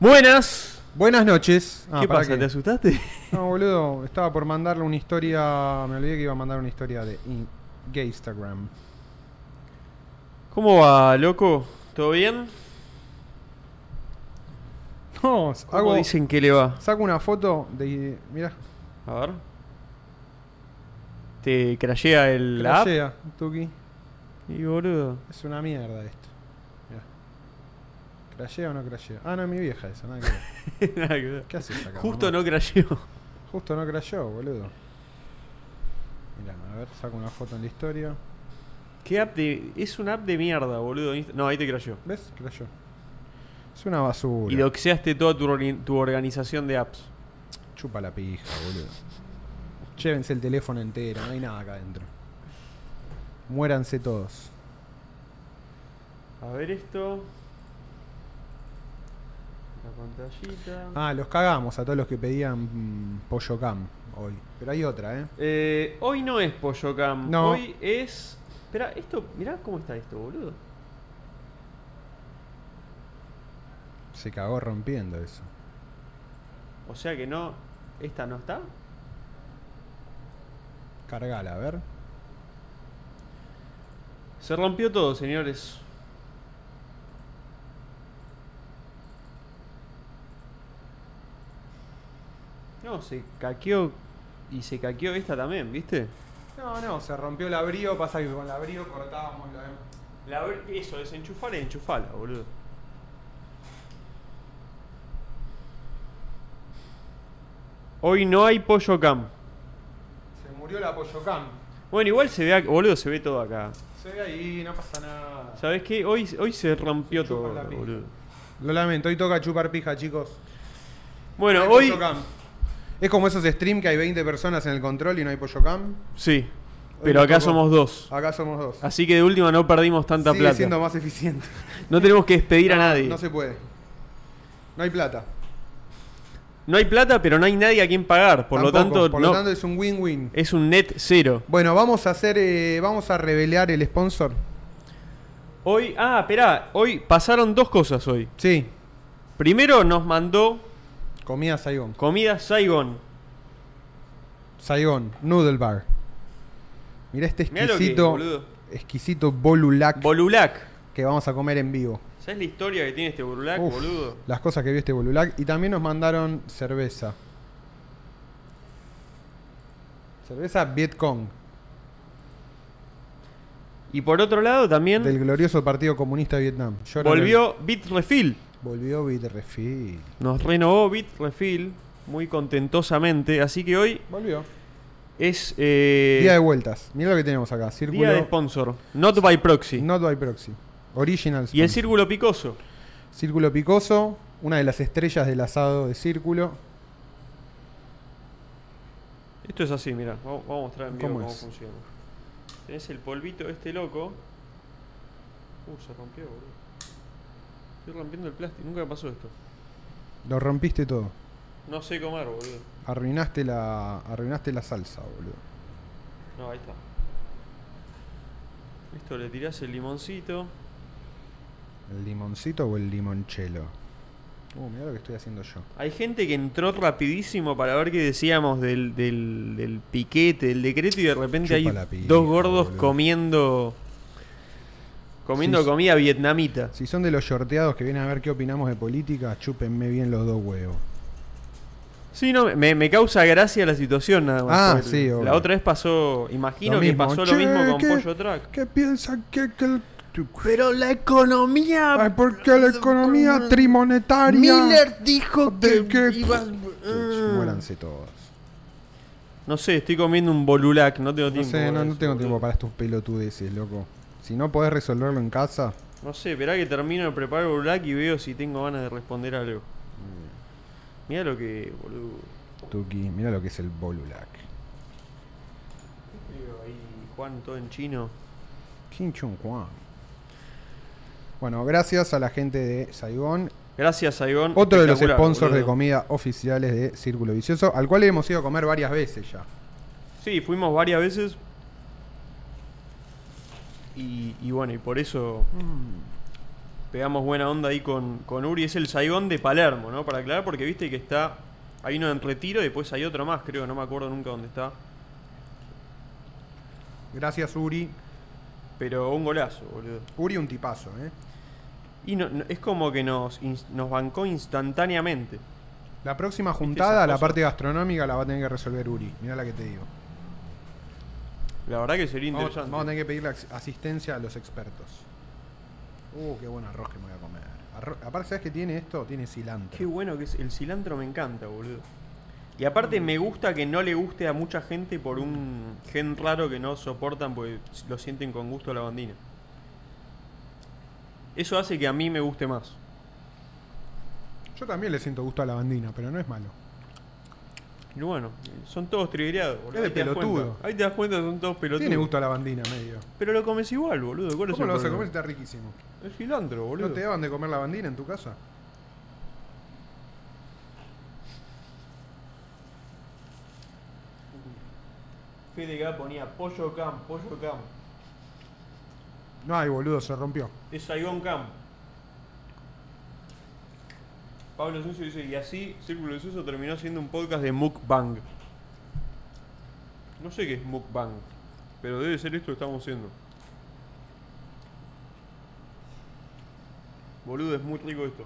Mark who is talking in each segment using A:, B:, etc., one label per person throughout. A: Buenas.
B: Buenas noches. Ah,
A: ¿Qué
B: ¿para
A: pasa?
B: qué?
A: ¿Te asustaste?
B: No, boludo, estaba por mandarle una historia. Me olvidé que iba a mandar una historia de in- Gaystagram.
A: ¿Cómo va, loco? ¿Todo bien?
B: No,
A: ¿Cómo
B: hago,
A: dicen que le va?
B: saco una foto de. Mirá,
A: A ver. ¿Te crashea el app?
B: crashea, Tuki.
A: Y boludo.
B: Es una mierda esto. Mirá. ¿Crashea o no crashea? Ah, no, es mi vieja esa, nada que ver.
A: Nada que ver.
B: ¿Qué haces acá?
A: Justo
B: mamá?
A: no crasheó.
B: Justo no crasheó, boludo. Mirá, a ver, saco una foto en la historia.
A: ¿Qué app de.? Es una app de mierda, boludo. Inst- No, ahí te crasheó.
B: ¿Ves? Crasheó. Es una basura.
A: Y doxeaste toda tu, orga- tu organización de apps.
B: Chupa la pija, boludo. Llévense el teléfono entero, no hay nada acá adentro. Muéranse todos.
A: A ver esto. La pantallita.
B: Ah, los cagamos a todos los que pedían mm, pollo cam hoy. Pero hay otra, ¿eh?
A: Eh, hoy no es Pollocam.
B: No.
A: Hoy es. Espera, esto. Mirá cómo está esto, boludo.
B: Se cagó rompiendo eso.
A: O sea que no. Esta no está.
B: Cargala, a ver.
A: Se rompió todo, señores. No, se caqueó. Y se caqueó esta también, ¿viste?
B: No, no, se rompió la brío, pasa que con la brío cortábamos la...
A: La abri- eso, desenchufar y enchufala, boludo. Hoy no hay pollo cam.
B: Se murió la pollo cam.
A: Bueno, igual se ve, ac- boludo, se ve todo acá.
B: Se ve ahí, no pasa nada.
A: ¿Sabes qué? Hoy, hoy se rompió
B: Se
A: todo,
B: chupa la pija.
A: boludo.
B: Lo lamento, hoy toca chupar pija, chicos.
A: Bueno,
B: No hay
A: hoy.
B: pollo cam. Es como esos stream que hay 20 personas en el control y no hay pollo cam.
A: Sí,
B: Hoy
A: pero
B: nos
A: acá
B: tocó.
A: somos dos.
B: Acá somos dos.
A: Así que de última no perdimos tanta
B: Sigue
A: plata.
B: siendo más eficiente.
A: No tenemos que despedir a nadie.
B: No se puede. No hay plata.
A: No hay plata, pero no hay nadie a quien pagar. Por lo
B: Tampoco.
A: tanto,
B: por
A: no,
B: lo tanto es un win-win.
A: es un net cero.
B: Bueno, vamos a hacer, eh, vamos a revelar el sponsor.
A: Hoy, ah, esperá, hoy pasaron dos cosas hoy.
B: Sí,
A: Primero nos mandó
B: comida Saigon.
A: comida Saigon.
B: Saigon, Noodle Bar. Mirá este
A: Mirá lo que es,
B: exquisito,
A: boludo.
B: exquisito bolulac
A: Bolulac.
B: que vamos a comer en vivo.
A: ¿Sabes la historia que tiene este Bolulac,
B: Uf,
A: boludo?
B: Las cosas que vio este bolulac y también nos mandaron cerveza. Cerveza Vietcong
A: Y por otro lado también
B: del glorioso Partido Comunista de Vietnam. Yo no lo-
A: volvió Bitrefill.
B: volvió Bitrefill.
A: Nos renovó Bitrefill muy contentosamente. Así que hoy
B: Volvió.
A: es eh,
B: Día de vueltas. Mira lo que tenemos acá. Círculo.
A: día de sponsor. Not by proxy.
B: Not by proxy. Original.
A: y el
B: sponsor.
A: círculo picoso.
B: círculo picoso. Una de las estrellas del asado de círculo.
A: Esto es así, mira. Vamos vamos a mostrar en vivo
B: ¿Cómo
A: cómo,
B: es?
A: funciona. Tenés el polvito de este loco. Uh, se rompió, boludo. Estoy rompiendo el plástico. Nunca me pasó esto.
B: Lo rompiste todo.
A: No sé comer, boludo.
B: Arruinaste la, arruinaste la salsa, boludo.
A: No, ahí está. Listo, le tirás el limoncito.
B: ¿El limoncito o el limonchelo? Uh, mirá lo que estoy haciendo yo.
A: Hay gente que entró rapidísimo para ver qué decíamos del, del, del piquete, del decreto, y de repente
B: Chupa
A: hay
B: la pija,
A: dos gordos
B: boludo.
A: comiendo. comiendo
B: Sí, sí.
A: comida vietnamita.
B: Si son de los shorteados que vienen a ver qué opinamos de política, chúpenme bien los dos huevos.
A: Sí, no, me, me causa gracia la situación nada más.
B: Ah,
A: porque
B: sí,
A: la
B: obvio.
A: otra vez pasó, imagino
B: Lo
A: que
B: mismo.
A: pasó
B: Che,
A: lo mismo con
B: ¿qué?
A: Pollo Track.
B: ¿Qué piensan que, que el-
A: Pero la economía.
B: Ay, ¿Por qué la economía trimonetaria?
A: dijo
B: De que- Muéranse todos.
A: No sé, estoy comiendo un bolulac, no tengo
B: No
A: tiempo.
B: sé, no,
A: para
B: no
A: eso,
B: tengo
A: boludo.
B: tiempo para estos pelotudeces, loco. Si no podés resolverlo en casa,
A: No sé, esperá que termino de preparar el bolulac y veo si tengo ganas de responder algo. Mira lo que, boludo.
B: Tuki, mira lo que es el Bolulac.
A: Veo ahí Juan todo en chino.
B: Kim Chun Kwan. Bueno, gracias a la gente de Saigón.
A: Gracias, Saigón.
B: Otro de los
A: Mm, Espectacular,
B: sponsors de
A: boludo.
B: comida oficiales de Círculo Vicioso, al cual hemos ido a comer varias veces ya.
A: Sí, fuimos varias veces.
B: Mm.
A: Y, y bueno, y por eso pegamos buena onda ahí con, con Uri. Es el Saigón de Palermo, ¿no? Para aclarar, porque viste que está. Hay uno en retiro y después hay otro más, creo. No me acuerdo nunca dónde está.
B: Gracias, Uri.
A: Pero un golazo, boludo.
B: Uri, un tipazo, ¿eh?
A: Y no- no- es como que nos, ins- nos bancó instantáneamente.
B: La próxima juntada,
A: esas
B: la
A: cosas.
B: parte gastronómica, la va a tener que resolver Uri. Mira la que te digo.
A: La verdad que sería
B: Vamos,
A: interesante.
B: vamos a tener que pedir la as- asistencia a los expertos. Uh, qué buen arroz que me voy a comer. Arro- aparte, ¿sabes qué tiene esto? Tiene cilantro.
A: Qué bueno que es. El cilantro me encanta, boludo. Y aparte me gusta que no le guste a mucha gente por un gen raro que no soportan porque lo sienten con gusto a la bandina. Eso hace que a mí me guste más.
B: Yo también le siento gusto a la bandina, pero no es malo.
A: Y bueno, son todos trigueados, boludo.
B: Es de
A: Ahí te das
B: pelotudo.
A: cuenta. Ahí te das cuenta, son todos pelotudos.
B: Tiene gusto a la bandina, medio.
A: Pero lo comes igual, boludo. ¿Cuál es
B: ¿Cómo
A: el
B: lo vas a
A: problema?
B: comer? Está riquísimo.
A: Es cilantro, boludo.
B: ¿No te daban de comer la bandina en tu casa?
A: Fede Gá ponía pollo cam, pollo cam.
B: No, ay, boludo, se rompió.
A: Es Saigon Cam. Pablo Sucio dice, y así Círculo de Sucio terminó siendo un podcast de mukbang. No sé qué es mukbang, pero debe ser esto que estamos haciendo. Boludo, es muy rico esto.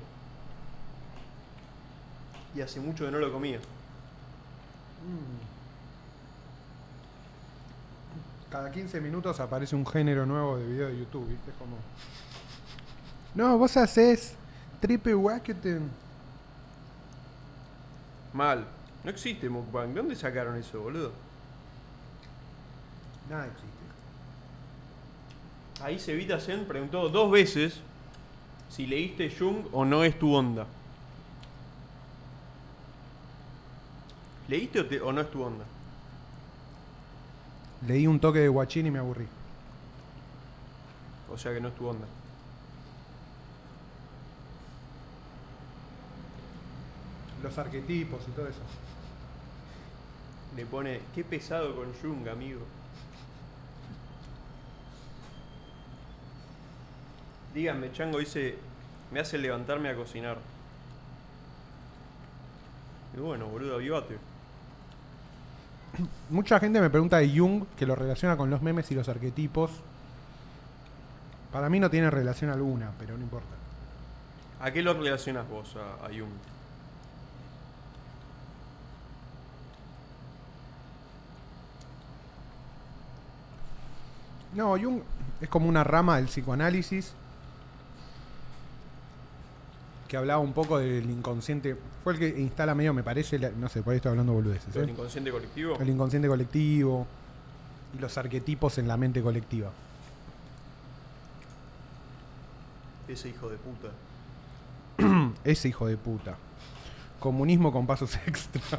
A: Y hace mucho que no lo comía. Mm.
B: Cada 15 minutos aparece un género nuevo de video de YouTube, ¿viste? Es como. No, vos haces triple wacketen.
A: Mal. No existe mukbang. ¿De dónde sacaron eso, boludo?
B: Nada existe.
A: Ahí Sevita Zen preguntó dos veces si leíste Jung o no es tu onda. ¿Leíste o, te- o no es tu onda?
B: Leí un toque de guachín y me aburrí.
A: O sea que no es tu onda.
B: Los arquetipos y todo eso.
A: Le pone, qué pesado con Jung, amigo. Díganme, Chango dice, me hace levantarme a cocinar. Y bueno, boludo, avivate.
B: Mucha gente me pregunta de Jung, que lo relaciona con los memes y los arquetipos. Para mí no tiene relación alguna, pero no importa.
A: ¿A qué lo relacionas vos a, a Jung?
B: No, Jung es como una rama del psicoanálisis que hablaba un poco del inconsciente. Fue el que instala medio, me parece, la- no sé, por ahí estoy hablando boludeces.
A: ¿El
B: ¿eh?
A: inconsciente colectivo?
B: El inconsciente colectivo y los arquetipos en la mente colectiva.
A: Ese hijo de puta.
B: Ese hijo de puta. Comunismo con pasos extra.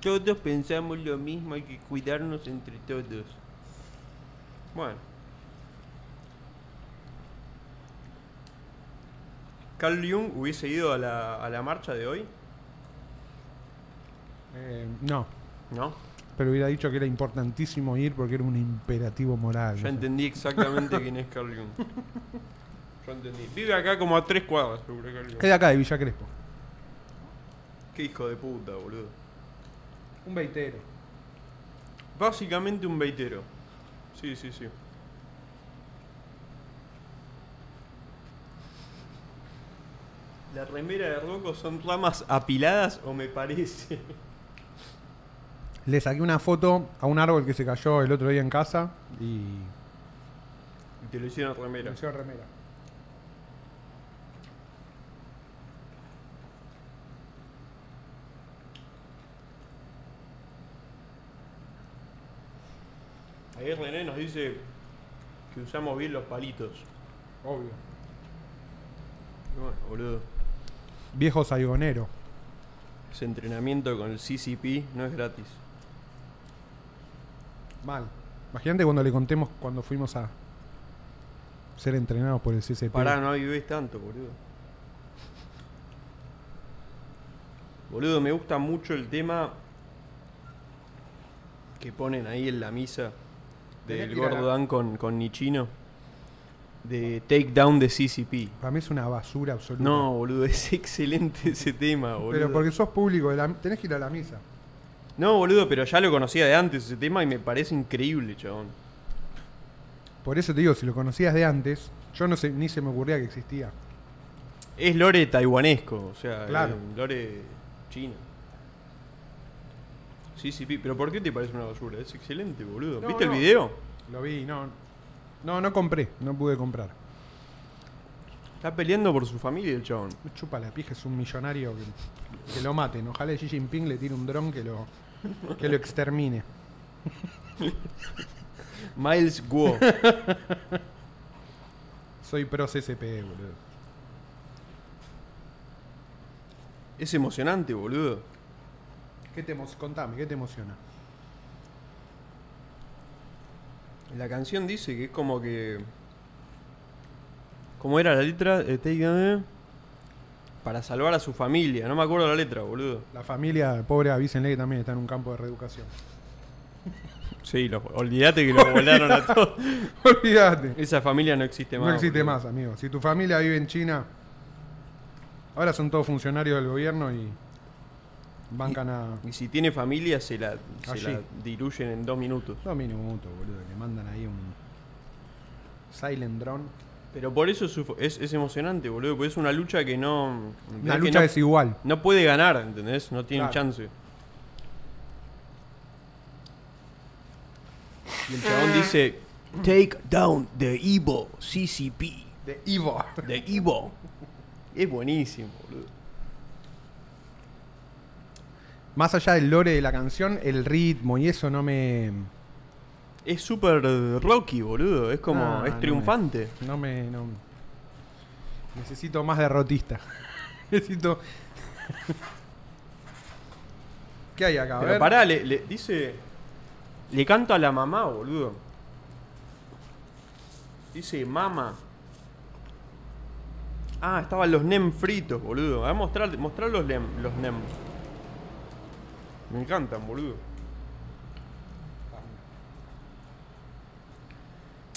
A: Todos pensamos lo mismo, hay que cuidarnos entre todos. Bueno. ¿Carl Jung hubiese ido a la, a la marcha de hoy?
B: Eh, no,
A: No.
B: pero hubiera dicho que era importantísimo ir porque era un imperativo moral.
A: Ya
B: no sé.
A: entendí exactamente quién es Carl Jung. Yo entendí. Vive acá como a tres cuadras, seguro, Carl Jung.
B: Es de acá, de Villa Crespo.
A: Qué hijo de puta, boludo.
B: Un veitero.
A: Básicamente un veitero. Sí, sí, sí. La remera de Rocco son ramas apiladas o me parece.
B: Le saqué una foto a un árbol que se cayó el otro día en casa y.
A: Y te lo hicieron remera.
B: me llevo remera.
A: Ahí René nos dice que usamos bien los palitos.
B: Obvio.
A: Y Bueno, boludo.
B: Viejo saigonero.
A: Ese entrenamiento con el CCP no es gratis.
B: Mal. Imagínate cuando le contemos cuando fuimos a ser entrenados por el CCP.
A: Pará, no avives tanto, boludo. Boludo, me gusta mucho el tema que ponen ahí en la misa
B: Tenés
A: del
B: que ir a la-
A: Gordo Dan con, con Nichino. de Takedown de CCP.
B: Para mí es una basura absoluta.
A: No, boludo, es excelente ese tema, boludo.
B: Pero porque sos público, de la- tenés que ir a la misa.
A: No, boludo, pero ya lo conocía de antes ese tema y me parece increíble, chabón.
B: Por eso te digo, si lo conocías de antes, yo no sé, ni se me ocurría que existía.
A: Es lore taiwanesco, o sea,
B: Claro.
A: eh, lore chino. Sí, sí, pi- pero ¿por qué te parece una basura? Es excelente, boludo.
B: No,
A: ¿Viste
B: no.
A: el video?
B: Lo vi, no. No, no compré, no pude comprar.
A: Está peleando por su familia el chabón.
B: Me Chupa la pija, es un millonario que, que lo maten. Ojalá Xi Jinping le tire un dron que lo, que lo extermine.
A: Miles Guo.
B: Soy pro CCP, boludo.
A: es emocionante, boludo.
B: ¿Qué te emo- Contame, ¿qué te emociona?
A: La canción dice que es como que. ¿Cómo era la letra? Eh, take a- Para salvar a su familia. No me acuerdo la letra, boludo.
B: La familia, pobre, avísenle que también está en un campo de reeducación.
A: Sí, los- olvídate que los volaron a todos.
B: Olvídate.
A: Esa familia no existe más.
B: No existe
A: boludo.
B: más, amigo. Si tu familia vive en China, ahora son todos funcionarios del gobierno y bancan a.
A: Y si tiene familia, se la, se
B: Allí.
A: la diluyen en dos minutos.
B: Dos minutos, boludo. Le mandan ahí un. Silent Drone.
A: Pero por eso es, su- es- es emocionante, boludo. Porque es una lucha que no.
B: Una
A: que
B: lucha
A: no,
B: desigual.
A: no puede ganar, ¿entendés? No tiene
B: Claro.
A: chance. Y el chabón dice: Take down the Evo CCP.
B: De Ivo.
A: The Evo. Es buenísimo, boludo.
B: Más allá del lore de la canción, el ritmo y eso no me.
A: Es súper rocky, boludo. Es como.
B: Ah, no
A: es
B: me-
A: triunfante.
B: No me. no- Necesito más derrotista. Necesito. ¿Qué hay acá? A
A: Pero
B: ver.
A: pará, le, le- dice. Le canta a la mamá, boludo. Dice, mamá. Ah, estaban los NEM fritos, boludo. A ver, mostrar, mostrar los, NEM, los NEM. Me encantan, boludo.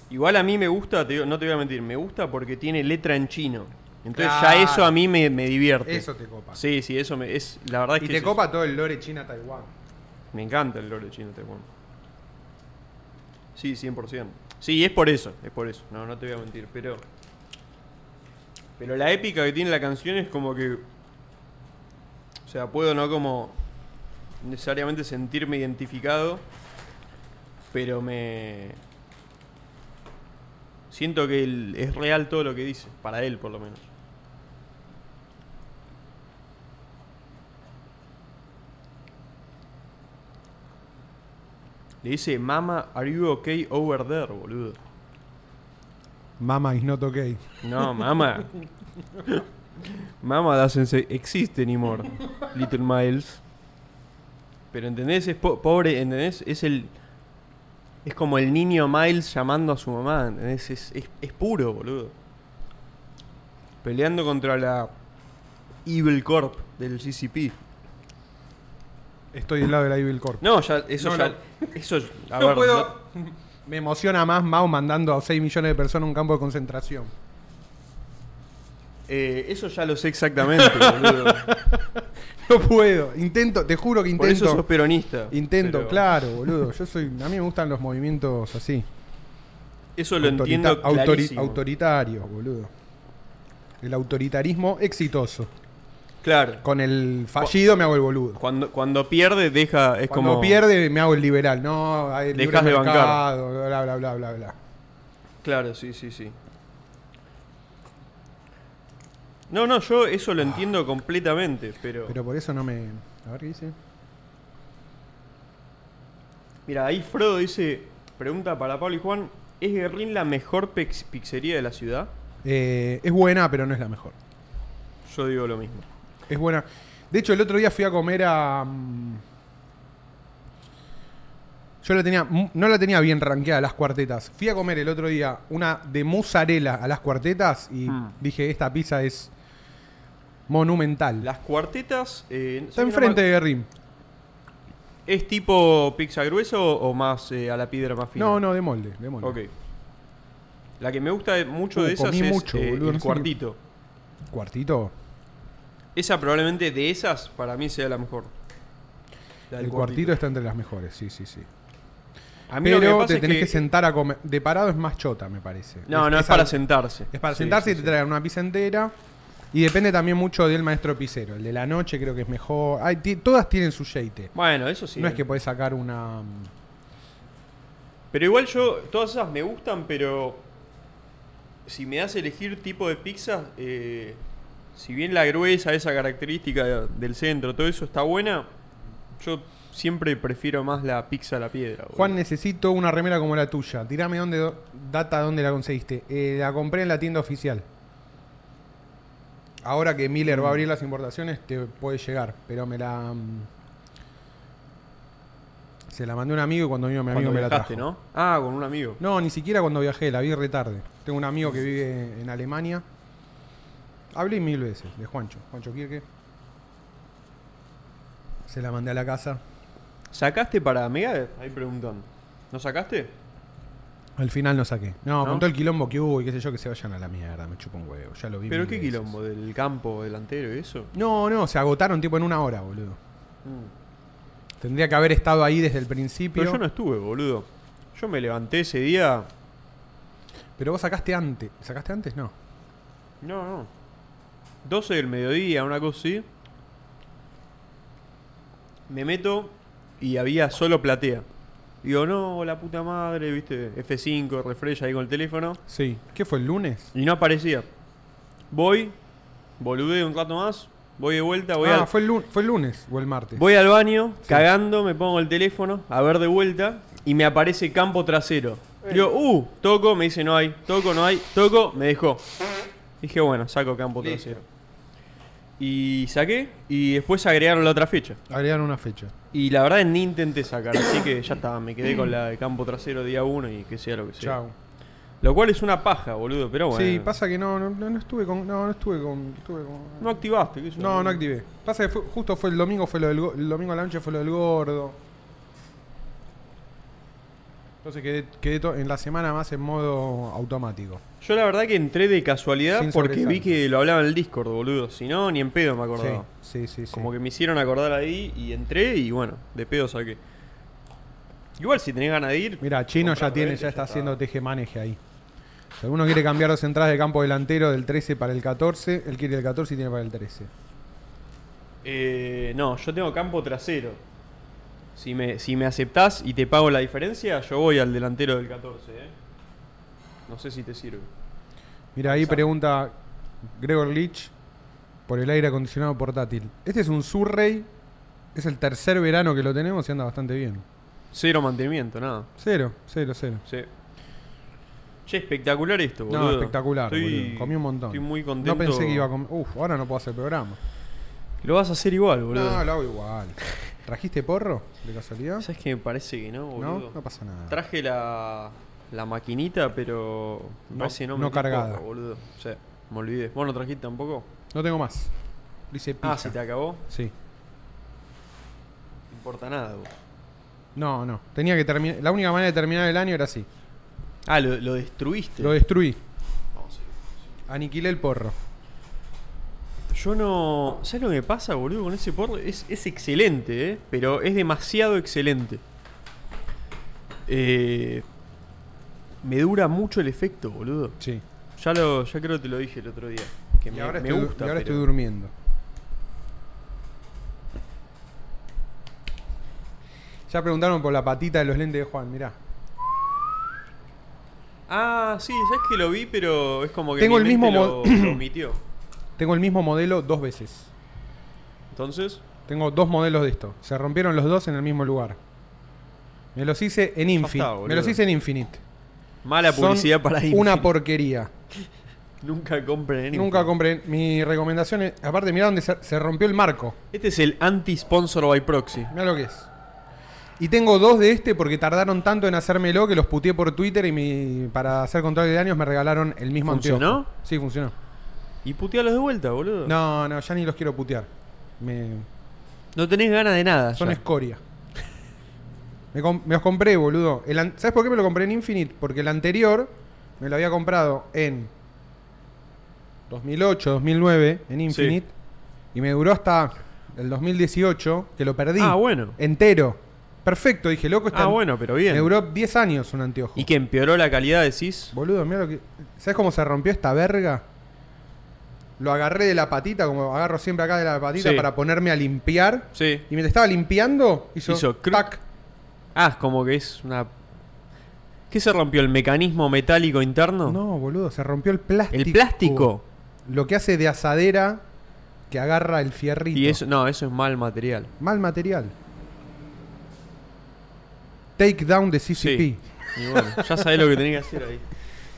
A: Igual a mí me gusta, te digo- no te voy a mentir, me gusta porque tiene letra en chino. Entonces
B: Claro.
A: ya eso a mí me, me divierte.
B: Eso te copa.
A: Sí, sí, eso me, es. La verdad es
B: y
A: que
B: te
A: es-
B: copa todo el lore China-Taiwán.
A: me encanta el lore chino, te cuento. Sí, 100%. Sí, es por eso, es por eso. No, no te voy a mentir, pero... Pero la épica que tiene la canción es como que... O sea, puedo no como necesariamente sentirme identificado, pero me... Siento que el- es real todo lo que dice, para él por lo menos. Le dice, Mama, are you okay over there, boludo?
B: Mama is not okay.
A: No, mamá. mamá doesn't say- exist anymore, Little Miles. Pero entendés, es po- pobre, entendés, es el. Es como el niño Miles llamando a su mamá, entendés, es, es- es puro, boludo. Peleando contra la Evil Corp del CCP.
B: Estoy del lado de la Evil Corp.
A: No, ya, eso
B: No,
A: ya.
B: no.
A: Eso. a
B: No
A: ver,
B: puedo. Me emociona más Mao mandando a 6 millones de personas a un campo de concentración.
A: eh, eso ya lo sé exactamente, boludo.
B: No puedo. Intento, te juro que
A: Por eso sos
B: intento.
A: peronista.
B: Intento,
A: pero-
B: claro, boludo. Yo soy, a mí me gustan los movimientos así.
A: Eso lo
B: Autorita-
A: entiendo
B: autori-
A: clarísimo.
B: autoritarios, boludo. El autoritarismo exitoso.
A: Claro.
B: Con el fallido me hago el boludo.
A: Cuando, cuando pierde, deja. Es
B: Cuando
A: como.
B: pierde me hago el liberal. No, hay libre
A: Dejás de bancar.
B: mercado, bla bla bla bla bla.
A: Claro, sí, sí, sí. No, no, yo eso lo entiendo completamente, pero.
B: Pero por eso no me. A ver qué dice.
A: Mira, ahí Frodo dice. Pregunta para Pablo y Juan: ¿Es Guerrín la mejor pex- pizzería de la ciudad?
B: Eh, es buena, pero no es la mejor.
A: Yo digo lo mismo.
B: Es buena. De hecho, el otro día fui a comer a. mm, Yo la tenía, mu- no la tenía bien rankeada las cuartetas. Fui a comer el otro día una de mozzarella a las cuartetas y
A: Mm.
B: dije, esta pizza es monumental.
A: Las cuartetas. eh, sé
B: Está
A: que no
B: enfrente
A: me-
B: de Guerrín.
A: ¿Es tipo pizza grueso o más eh, a la piedra más fina?
B: No, no, de molde, de molde.
A: Ok. La que me gusta de- mucho
B: Uh,
A: de esas
B: comí
A: es
B: mucho,
A: eh,
B: boludo,
A: el
B: no sé qué-
A: cuartito.
B: ¿Cuartito?
A: Esa probablemente de esas para mí sea la mejor. La del
B: el cuartito está entre las mejores, sí, sí, sí.
A: A mí lo que
B: Pero
A: pasa
B: te
A: es
B: tenés que...
A: que-
B: sentar a comer. De parado es más chota, me parece.
A: No, no es,
B: al-
A: para sentarse.
B: Es para
A: Sí,
B: sentarse y
A: sí,
B: te
A: sí.
B: traen una pizza entera. Y depende también mucho del maestro pisero. El de la noche creo que es mejor. Ay, ti- todas tienen su jeite.
A: Bueno, eso sí.
B: No es que podés sacar una. mm,
A: Pero igual yo, todas esas me gustan, pero si me das a elegir tipo de pizza, eh, si bien la gruesa, esa característica del centro, todo eso está buena, yo siempre prefiero más la pizza a la piedra. boludo.
B: Juan, necesito una remera como la tuya. Tirame dónde, do- data dónde la conseguiste. Eh, la compré en la tienda oficial. Ahora que Miller
A: Mm.
B: va a abrir las importaciones, te puede llegar. Pero me la. mm, Se la mandé a un amigo y cuando vino mi amigo
A: Cuando
B: me la
A: viajaste,
B: trajo.
A: ¿no? Ah, con un amigo.
B: No, ni siquiera cuando viajé, la vi retarde. Tengo un amigo que vive en Alemania. Hablé mil veces de Juancho, Juancho Kirke. Se la mandé a la casa.
A: ¿Sacaste para Mega? Ahí preguntan. ¿No sacaste?
B: Al final no saqué. No,
A: ¿No?
B: con todo el quilombo que hubo y qué sé yo, que se vayan a la mierda, me chupo un huevo, ya lo vi.
A: ¿Pero
B: mil
A: qué
B: veces.
A: quilombo? ¿Del campo delantero y eso?
B: No, no, se agotaron tipo en una hora, boludo.
A: Mm.
B: Tendría que haber estado ahí desde el principio.
A: Pero
B: Pero,
A: yo no estuve, boludo. Yo me levanté ese día.
B: vos sacaste antes. ¿Sacaste antes? No.
A: No, no. 12 del mediodía, una cosa así. Me meto y había solo platea. Digo, no, la puta madre, viste. F5, refresh ahí con el teléfono.
B: Sí. ¿Qué fue el lunes?
A: Y no aparecía. Voy, boludeo un rato más. Voy de vuelta, voy
B: ah,
A: al,
B: fue, el lunes, fue el lunes o el martes.
A: Voy al baño, cagando, me pongo el teléfono, a ver de vuelta, y me aparece campo trasero. Digo, uh, toco, me dice no hay, toco, no hay, toco, me dejó. Dije, bueno, saco campo
B: Listo.
A: trasero. Y saqué, y después agregaron la otra fecha.
B: Agregaron una fecha.
A: Y la verdad ni intenté sacar, así que ya estaba, me quedé con la de campo trasero día uno y que sea lo que sea.
B: Chao.
A: Lo cual es una paja, boludo, pero bueno.
B: Sí, pasa que no, no, no- no estuve con. No, no estuve con. estuve con-
A: No activaste, qué sé yo.
B: No, no activé. Pasa que fue- justo fue el domingo, fue lo del go- el domingo a la noche fue lo del gordo. Entonces quedé, quedé to- en la semana más en modo automático.
A: Yo la verdad que entré de casualidad
B: Sin
A: porque vi
B: sobresalto.
A: que lo hablaba en el Discord, boludo. Si no, ni en pedo me acordaba.
B: Sí, sí, sí. sí.
A: Como que me hicieron acordar ahí y entré y bueno, de pedo saqué. Igual si tenés ganas de ir,
B: Mira, Chino
A: Comprar
B: ya tiene,
A: rete,
B: ya
A: ya
B: está
A: está.
B: haciendo tejemaneje ahí. Si alguno quiere cambiar dos entradas de campo delantero del 13 para el 14, él quiere el 14 y tiene para el 13.
A: eh, no, yo tengo campo trasero. Si me, si me aceptás y te pago la diferencia, yo voy al delantero del 14, ¿eh? No sé si te sirve.
B: Mira, ahí
A: Exacto.
B: pregunta Gregor Leach por el aire acondicionado portátil. Este es un Surrey. Es el tercer verano que lo tenemos y anda bastante bien.
A: Cero mantenimiento, nada.
B: Cero, cero, cero.
A: Sí. Che, espectacular esto, boludo.
B: No, espectacular,
A: Estoy-
B: boludo. Comí un montón.
A: Estoy muy contento.
B: No pensé que iba a comer. Uf, ahora no puedo hacer programa.
A: Lo vas a hacer igual, boludo.
B: No, lo hago igual. ¿Trajiste porro? ¿De casualidad?
A: ¿Sabes que me parece que no, boludo?
B: No, no pasa nada.
A: Traje la, la maquinita, pero me
B: No-
A: parece no me
B: no cargada.
A: boludo. O sea, me olvidé. ¿Vos no trajiste tampoco?
B: no tengo más. Dice pizza.
A: Ah, se te acabó.
B: Sí.
A: No importa nada, vos.
B: No, no. Tenía que terminar. La única manera de terminar el año era así.
A: Ah, lo, lo destruiste.
B: Lo destruí.
A: No, sí.
B: Aniquilé el porro.
A: Yo no. ¿Sabes lo que me pasa, boludo? Con ese porro. Es, es excelente, ¿eh? Pero es demasiado excelente. Eh, me dura mucho el efecto, boludo.
B: Sí.
A: Ya, lo, ya creo que te lo dije el otro día. Que
B: Y
A: me,
B: ahora,
A: me
B: estoy, du-
A: gusta.
B: y ahora
A: pero-
B: estoy durmiendo. Ya preguntaron por la patita de los lentes de Juan, mirá.
A: Ah, sí, sabes que lo vi, pero es como que
B: Tengo el mismo
A: lo,
B: mod-
A: lo omitió.
B: Tengo el mismo modelo dos veces.
A: Entonces,
B: Tengo dos modelos de esto. Se rompieron los dos en el mismo lugar. Me los hice en Infinite.
A: está,
B: Me
A: boludo.
B: los hice en Infinite.
A: mala
B: Son
A: publicidad para Infinite.
B: Una porquería.
A: Nunca compren en
B: Nunca
A: Infinite.
B: compré. Mi recomendación es. Aparte, mirá donde se, se rompió el marco.
A: Este es el anti-sponsor by proxy.
B: Mirá lo que es. Y tengo dos de este porque tardaron tanto en hacérmelo que los puteé por Twitter y mi, para hacer control de daños me regalaron el mismo
A: ¿Funcionó?
B: anteojo. Sí, funcionó.
A: Y putealos de vuelta, boludo.
B: No, no, ya ni los quiero putear. Me-
A: No tenés ganas de nada.
B: son
A: ya. Ah,
B: escoria. Me, com- me los compré, boludo. El an- ¿Sabes por qué me lo compré en Infinite? Porque el anterior Me lo había comprado en 2008, 2009, en Infinite. Y me duró hasta el 2018, que lo perdí.
A: Ah, bueno.
B: Entero. Perfecto, dije, loco, está
A: Ah, bueno, pero bien.
B: Me duró 10 años un anteojo.
A: ¿Y que empeoró la calidad, decís?
B: Boludo, mira lo que. ¿Sabes cómo se rompió esta verga? Lo agarré de la patita, como agarro siempre acá de la patita
A: Sí.
B: para ponerme a limpiar.
A: Sí.
B: Y mientras estaba limpiando, hizo,
A: Hizo cruc.
B: tac.
A: Ah, es como que es una... ¿Qué se rompió? ¿El mecanismo metálico interno?
B: No, boludo, se rompió el plástico.
A: ¿El plástico?
B: Lo que hace de asadera que agarra el fierrito.
A: Y eso, no, eso es mal material.
B: Mal material. Take down de CCP.
A: Sí. Y bueno, ya sabés lo que tenés que hacer ahí.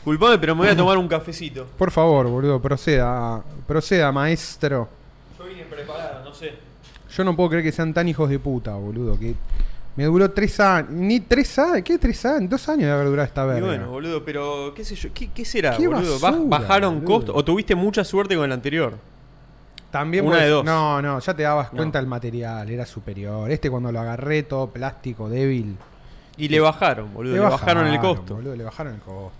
A: Culpame, pero me voy a tomar un cafecito.
B: Por favor, boludo, proceda. Proceda, maestro.
A: Yo vine preparado, no sé.
B: Yo no puedo creer que sean tan hijos de puta, boludo. Que me duró tres años. Ni tres años. ¿Qué tres años? Dos años de haber durado esta
A: Y
B: verga.
A: bueno, boludo, pero qué sé yo, ¿qué, qué será,
B: Qué
A: boludo?
B: basura,
A: Baj- ¿Bajaron
B: boludo.
A: costo? ¿O tuviste mucha suerte con el anterior?
B: También
A: una
B: puede-
A: de dos.
B: No, no, ya te dabas
A: No.
B: cuenta el material, era superior. Este cuando lo agarré todo plástico, débil.
A: Y le bajaron, boludo, le, bajaron, el costo.
B: boludo, le bajaron el costo.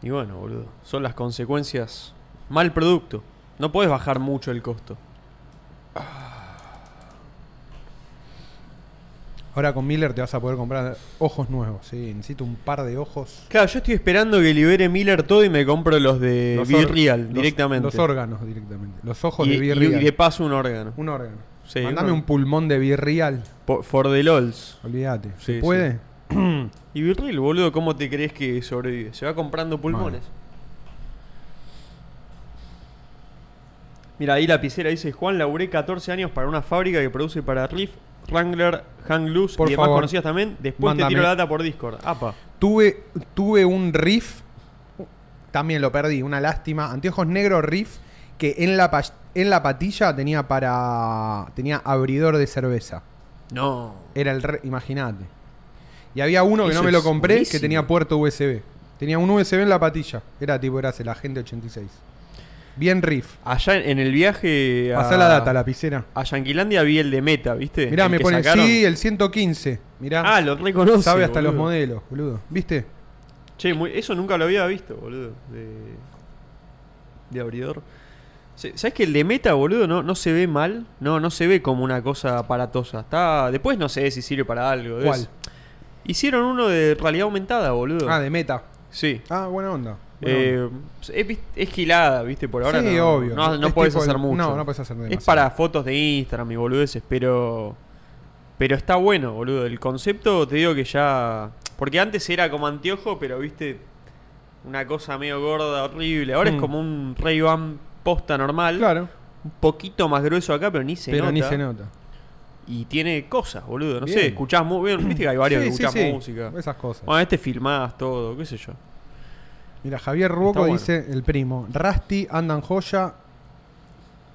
A: Y bueno, boludo, son las consecuencias. Mal producto. No podés bajar mucho el costo.
B: Ahora con Miller te vas a poder comprar ojos nuevos, sí. Necesito un par de ojos.
A: Claro, yo estoy esperando que libere Miller todo y me compro los de
B: Los
A: Eh, Be
B: or-
A: Real
B: los-
A: directamente.
B: Los órganos directamente. Los ojos
A: y,
B: de
A: y-
B: Be
A: y
B: Real.
A: de paso un órgano.
B: Un órgano.
A: Sí,
B: Mandame
A: uno-
B: un pulmón de Be Real.
A: Po- For the LOLs.
B: Olvídate.
A: Sí,
B: ¿Se
A: sí.
B: puede?
A: Y Virril, boludo, ¿cómo te crees que sobrevive? Se va comprando pulmones. Mira, ahí la piscera dice, Juan, laburé 14 años para una fábrica que produce para Riff, Wrangler, Hang Loose
B: Por
A: y demás
B: favor,
A: conocidas también. Después te tiro
B: mándame.
A: la data por Discord. Apa.
B: Tuve, tuve un riff. También lo perdí, una lástima. Anteojos negro riff que en la, pa- en la patilla tenía para. tenía abridor de cerveza.
A: No.
B: Era el re- imagínate. Y había uno que
A: Eso
B: no me lo
A: es
B: compré
A: buenísimo.
B: que tenía puerto USB. Tenía un USB en la patilla. Era tipo, era el agente 86. Bien riff.
A: Allá en el viaje a,
B: Pasá la data, la piscera.
A: a Yanquilandia vi el de Meta, ¿viste?
B: Mirá,
A: El
B: me
A: que
B: pone
A: sacaron.
B: sí, el 115. Mirá.
A: Ah, lo reconoce.
B: sabe hasta los
A: boludo.
B: modelos, boludo. ¿Viste?
A: Che, muy- eso nunca lo había visto, boludo. De, de abridor. Se- ¿Sabes que el de meta, boludo, no, no se ve mal? No, no se ve como una cosa aparatosa. Está. Después no sé si sirve para algo. es-
B: ¿Cuál?
A: Hicieron uno de realidad aumentada, boludo.
B: Ah, de meta.
A: Sí.
B: Ah, buena onda. buena onda.
A: Eh, es, vis- es gilada, viste, por ahora.
B: Sí,
A: no,
B: obvio.
A: No, no
B: Es
A: podés
B: tipo el-
A: hacer mucho.
B: no, no podés hacer
A: Es
B: demasiado.
A: para fotos de Instagram y boludeces, pero. Pero está bueno, boludo. El concepto, te digo que ya. Porque antes era como anteojo, pero viste. Una cosa medio gorda, horrible. Ahora es
B: Mm.
A: como un Ray Ban posta normal.
B: Claro,
A: Un poquito más grueso acá, pero ni se
B: pero
A: nota.
B: ni se nota.
A: Y tiene cosas, boludo. No sé,
B: Bien.
A: escuchás muy bien. Viste que hay varios que
B: Sí, sí,
A: escuchás
B: sí,
A: música.
B: Esas cosas.
A: Bueno, este filmás todo, qué sé yo.
B: Mira, Javier Ruoco
A: Está bueno.
B: dice el primo. Rusty andan joya.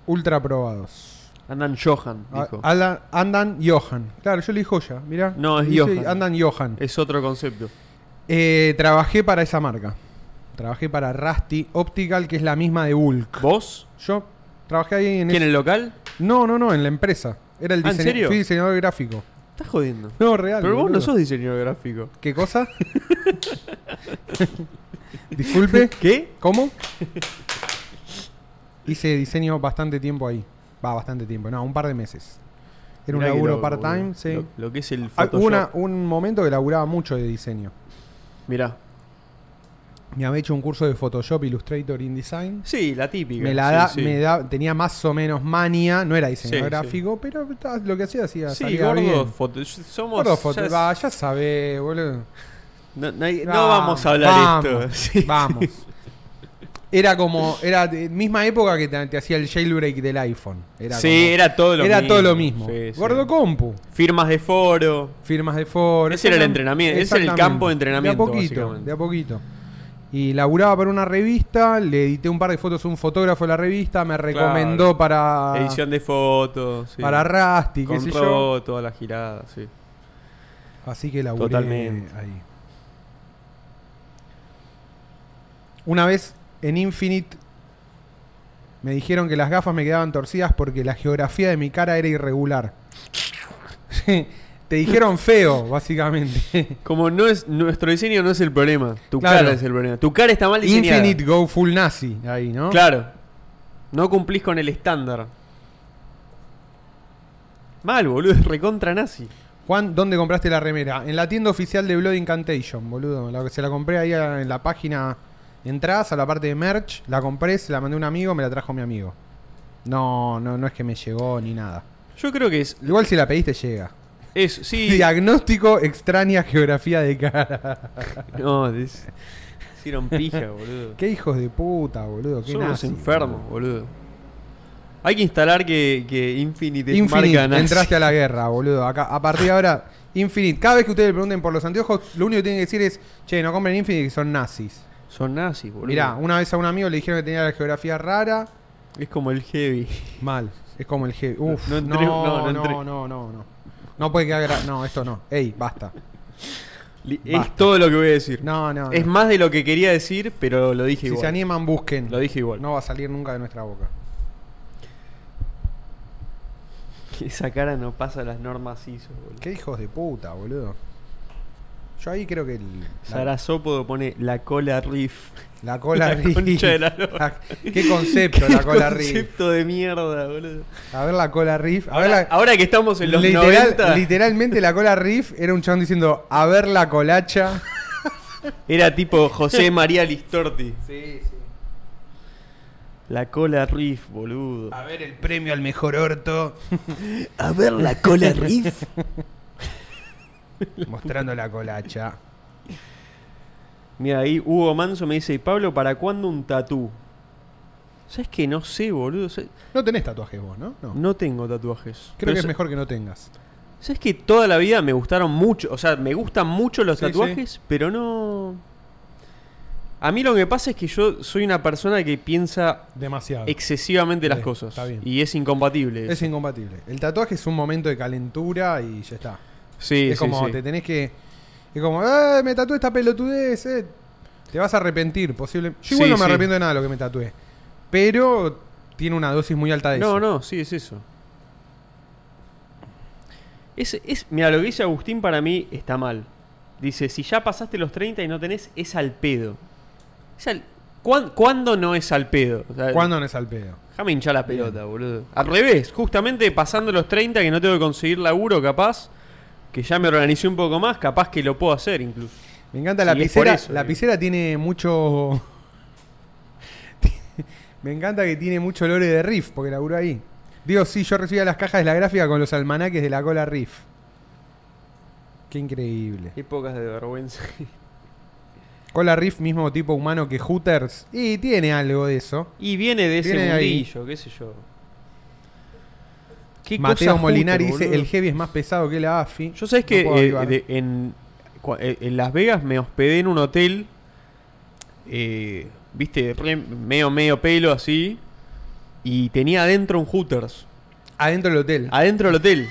B: Ultra probados.
A: Andan Johan,
B: A-
A: dijo.
B: Alan- andan Johan. Claro, yo le dije joya, mirá.
A: No, es
B: Dice,
A: Johan.
B: Andan Johan.
A: Es otro concepto.
B: Eh, trabajé para esa marca. Trabajé para Rusty Optical, que es la misma de Bulk.
A: ¿Vos?
B: Yo trabajé ahí en
A: ¿Quién
B: ese-
A: el local?
B: No, no, no, en la empresa. Era el
A: Ah, ¿en
B: diseñador.
A: serio?
B: Fui diseñador gráfico.
A: Estás jodiendo.
B: No, real.
A: Pero vos no
B: boludo.
A: sos diseñador gráfico.
B: ¿Qué cosa? Disculpe.
A: ¿Qué?
B: ¿Cómo? Hice diseño bastante tiempo ahí. Va, bastante tiempo. No, un par de meses. Era un
A: Mirá que
B: laburo
A: loco, boludo.
B: part-time, sí.
A: Lo, lo que es el
B: Ah,
A: Photoshop.
B: Hubo una- un momento que laburaba mucho de diseño.
A: Mirá.
B: Me había hecho un curso de Photoshop, Illustrator, InDesign.
A: Sí, la típica.
B: Me la
A: sí,
B: da,
A: sí.
B: me da, tenía más o menos mania, no era diseño
A: Sí, sí.
B: gráfico, pero ta- lo que hacía hacía
A: Sí,
B: salía
A: gordo,
B: bien.
A: foto, somos.
B: Gordo foto-
A: ya es-
B: va, ya sabés, boludo.
A: no, no hay- no vamos a hablar esto. Sí.
B: Vamos. Era como, era de- misma época que te, te hacía el jailbreak del iPhone. Era
A: sí,
B: como-
A: era todo lo
B: era
A: mismo.
B: todo lo mismo.
A: Sí, sí.
B: Gordo compu,
A: Firmas de foro.
B: firmas de foro.
A: Ese era el
B: Exactam-
A: entrenamiento, ese era el campo de
B: De a
A: entrenamiento,
B: poquito,
A: básicamente.
B: de a poquito. Y laburaba para una revista, le edité un par de fotos a un fotógrafo de la revista, me recomendó para
A: Edición de fotos. sí.
B: Ah. para Rusty, qué
A: Con
B: sé
A: Ro, toda la girada, sí.
B: yo. Así que laburé
A: Totalmente.
B: ahí. Una vez en Infinite me dijeron que las gafas me quedaban torcidas porque la geografía de mi cara era irregular. Te dijeron feo, básicamente.
A: Como no es nuestro diseño no es el problema, tu
B: Claro.
A: cara es el problema. Tu cara está mal diseñada.
B: Infinite Go Full Nazi, ahí, ¿no?
A: Claro. No cumplís con el estándar. Mal, boludo, es recontra nazi.
B: Juan, ¿dónde compraste la remera? En la tienda oficial de Blood Incantation, boludo. La, se la compré ahí a- en la página. Entrás a la parte de merch, la compré, se la mandé a un amigo, me la trajo mi amigo. No, no, no es que me llegó ni nada.
A: Yo creo que es.
B: Igual si la pediste, llega.
A: es sí.
B: Diagnóstico extraña geografía de cara.
A: No, es- hicieron pija, boludo.
B: Qué hijos de puta, boludo. Qué
A: Son unos
B: nazi,
A: enfermos,
B: boludo.
A: boludo. Hay que instalar que, que Infinite, es
B: Infinite,
A: marca nazi.
B: entraste a la guerra, boludo. Acá, a partir de ahora, Infinite. Cada vez que ustedes le pregunten por los anteojos, lo único que tienen que decir es, che, no compren Infinite que son nazis.
A: Son nazis, boludo.
B: Mirá, una vez a un amigo le dijeron que tenía la geografía rara.
A: Es como el heavy.
B: Mal. Es como el heavy. Uf,
A: No
B: no,
A: entré- no, no
B: no, no,
A: entré.
B: no, no, no. No puede quedar... gra- No, esto no. Ey, basta.
A: Li- Es
B: Basta.
A: todo lo que voy a decir.
B: No, no.
A: Es
B: no.
A: más de lo que quería decir, pero lo dije
B: Si
A: igual.
B: se animan, busquen.
A: Lo dije igual.
B: No va a salir nunca de nuestra boca.
A: Esa cara no pasa las normas ISO, boludo.
B: Qué hijos de puta, boludo. Yo ahí creo que el- la,
A: Sarasópodo pone la cola riff.
B: la cola
A: la
B: riff.
A: concha de la lora.
B: La- qué concepto la cola riff.
A: concepto de mierda, boludo.
B: A ver la cola riff. A ver
A: Ahora,
B: la-
A: ahora que estamos en los
B: literal-
A: 90,
B: Literalmente la cola riff era un chabón diciendo, a ver la colacha.
A: era tipo José María Listorti.
B: Sí, sí.
A: La cola riff, boludo.
B: A ver el premio al mejor orto.
A: A ver la cola riff.
B: Mostrando la colacha.
A: Mira, ahí Hugo Manso me dice, Pablo, ¿para cuándo un tatú? ¿Sabes que no sé, boludo? Sé-
B: No tenés tatuajes vos, ¿no? No.
A: No tengo tatuajes.
B: Creo que es
A: sa-
B: mejor que no tengas.
A: ¿Sabes que toda la vida me gustaron mucho? O sea, me gustan mucho los
B: Sí,
A: tatuajes, pero no. A mí lo que me pasa es que yo soy una persona que piensa
B: Demasiado.
A: excesivamente las
B: Sí,
A: cosas.
B: está bien.
A: Y es incompatible.
B: es
A: eso.
B: incompatible. El tatuaje es un momento de calentura y ya está.
A: sí,
B: es
A: sí,
B: como
A: sí.
B: te tenés que. Es como, ¡eh! Me tatué esta pelotudez, eh. Te vas a arrepentir, posible. Yo igual
A: Sí,
B: no me
A: sí.
B: arrepiento de nada de lo que me tatué. Pero tiene una dosis muy alta de
A: No,
B: eso.
A: no, sí, es eso. Es, es, mira, lo que dice Agustín para mí está mal. Dice, si ya pasaste los 30 y no tenés, es al pedo. Es al- ¿Cuán- ¿Cuándo no es al pedo? O sea,
B: ¿Cuándo no es al pedo?
A: Déjame hinchar la pelota, boludo. Al revés, justamente pasando los 30 que no tengo que conseguir laburo, capaz, que ya me organicé un poco más, capaz que lo puedo hacer incluso.
B: Me encanta
A: Sí,
B: la
A: es
B: piscera.
A: por eso,
B: la
A: digo.
B: piscera tiene mucho. Me encanta que tiene mucho lore de Riff, porque laburó ahí. Digo, sí, yo recibía las cajas de la gráfica con los almanaques de la cola Riff. Qué increíble.
A: Épocas de vergüenza.
B: Cola Riff, mismo tipo humano que Hooters. Y tiene algo de eso.
A: Y viene de ese
B: Viene de ahí.
A: mundillo, qué sé yo. ¿Qué
B: Mateo
A: cosa
B: Molinari
A: justo,
B: dice:
A: boludo.
B: el heavy es más pesado que la AFI.
A: Yo sabés
B: No
A: que
B: puedo
A: eh,
B: avivar.
A: de- en, cua- eh, en Las Vegas me hospedé en un hotel, eh, viste, re- medio, medio pelo así, y tenía adentro un Hooters.
B: Adentro del hotel.
A: Adentro del hotel.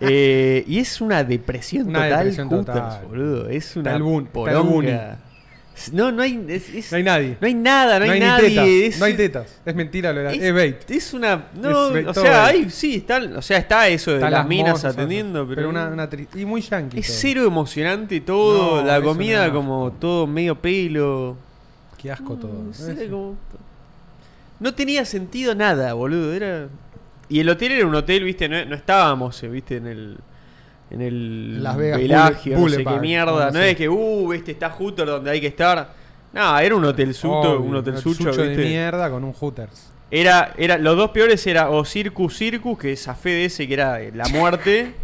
A: Eh, y es una depresión
B: Una
A: total,
B: depresión
A: Hooters,
B: total.
A: boludo. Es una
B: el bun- está el
A: poronga.
B: buni.
A: No, no hay, es- es-
B: No hay nadie.
A: no hay nada, no, hay,
B: ni
A: nadie.
B: tetas,
A: es-
B: no hay tetas. Es mentira lo de la. Es, bait.
A: es una. No,
B: Es bait,
A: o
B: todo
A: sea,
B: bait.
A: ahí sí, están, o sea, está eso de
B: Están
A: las, minas
B: mozas,
A: atendiendo, pero.
B: una, una tri- y muy yankee.
A: es
B: todo.
A: cero emocionante todo,
B: No,
A: la
B: es un
A: comida
B: asco.
A: como todo medio pelo.
B: Qué asco
A: No,
B: todo.
A: sí,
B: Eh,
A: era
B: sí.
A: como- No tenía sentido nada, boludo. Era. Y el hotel era un hotel, viste, no, no estábamos, eh, viste, en el. En el
B: Las Vegas
A: Bellagio,
B: Boule-
A: no sé qué
B: Boulevard,
A: mierda.
B: algo
A: No
B: así.
A: es que, uh, este está Hooter donde hay que estar. No, era un hotel suto,
B: Obvio,
A: un hotel sucho,
B: de
A: viste.
B: mierda con un Hooters.
A: Era, era, los dos peores era o Circus Circus, que zafé de ese que era eh, la muerte.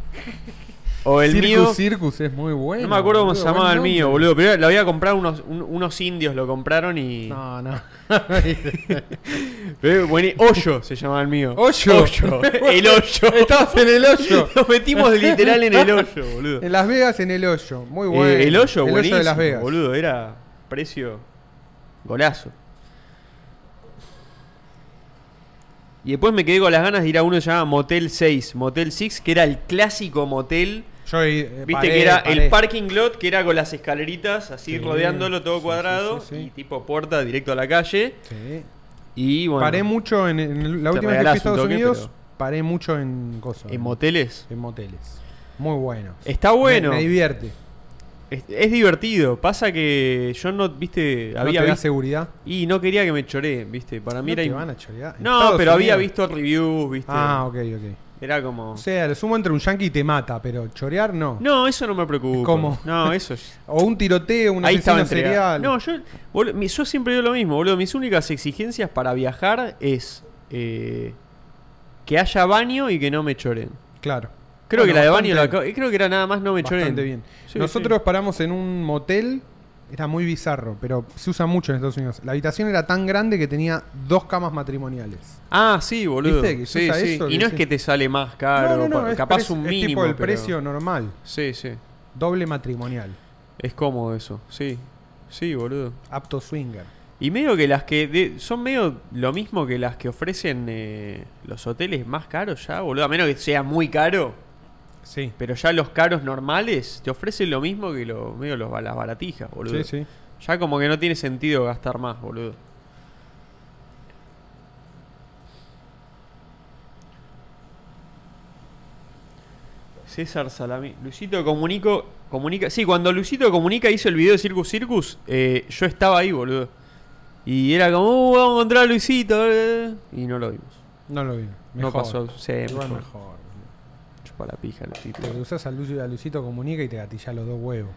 A: o el
B: Circus
A: mío.
B: Circus es muy bueno.
A: no me acuerdo cómo se
B: boludo,
A: llamaba el
B: buen
A: mío,
B: nombre.
A: boludo. Pero lo había comprado unos, un- unos indios, lo compraron y.
B: No, no.
A: Eh, bueni- hoyo se llamaba el mío.
B: Hoyo.
A: El hoyo.
B: Estabas en el hoyo.
A: Nos metimos literal en el hoyo, boludo.
B: En Las Vegas en el hoyo. Muy bueno.
A: Eh, el hoyo,
B: El hoyo
A: buenísimo,
B: de Las Vegas.
A: boludo. Era precio golazo. Y después me quedé con las ganas de ir a uno que se llamaba Motel 6, Motel 6, que era el clásico motel.
B: Yo ahí, eh,
A: Viste
B: paré,
A: que era
B: paré.
A: el parking lot, que era con las escaleritas, así
B: Sí,
A: rodeándolo todo
B: sí,
A: cuadrado,
B: sí, sí, sí.
A: y tipo puerta directo a la calle.
B: Sí.
A: Y bueno,
B: Paré mucho en, en la última vez que fui a
A: regalás un
B: Estados
A: toque,
B: Unidos.
A: pero-
B: Paré mucho en cosas.
A: en moteles.
B: En moteles. Muy bueno.
A: Está bueno.
B: Me, me divierte.
A: Es, es divertido. Pasa que yo no, viste,
B: ¿No
A: había
B: te da
A: visto-
B: seguridad?
A: Y no quería que me choreen, viste. Para mí
B: no
A: era.
B: te
A: im-
B: van a chorear. En
A: No,
B: Estados
A: pero había
B: Unidos-
A: visto reviews, viste.
B: Ah, ok, ok.
A: Era como.
B: O sea, lo sumo entre un yankee y te mata, pero chorear no.
A: No, eso no me preocupa.
B: ¿Cómo?
A: No, eso. es-
B: O un tiroteo, un
A: Ahí estaba
B: asesino
A: entregado.
B: serial.
A: No, yo, boludo, mi- yo siempre digo lo mismo, boludo. Mis únicas exigencias para viajar es eh, que haya baño y que no me choren.
B: Claro.
A: Creo
B: Bueno,
A: que la de baño
B: bastante-
A: la acabo- creo que era nada más no me choren.
B: Bastante bien.
A: Sí,
B: Nosotros
A: sí.
B: paramos en un motel, era muy bizarro, pero se usa mucho en Estados Unidos. La habitación era tan grande que tenía dos camas matrimoniales.
A: Ah, sí, boludo.
B: ¿Viste que se
A: Sí,
B: usa
A: sí.
B: eso?
A: y no
B: Que
A: es
B: sí.
A: que te sale más caro, pa-
B: es
A: capaz
B: pres-
A: un
B: es
A: mínimo.
B: tipo el
A: pero-
B: precio normal,
A: Sí, sí.
B: doble matrimonial,
A: Es cómodo eso. Sí. Sí, boludo.
B: apto swinger.
A: Y medio que las que. de- son medio lo mismo que las que ofrecen eh, los hoteles más caros ya, boludo. A menos que sea muy caro.
B: Sí.
A: Pero ya los caros normales te ofrecen lo mismo que lo, medio los, las baratijas, boludo.
B: Sí, sí.
A: Ya como que no tiene sentido gastar más, boludo. César Salami. Luisito comunico, comunica. Sí, cuando Luisito comunica hizo el video de Circus Circus, eh, yo estaba ahí, boludo. Y era como, "Uh, vamos a encontrar a Luisito. eh". Y no lo vimos.
B: No lo vi.
A: No
B: Mejor.
A: pasó. Sí,
B: Igual
A: mejor.
B: mejor.
A: Chupa la pija, Luisito.
B: Porque usás a Lucio, a Lucito comunica y te gatillás los dos huevos.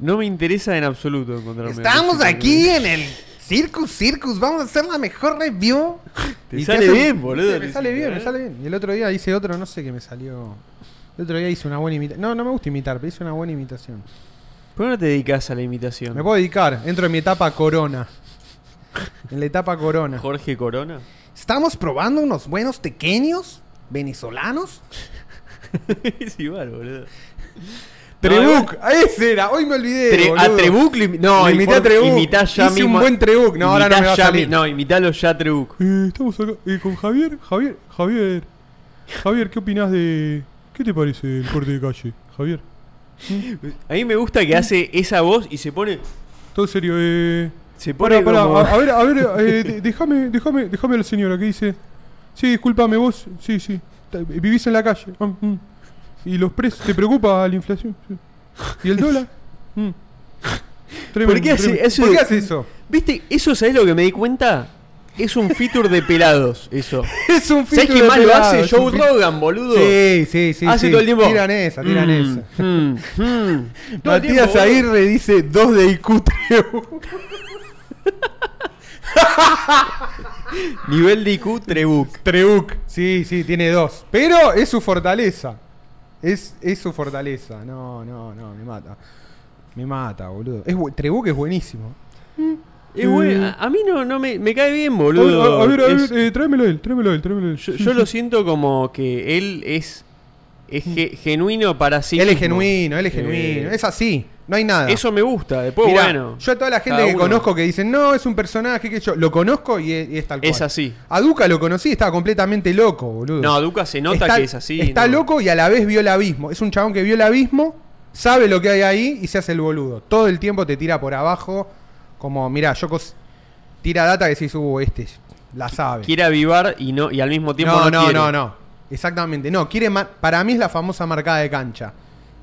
A: No me interesa en absoluto encontrarme. a Luisito
B: en el Circus Circus, vamos a hacer la mejor review.
A: Te sale bien, boludo,
B: Me sale
A: Luisito,
B: bien, me
A: ¿eh?
B: sale bien. Y el otro día hice otro, no sé qué me salió. El otro día hice una buena imitación. No, no me gusta imitar, pero hice una buena imitación.
A: ¿Por qué no te dedicas a la imitación?
B: Me puedo dedicar, entro en mi etapa corona. En la etapa corona.
A: Jorge Corona.
B: Estamos probando unos buenos tequeños venezolanos.
A: es igual, boludo.
B: Trebuc, ese era, hoy me olvidé.
A: Tre- a
B: eh, boludo.
A: Trebuc lo imi- No,
B: Lo imité a
A: infor-
B: Trebuc.
A: imitá ya
B: Hice un
A: mismo-
B: buen Trebuc. No, ahora no
A: imitá
B: me va a
A: ya mi-
B: salir.
A: No, imitalo ya a Trebuc.
C: Eh, estamos acá eh, con Javier. Javier, Javier. Javier, ¿qué opinas de. ¿Qué te parece el corte de calle, Javier?
A: A mí me gusta que hace esa voz y se pone.
C: Todo serio, eh.
A: Se pone
C: Pará, pará,
A: como-
C: a, a ver, a ver, eh, de- déjame, déjame, déjame a la señora que dice. Sí, discúlpame vos, sí, sí. ta- Vivís en la calle. Ah, mm. Y los precios, ¿te preocupa la inflación? Sí. ¿Y el dólar? Mm.
A: ¿Por qué hace
C: tremendo.
A: eso?
B: ¿Por
A: de-
B: qué hace eso?
A: ¿Viste? Eso, ¿sabés lo que me di cuenta? Es un feature de pelados, eso.
B: Es un
A: ¿Sabés
B: filtro
A: quién
B: de
A: más lo
B: pelado,
A: hace?
B: es un
A: Joe
B: filtro-
A: Rogan, boludo.
B: Sí, sí, sí.
A: hace
B: sí.
A: todo el tiempo.
B: Tiran esa, tiran
A: Mm,
B: esa.
A: mm, mm. Todo el
B: Matías
A: tiempo, boludo.
B: Aguirre dice 2 de IQ Trebuc.
A: Nivel de IQ, Trebuc.
B: Trebuc. Sí, sí, tiene dos. Pero es su fortaleza. Es, es su fortaleza. No, no, no, me mata. Me mata, boludo. Es, bu- Trebuc es buenísimo.
A: Es bueno, a a mí no, no me, me cae bien,
C: A ver, a,
A: boludo.
C: a ver, a ver,
A: Es-
C: eh, tráemelo él, tráemelo él, tráemelo él.
A: yo, yo lo siento como que él es, es ge- genuino para sí
B: Mm. él es
A: mismo.
B: genuino, él es
A: Eh,
B: genuino. Es así. No hay nada.
A: Eso me gusta. Después,
B: Mirá,
A: bueno,
B: yo a toda la gente
A: cada
B: que
A: uno.
B: conozco que dicen, no, es un personaje que yo lo conozco y es, y es tal cual.
A: es así.
B: A Duca lo conocí, estaba completamente loco, boludo.
A: No, Duca se nota
B: está,
A: que es así.
B: Está
A: ¿no?
B: loco y a la vez vio el abismo. Es un chabón que vio el abismo, sabe lo que hay ahí y se hace el boludo. Todo el tiempo te tira por abajo, como, mira, yo cos- tira data que decís, uh, este la sabe.
A: Quiere avivar y, no, y al mismo tiempo
B: no,
A: no,
B: no,
A: quiere.
B: no, no. Exactamente. No, quiere ma- para mí es la famosa marcada de cancha.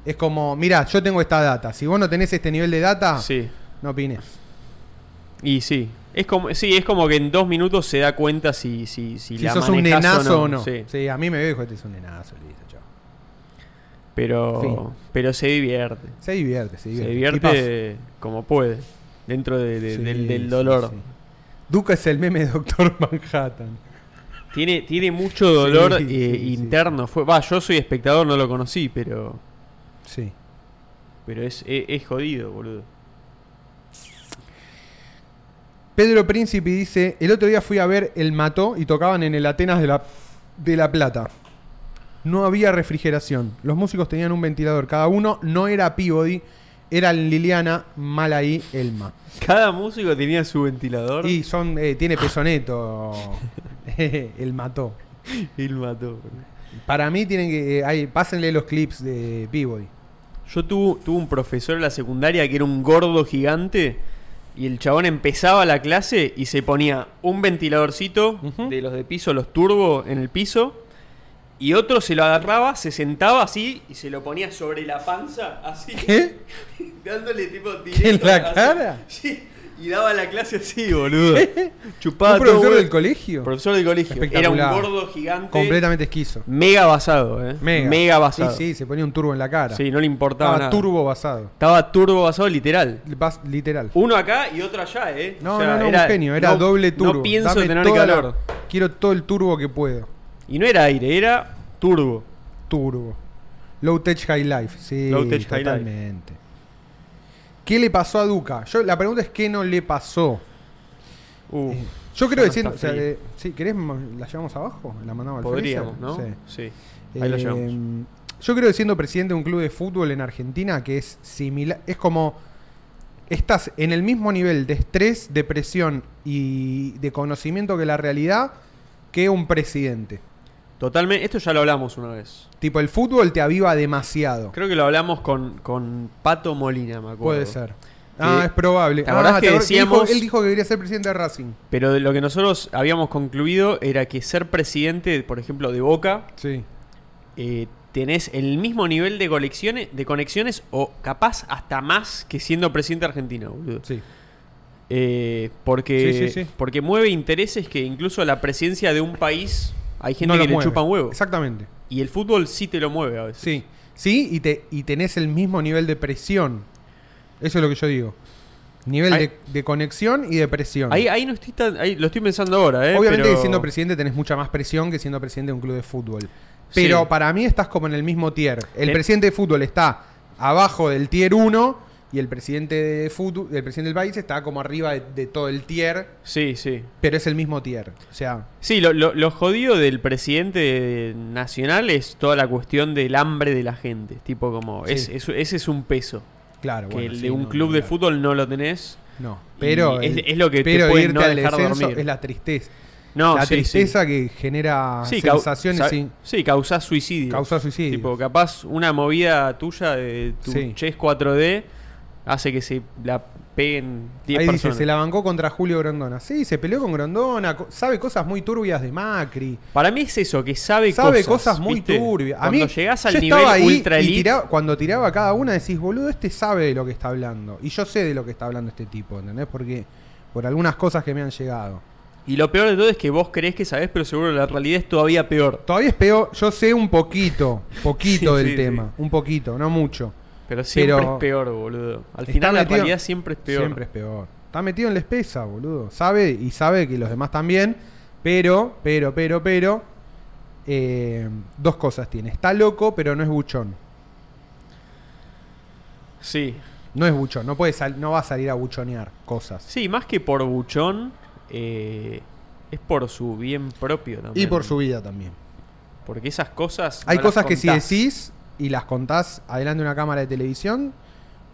B: Es como, mira, yo tengo esta data. Si vos no tenés este nivel de data,
A: Sí.
B: no opines.
A: Y sí. Es como, sí, es como que en dos minutos se da cuenta si, si, si,
B: Si
A: la
B: sos un
A: manejás
B: nenazo o no.
A: Sí.
B: Sí. a mí me veo y dijo, este es un nenazo, listo, chao.
A: Pero,
B: Fin.
A: pero se divierte.
B: Se divierte, se
A: Se
B: divierte. Tipazo.
A: divierte como puede. Dentro de- de-
B: Sí,
A: del, del
B: sí,
A: dolor.
B: sí. Duca es el meme de Doctor Manhattan.
A: Tiene, tiene mucho dolor
B: Sí,
A: eh,
B: sí, sí.
A: interno. Fue, va, yo soy espectador, no lo conocí, pero.
B: Sí.
A: Pero es, es, es jodido, boludo.
B: Pedro Príncipe dice, el otro día fui a ver El Mató y tocaban en el Atenas de la, de la Plata. No había refrigeración. Los músicos tenían un ventilador cada uno. No era Peabody, era Liliana, Malaí, Elma.
A: Cada músico tenía su ventilador
B: Y son, eh, tiene pezoneto El Mató.
A: y lo mató. boludo.
B: Para mí tienen que... eh, ahí, pásenle los clips de Peabody.
A: Yo tuve, tuve un profesor en la secundaria que era un gordo gigante. Y el chabón empezaba la clase y se ponía un ventiladorcito
B: Ujú.
A: de los de piso, los turbo en el piso. Y otro se lo agarraba, se sentaba así y se lo ponía sobre la panza, así.
B: ¿Qué?
A: Dándole tipo directo.
B: ¿Qué, en la
A: así.
B: cara?
A: Sí. Y daba la clase así, boludo. Chupaba
B: ¿Un
A: todo
B: profesor
A: huevo.
B: del colegio?
A: Profesor del colegio. Era un
B: Espectacular.
A: gordo gigante.
B: Completamente esquizo.
A: Mega basado, eh.
B: Mega.
A: basado.
B: Sí, sí, se ponía un turbo en la cara.
A: Sí, no le importaba
B: Estaba
A: nada.
B: turbo basado.
A: Estaba turbo basado literal.
B: Bas- literal.
A: Uno acá y otro allá, eh.
B: No,
A: Uh, O sea,
B: no, no, un genio. Era
A: no-
B: doble turbo.
A: No pienso
B: Dame
A: tener
B: toda la-
A: calor.
B: quiero todo el turbo que puedo.
A: Y no era aire, era turbo.
B: Turbo. Low Tech High Life, sí.
A: Low Tech High Life.
B: totalmente. ¿Qué le pasó a Duca? Yo, la pregunta es ¿qué no le pasó?
A: Uh,
B: Yo creo
A: Ya
B: que... siendo-
A: está
B: o sea,
A: frío.
B: de- sí, ¿Querés ma- la llevamos abajo? ¿La mandamos al
A: podríamos, ¿no?
B: freezer?
A: Sí.
B: Sí.
A: Ahí la
B: Eh,
A: llevamos.
B: Yo creo que siendo presidente de un club de fútbol en Argentina que es similar... Es como... Estás en el mismo nivel de estrés, depresión y de conocimiento que la realidad que un presidente.
A: Totalmente. Esto ya lo hablamos una vez.
B: Tipo, el fútbol te aviva demasiado.
A: Creo que lo hablamos con, con Pato Molina, me acuerdo.
B: Puede ser. Ah,
A: Eh,
B: es probable.
A: ¿te acordás
B: Ah,
A: que
B: acor-
A: decíamos-
B: dijo- él dijo que quería ser presidente de Racing.
A: Pero de lo que nosotros habíamos concluido era que ser presidente, por ejemplo, de Boca,
B: Sí.
A: eh, tenés el mismo nivel de colecciones, de conexiones o capaz hasta más que siendo presidente argentino, boludo.
B: Sí.
A: Eh, porque,
B: Sí, sí, sí.
A: porque mueve intereses que incluso la presidencia de un país hay gente que le chupan huevo.
B: Exactamente.
A: Y el fútbol sí te lo mueve a veces.
B: Sí. Sí, y, te, y tenés el mismo nivel de presión. Eso es lo que yo digo. Nivel
A: Ahí-
B: de, de conexión y de presión.
A: Ahí, ahí no estoy tan- ahí lo estoy pensando ahora, ¿eh?
B: Obviamente
A: pero-
B: que siendo presidente tenés mucha más presión que siendo presidente de un club de fútbol. Pero
A: Sí.
B: para mí estás como en el mismo tier. El
A: Eh.
B: presidente de fútbol está abajo del tier 1 y el presidente de fútbol, el presidente del país está como arriba de, de todo el tier,
A: Sí, sí.
B: pero es el mismo tier. O sea,
A: Sí, lo, lo- lo jodido del presidente nacional es toda la cuestión del hambre de la gente. Tipo, como.
B: Sí.
A: es- es- ese es un peso.
B: claro,
A: Que
B: bueno,
A: el
B: sí,
A: de un
B: no,
A: club
B: no,
A: de
B: claro.
A: fútbol no lo tenés.
B: No, pero
A: Y es- es lo que te
B: pero
A: puede
B: irte
A: no
B: al
A: dejar
B: descenso
A: dormir.
B: es la tristeza.
A: No,
B: la
A: sí, sí.
B: tristeza que genera
A: Sí, cau-
B: sensaciones
A: sa-
B: sí,
A: sí, causás suicidio.
B: causa suicidio.
A: Tipo, capaz una movida tuya de tu
B: Sí.
A: chess 4D hace que se la peguen 10
B: Ahí dice,
A: personas.
B: se la bancó contra Julio Grondona. Sí, se peleó con Grondona, co- sabe cosas muy turbias de Macri.
A: Para mí es eso, que sabe,
B: sabe cosas, muy
A: ¿viste?
B: turbias. A
A: Cuando
B: mí,
A: llegás al
B: yo
A: nivel
B: estaba ahí
A: ultra
B: y
A: elite,
B: tiraba- cuando tiraba cada una decís, boludo, este sabe de lo que está hablando. Y yo sé de lo que está hablando este tipo, ¿entendés? Porque por algunas cosas que me han llegado.
A: y lo peor de todo es que vos creés que sabés, pero seguro la realidad es todavía peor.
B: Todavía es peor, yo sé un poquito, poquito
A: Sí,
B: del
A: sí,
B: tema, un poquito, no mucho.
A: Pero siempre
B: Pero-
A: es peor, boludo. Al
B: Está
A: final la
B: metido-
A: realidad siempre es peor.
B: Siempre es peor. Está metido en la espesa, boludo. Sabe y sabe que los demás también, pero, pero, pero, pero, eh, dos cosas tiene. Está loco, pero no es buchón.
A: Sí.
B: No es buchón, no, puede sal- no va a salir a buchonear cosas.
A: Sí, más que por buchón, eh, es por su bien propio también.
B: Y por su vida también.
A: Porque esas cosas.
B: Hay
A: no las
B: cosas que si
A: contás.
B: decís y las contás adelante de una cámara de televisión,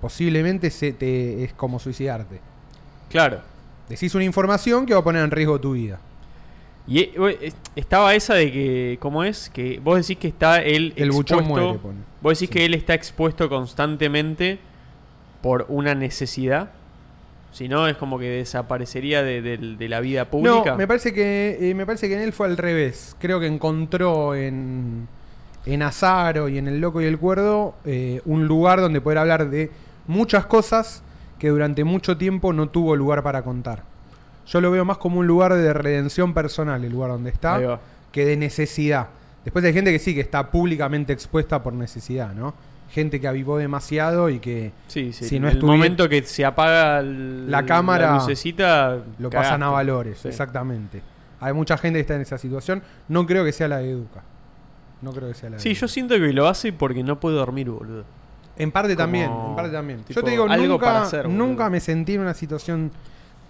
B: posiblemente se te es como suicidarte.
A: Claro.
B: Decís una información que va a poner en riesgo tu vida.
A: Y eh, bueno, es- estaba esa de que. ¿Cómo es? Que vos decís que está él.
B: El buchón muere, pone.
A: Vos decís
B: Sí.
A: que él está expuesto constantemente por una necesidad. Si no, es como que desaparecería de, del- de la vida pública.
B: No, me parece que eh, me parece que en él fue al revés. Creo que encontró en en Azaro y en El Loco y el Cuerdo eh, un lugar donde poder hablar de muchas cosas que durante mucho tiempo no tuvo lugar para contar. Yo lo veo más como un lugar de redención personal, el lugar donde
A: Ahí
B: está,
A: va.
B: que de necesidad. Después hay gente que sí, que está públicamente expuesta por necesidad, ¿no? Gente que avivó demasiado y que
A: Sí, sí.
B: si no
A: el
B: estuviera-
A: momento que se apaga el-
B: La cámara,
A: lucecita.
B: lo
A: cagaste.
B: pasan a valores,
A: Sí.
B: exactamente. Hay mucha gente que está en esa situación. No creo que sea la de Educa. No creo que sea la de
A: Sí,
B: Educa.
A: yo siento que lo hace porque no puede dormir, boludo.
B: En parte
A: como-
B: también, en parte también.
A: tipo,
B: yo te digo,
A: algo
B: nunca,
A: para hacer, boludo.
B: nunca me sentí en una situación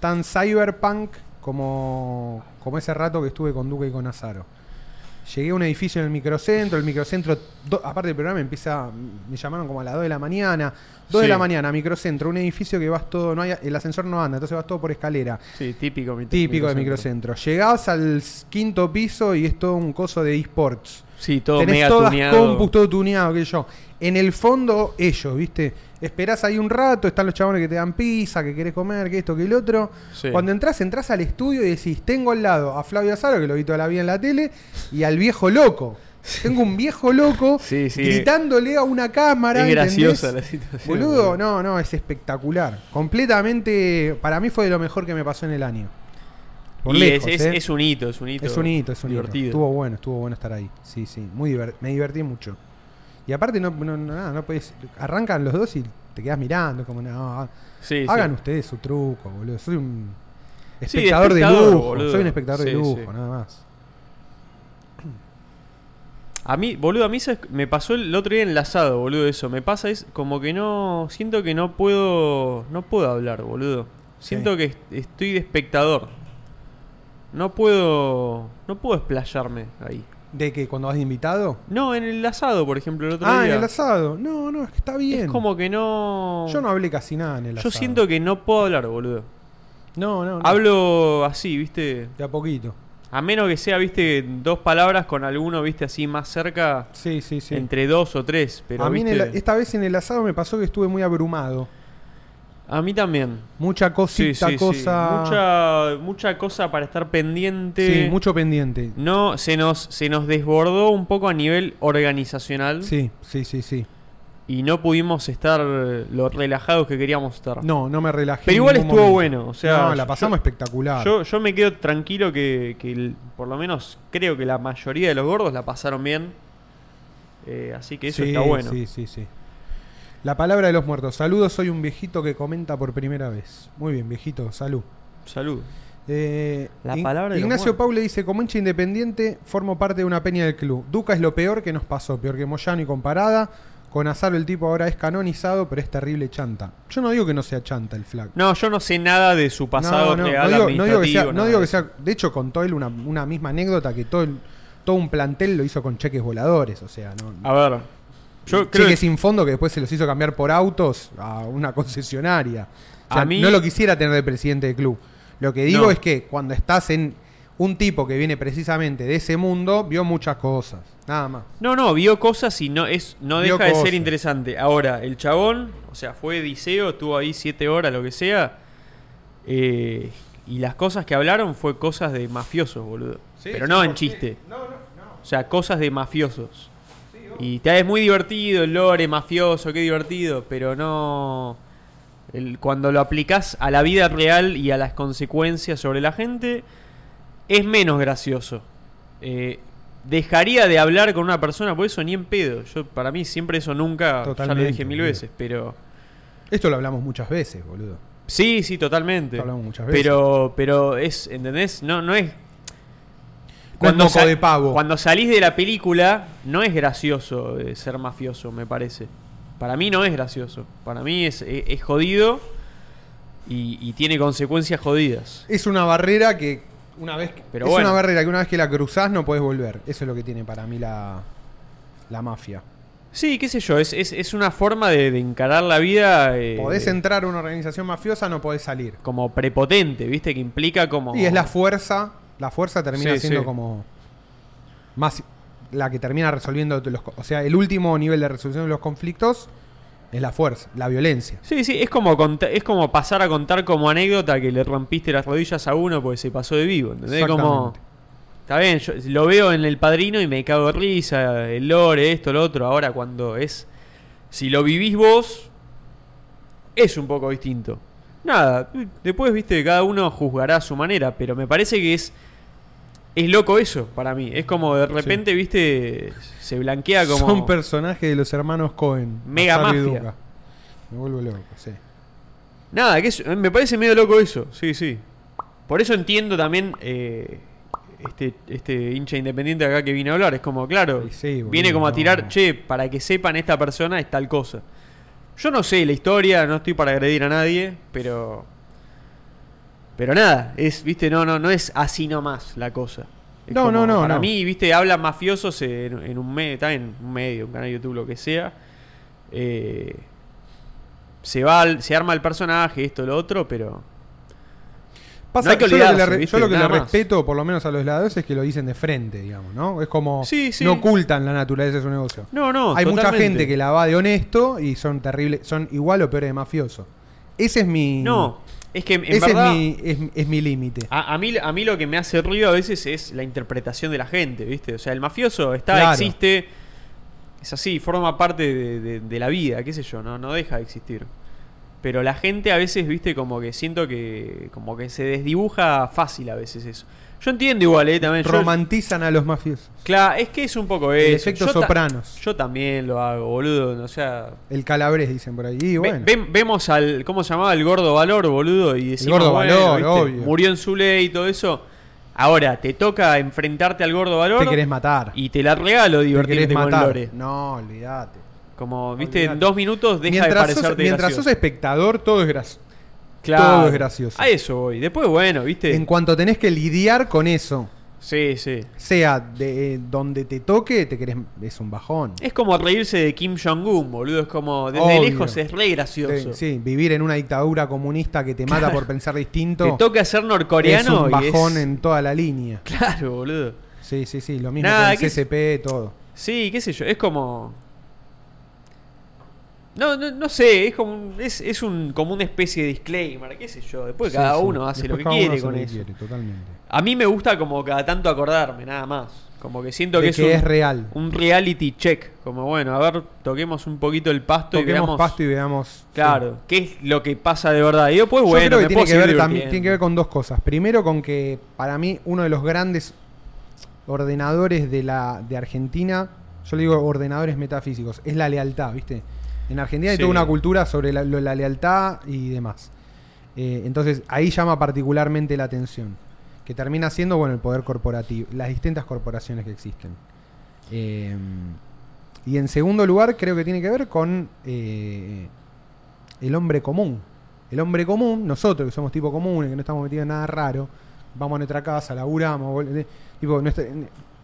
B: tan cyberpunk como, como ese rato que estuve con Duca y con Azaro. Llegué a un edificio en el microcentro, el microcentro, do- aparte del programa empieza, me llamaron como a las 2 de la mañana, 2 de
A: Sí.
B: la mañana, microcentro, un edificio que vas todo, no hay, el ascensor no anda, entonces vas todo por escalera.
A: Sí, típico. mi-
B: Típico de microcentro. Llegás al s- quinto piso y es todo un coso de esports.
A: Sí, todo
B: Tenés
A: mega
B: todas
A: tuneado.
B: compus, todo tuneado, qué sé yo. En el fondo, ellos, ¿viste? Esperás ahí un rato, están los chabones que te dan pizza, que querés comer, que esto, que el otro.
A: Sí.
B: Cuando entras, entras al estudio y decís, tengo al lado a Flavio Azaro, que lo vi toda la vida en la tele, y al viejo loco. Tengo un viejo loco
D: Sí, sí.
B: gritándole a una cámara.
D: es
B: ¿entendés?
D: graciosa la situación.
B: Boludo, no, no, es espectacular. Completamente, para mí fue de lo mejor que me pasó en el año. Por
A: Y
B: lejos,
A: es, es-
B: ¿eh?
A: es un hito, es un hito.
B: Es un hito, es un hito.
A: divertido.
B: Estuvo bueno, estuvo bueno estar ahí. Sí, sí, muy diver- me divertí mucho. Y aparte no, no, no, nada, no podés- arrancan los dos y te quedas mirando como no,
A: Sí, sí.
B: hagan ustedes su truco, boludo. Soy un
A: Sí, de
B: espectador de
A: espectador,
B: lujo,
A: boludo.
B: soy un espectador de
A: Sí,
B: lujo,
A: sí.
B: nada más.
A: A mí, boludo, a mí ¿sabes? me pasó el otro día enlazado, boludo, eso. Me pasa es como que no. Siento que no puedo. No puedo hablar, boludo. Siento que est- estoy de espectador. No puedo. No puedo explayarme ahí.
B: ¿De que cuando vas de invitado?
A: No, en el asado, por ejemplo, el otro
B: Ah,
A: día.
B: en el asado. No, no, es que está bien.
A: Es como que no.
B: Yo no hablé casi nada en el
A: Yo
B: asado.
A: siento que no puedo hablar, boludo.
B: No, no, no.
A: Hablo así, viste.
B: de a poquito.
A: A menos que sea, viste, dos palabras con alguno, viste, así más cerca.
B: Sí, sí, sí.
A: Entre dos o tres. Pero
B: a mí en el-
A: viste,
B: esta vez en el asado me pasó que estuve muy abrumado.
A: a mí también.
B: Mucha
A: Sí,
B: cosita,
A: sí, sí.
B: cosa.
A: Mucha, mucha cosa para estar pendiente.
B: Sí, mucho pendiente.
A: No, se nos, se nos desbordó un poco a nivel organizacional
B: Sí, sí, sí, sí.
A: y no pudimos estar eh, lo relajados que queríamos estar.
B: No, no me relajé.
A: Ah. Pero
B: en
A: igual
B: ningún
A: estuvo bueno, o sea,
B: no,
A: yo-
B: la pasamos espectacular.
A: Yo, yo me quedo tranquilo que, que el- por lo menos creo que la mayoría de los gordos la pasaron bien. Eh, así que eso
B: Sí,
A: está bueno.
B: Sí, sí, sí. La palabra de los muertos. Saludos, soy un viejito que comenta por primera vez. Muy bien, viejito, salud.
A: Salud.
B: Eh,
A: La
B: Ig-
A: palabra de los
B: Ignacio
A: muertos.
B: Paule dice, como hincha independiente, formo parte de una peña del club. Duca es lo peor que nos pasó, peor que Moyano y comparada. Con Azaro el tipo ahora es canonizado, pero es terrible chanta. Yo no digo que no sea chanta el flag.
A: No, yo no sé nada de su pasado
B: no, no,
A: real
B: no digo, no digo que sea,
A: administrativo,
B: no
A: nada
B: digo
A: de eso.
B: que sea- de hecho con Toil una, una misma anécdota que todo el- todo un plantel lo hizo con cheques voladores, o sea, no,
A: A ver. Yo creo
B: cheques
A: que
B: sin fondo que después se los hizo cambiar por autos a una concesionaria. O sea,
A: A mí-
B: no lo quisiera tener de presidente del club. Lo que digo
A: No.
B: es que cuando estás en un tipo que viene precisamente de ese mundo, vio muchas cosas. Nada más.
A: No, no, vio cosas y no, es, no
B: Vio
A: deja de
B: cosas.
A: ser interesante. Ahora, el chabón, o sea, fue Diceo, estuvo ahí siete horas, lo que sea. eh, y las cosas que hablaron fue cosas de mafiosos, boludo. Pero no en chiste. O sea, cosas de mafiosos. Y te es muy divertido, el lore mafioso, qué divertido, pero no... el- cuando lo aplicás a la vida real y a las consecuencias sobre la gente, es menos gracioso. Eh, dejaría de hablar con una persona por eso ni en pedo. Yo, para mí siempre eso nunca, ya lo
B: Totalmente,
A: dije mil
B: boludo.
A: veces, pero...
B: Esto lo hablamos muchas veces, boludo.
A: Sí, sí, totalmente.
B: Lo hablamos muchas veces.
A: Pero, pero es, ¿entendés? No, no es.
B: moco de pavo.
A: Cuando salís de la película, no es gracioso eh, ser mafioso, me parece. Para mí no es gracioso. Para mí es, es, es jodido y, y tiene consecuencias jodidas.
B: Es una barrera que una vez que,
A: Pero
B: es
A: bueno.
B: una barrera que una vez que la cruzás no podés volver. Eso es lo que tiene para mí la, la mafia.
A: Sí, qué sé yo, es, es, es una forma de, de encarar la vida. eh,
B: Podés entrar a una organización mafiosa, no podés salir.
A: Como prepotente, ¿viste? Que implica como.
B: Y es la fuerza. La fuerza termina
A: Sí,
B: siendo
A: sí.
B: como. Más. La que termina resolviendo. Los, co- o sea, el último nivel de resolución de los conflictos es la fuerza, la violencia.
A: Sí, sí, es como, cont- es como pasar a contar como anécdota que le rompiste las rodillas a uno porque se pasó de vivo, ¿entendés? Como,
B: Exactamente.
A: está bien, yo lo veo en El Padrino y me cago de risa, el lore, esto, lo otro. Ahora cuando es, si lo vivís vos, es un poco distinto. Nada, después, viste, cada uno juzgará a su manera, pero me parece que es... Es loco eso para mí. Es como de repente, viste, se blanquea como.
B: Son personajes de los hermanos Cohen.
A: Mega
B: Mazzaro y
A: mafia.
B: Duca. Me vuelvo loco, sí.
A: Nada, que es- me parece medio loco eso, sí, sí. Por eso entiendo también eh, este, este hincha independiente acá que vino a hablar. Es como, claro,
B: Y sí, boludo,
A: viene como a
B: no.
A: tirar, che, para que sepan esta persona es tal cosa. Yo no sé la historia, no estoy para agredir a nadie, pero. Pero nada, es, viste, no, no, no es así nomás la cosa. Es
B: No, no, no,
A: Para
B: no.
A: mí, viste, hablan mafiosos en, en un medio, está en un medio, un canal de YouTube, lo que sea. Eh, se va, al- se arma el personaje, esto, lo otro, pero.
B: Pasa
A: No hay
B: que
A: que
B: yo lo que le,
A: olvidarse,
B: re-
A: ¿viste?
B: yo lo que
A: Nada
B: le
A: más.
B: respeto, por lo menos a los lados, es que lo dicen de frente, digamos, ¿no? Es como.
A: Sí, sí.
B: No ocultan la naturaleza de su negocio.
A: No, no.
B: Hay mucha
A: totalmente.
B: gente que la va de honesto y son terribles, son igual o peores de mafioso. Ese es mi.
A: No, Es que en
B: Ese
A: verdad. Ah,
B: es mi, es, es mi límite.
A: A, a mí, a mí lo que me hace ruido a veces es la interpretación de la gente, ¿viste? O sea, el mafioso está,
B: Claro.
A: existe, es así, forma parte de, de- de la vida, qué sé yo, no, no deja de existir. Pero la gente a veces, viste, como que siento que como que se desdibuja fácil a veces eso. Yo entiendo igual, ¿eh? También. yo-
B: Romantizan a los mafiosos.
A: claro, es que es un poco
B: El
A: eso.
B: efecto
A: Yo ta-
B: Sopranos.
A: Yo también lo hago, boludo. O sea,
B: El calabrés, dicen por ahí. Y
A: Ve-
B: bueno,
A: ve- vemos al. ¿Cómo se llamaba? El gordo valor, boludo. Y decimos,
B: gordo
A: bueno,
B: valor,
A: ¿viste?
B: obvio.
A: Murió en su ley y todo eso. Ahora, te toca enfrentarte al gordo valor.
B: te querés matar.
A: Y te la regalo
B: te querés
A: divertirte con
B: matar.
A: Lore.
B: No, olvídate.
A: Como, viste, en
B: Olvidate.
A: dos minutos deja de
B: mientras sos,
A: parecerte
B: mientras sos
A: gracioso.
B: espectador, todo es gracioso.
A: Claro.
B: todo es gracioso.
A: A eso voy. Después, bueno, viste.
B: En cuanto tenés que lidiar con eso,
A: sí, sí.
B: sea de eh, donde te toque, te querés es un bajón.
A: Es como reírse de Kim Jong-un, boludo. Es como, desde
B: Obvio.
A: lejos es re gracioso.
B: Te- sí, vivir en una dictadura comunista que te mata por pensar
A: Te
B: distinto
A: toca ser
B: es
A: norcoreano
B: un
A: y es-
B: bajón en toda la línea.
A: Claro, boludo.
B: Sí, sí, sí, lo mismo
A: Nada,
B: que
A: que
B: el
A: es-
B: CCP, todo.
A: Sí, qué sé yo, es como. No, no, no sé, es como un- es, es un, como una especie de disclaimer, qué sé yo. Después
B: Sí,
A: Pues cada
B: sí.
A: uno hace lo
B: Después cada
A: que
B: uno
A: quiere
B: hace
A: con
B: lo que
A: eso.
B: quiere, totalmente.
A: A mí me gusta como cada tanto acordarme, nada más. Como que siento
B: De
A: que
B: que
A: es, un,
B: es real.
A: un reality check. Como bueno, a ver, toquemos un poquito el pasto y
B: Toquemos
A: veamos.
B: pasto y veamos.
A: Claro, qué es lo que pasa de verdad. Y después,
B: Yo
A: bueno,
B: creo que
A: me
B: tiene
A: puedo
B: que,
A: seguir
B: ver también,
A: divirtiendo.
B: tiene que ver con dos cosas. Primero, con que para mí uno de los grandes ordenadores de la de Argentina, yo le digo ordenadores metafísicos, es la lealtad, ¿viste? En Argentina hay
A: Sí.
B: toda una cultura sobre la, lo- la lealtad y demás. Eh, entonces, ahí llama particularmente la atención. Que termina siendo, bueno, el poder corporativo, las distintas corporaciones que existen. Eh, y en segundo lugar, creo que tiene que ver con eh, el hombre común. El hombre común, nosotros que somos tipo comunes, que no estamos metidos en nada raro, vamos a nuestra casa, laburamos, vol- eh, tipo, nuestra-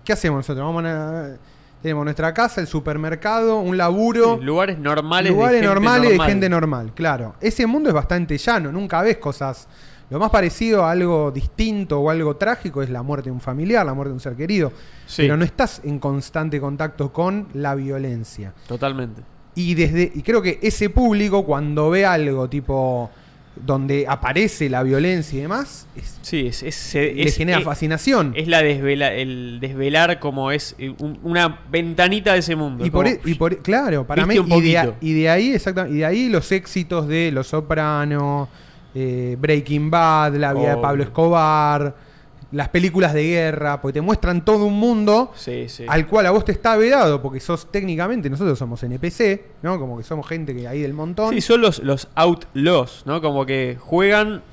B: ¿qué hacemos nosotros? Vamos a- tenemos nuestra casa, el supermercado, un laburo,
A: Lugares normales. de
B: lugares
A: gente
B: normales
A: normal.
B: de gente normal, claro. Ese mundo es bastante llano, nunca ves cosas. Lo más parecido a algo distinto o algo trágico es la muerte de un familiar, la muerte de un ser querido.
A: Sí,
B: Pero no estás en constante contacto con la violencia.
A: totalmente.
B: Y desde y creo que ese público cuando ve algo tipo donde aparece la violencia y demás, es-
A: Sí, es, es, se-
B: le
A: Eh, es-
B: genera
A: es-
B: fascinación.
A: Es la desvela, el desvelar como es eh, un- una ventanita de ese mundo.
B: y por,
A: como,
B: e- y por e- claro, para mí
A: Viste un
B: y de, a-
A: poquito.
B: y de ahí exactamente, y de ahí los éxitos de Los Soprano, eh, Breaking Bad, la vida de
A: Obvio.
B: Pablo Escobar, las películas de guerra, porque te muestran todo un mundo
A: Sí, sí.
B: al cual a vos te está vedado porque sos técnicamente nosotros somos NPC, ¿no? Como que somos gente que ahí del montón.
A: Sí, son los, los outlaws, ¿no? Como que juegan,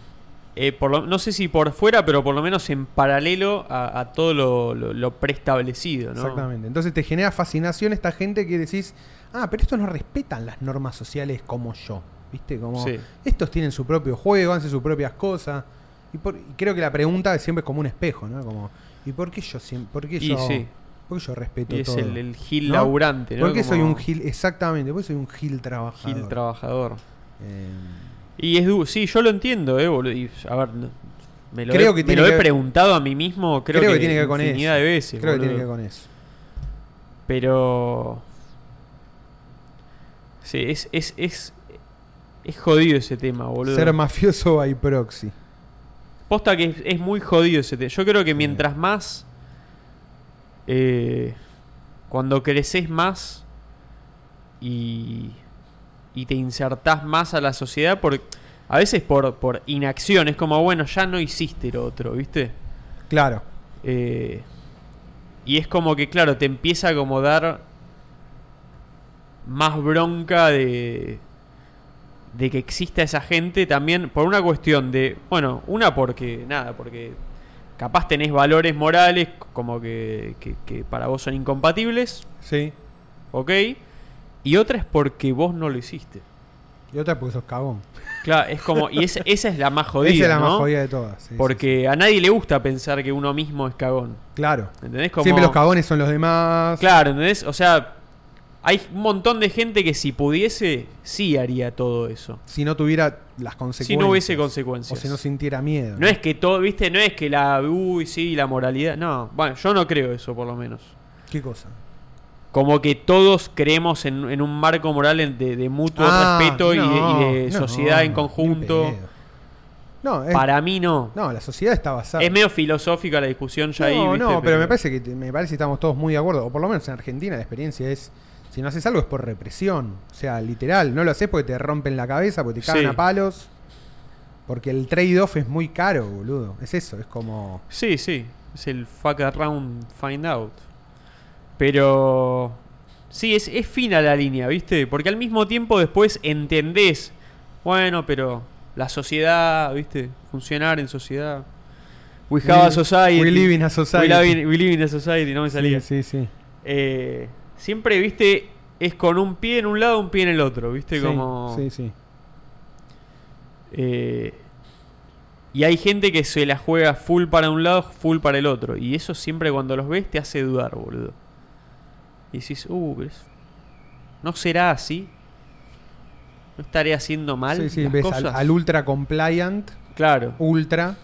A: eh, por lo- no sé si por fuera, pero por lo menos en paralelo a, a todo lo, lo- lo preestablecido, ¿no?
B: Exactamente. Entonces te genera fascinación esta gente que decís, ah, pero estos no respetan las normas sociales como yo. ¿Viste? Como
A: Sí.
B: estos tienen su propio juego, hacen sus propias cosas. Y, por- y creo que la pregunta siempre es como un espejo, ¿no? Como, ¿y por qué yo siempre, por qué
A: Y
B: yo,
A: sí.
B: por qué yo respeto
A: Y es
B: todo?
A: el, el gil
B: ¿No?
A: laburante, ¿no?
B: ¿Por qué soy
A: Como
B: un gil? Exactamente, ¿por qué soy un gil trabajador?
A: gil trabajador.
B: Eh,
A: Y es du sí, yo lo entiendo, ¿eh? boludo. Y, a ver, no- me lo,
B: Creo
A: he,
B: que
A: me
B: tiene
A: lo
B: que
A: he
B: ver-
A: preguntado a mí mismo, creo, que,
B: tiene que ver con eso.
A: infinidad de veces.
B: creo que tiene
A: boludo.
B: que ver con eso.
A: Pero. Sí, es, es, es, es jodido ese tema, boludo.
B: Ser mafioso by proxy.
A: Posta que es, es muy jodido ese tema. Yo creo que mientras más. eh, cuando creces más. Y. Y te insertás más a la sociedad. Por, a veces por, por inacción. Es como, bueno, ya no hiciste lo otro, ¿viste?
B: Claro.
A: Eh, y es como que, claro, te empieza a acomodar más bronca de, de que exista esa gente también por una cuestión de, bueno, una porque, nada, porque capaz tenés valores morales como que, que- que para vos son incompatibles,
B: Sí.
A: ¿ok? Y otra es porque vos no lo hiciste.
B: Y otra porque sos cagón.
A: Claro, es como, y esa- esa es la más jodida.
B: Esa es la más
A: ¿no?
B: jodida de todas. sí, sí,
A: Porque a nadie le gusta pensar que uno mismo es cagón.
B: sí. Claro.
A: ¿Entendés? Como,
B: Siempre los cagones son los demás.
A: Claro, ¿entendés? O sea, hay un montón de gente que si pudiese, sí haría todo eso.
B: Si no tuviera las consecuencias.
A: Si no hubiese
B: O
A: consecuencias.
B: si no sintiera miedo.
A: No es que todo, viste, no es que la, uy, sí, la moralidad. No, bueno, yo no creo eso por lo menos.
B: ¿Qué cosa?
A: Como que todos creemos en, en un marco moral en- de, de mutuo
B: Ah,
A: respeto y de-
B: no,
A: y de,
B: no,
A: sociedad en
B: ni
A: conjunto.
B: pedo. No, es-
A: Para mí no.
B: no, la sociedad está basada.
A: Es medio filosófica la discusión ya
B: no,
A: ahí.
B: no,
A: ¿viste?
B: pero, me parece que me parece que estamos todos muy de acuerdo. O por lo menos en Argentina la experiencia es. Si no haces algo es por represión. O sea, literal. No lo haces porque te rompen la cabeza, porque te cagan
A: Sí.
B: a palos. Porque el trade-off es muy caro, boludo. Es eso, es como.
A: Sí, sí. Es el fuck around, find out. Pero. Sí, es, es fina la línea, ¿viste? Porque al mismo tiempo después entendés. Bueno, pero. La sociedad, ¿viste? Funcionar en sociedad. We have a
B: We-
A: society.
B: we live in a society.
A: We live in, we live in a society, no me salía.
B: Sí, sí, sí.
A: Eh, siempre, ¿viste? Es con un pie en un lado, un pie en el otro, ¿viste?
B: Sí,
A: Como.
B: sí, sí.
A: Eh, y hay gente que se la juega full para un lado, full para el otro. Y eso siempre cuando los ves te hace dudar, boludo. Y decís, uh, pero es- ¿no será así? ¿No estaré haciendo mal
B: Sí, sí,
A: las
B: ves al,
A: cosas?
B: al ultra compliant,
A: Claro.
B: ultra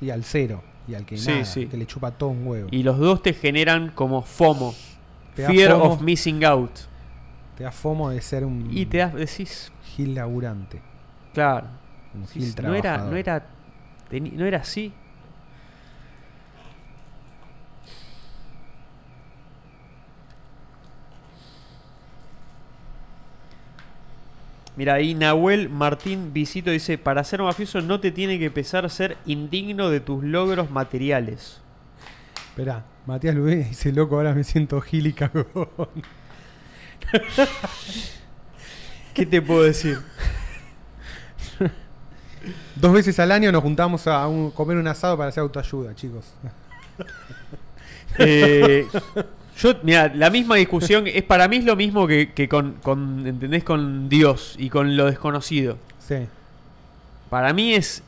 B: y al cero. Y al que
A: Sí,
B: nada,
A: sí.
B: que le chupa todo un huevo.
A: Y los dos te generan como FOMO.
B: Te da
A: Fear
B: FOMO. Mm.
A: of missing out.
B: Te da fomo de ser un
A: Y te das, decís,
B: gil laburante.
A: claro.
B: Un
A: decís,
B: gil
A: no era,
B: trabajador.
A: no era, teni- no era así. Mira, ahí Nahuel Martín Visito dice, para ser mafioso no te tiene que pesar ser indigno de tus logros materiales.
B: Esperá, Matías Lubé dice, loco, ahora me siento gil y cagón.
A: ¿Qué te puedo decir?
B: Dos veces al año nos juntamos a un- comer un asado para hacer autoayuda, chicos.
A: Eh, yo, mira, la misma discusión es para mí es lo mismo que, que con, con, ¿entendés? Con Dios y con lo desconocido.
B: Sí.
A: Para mí es,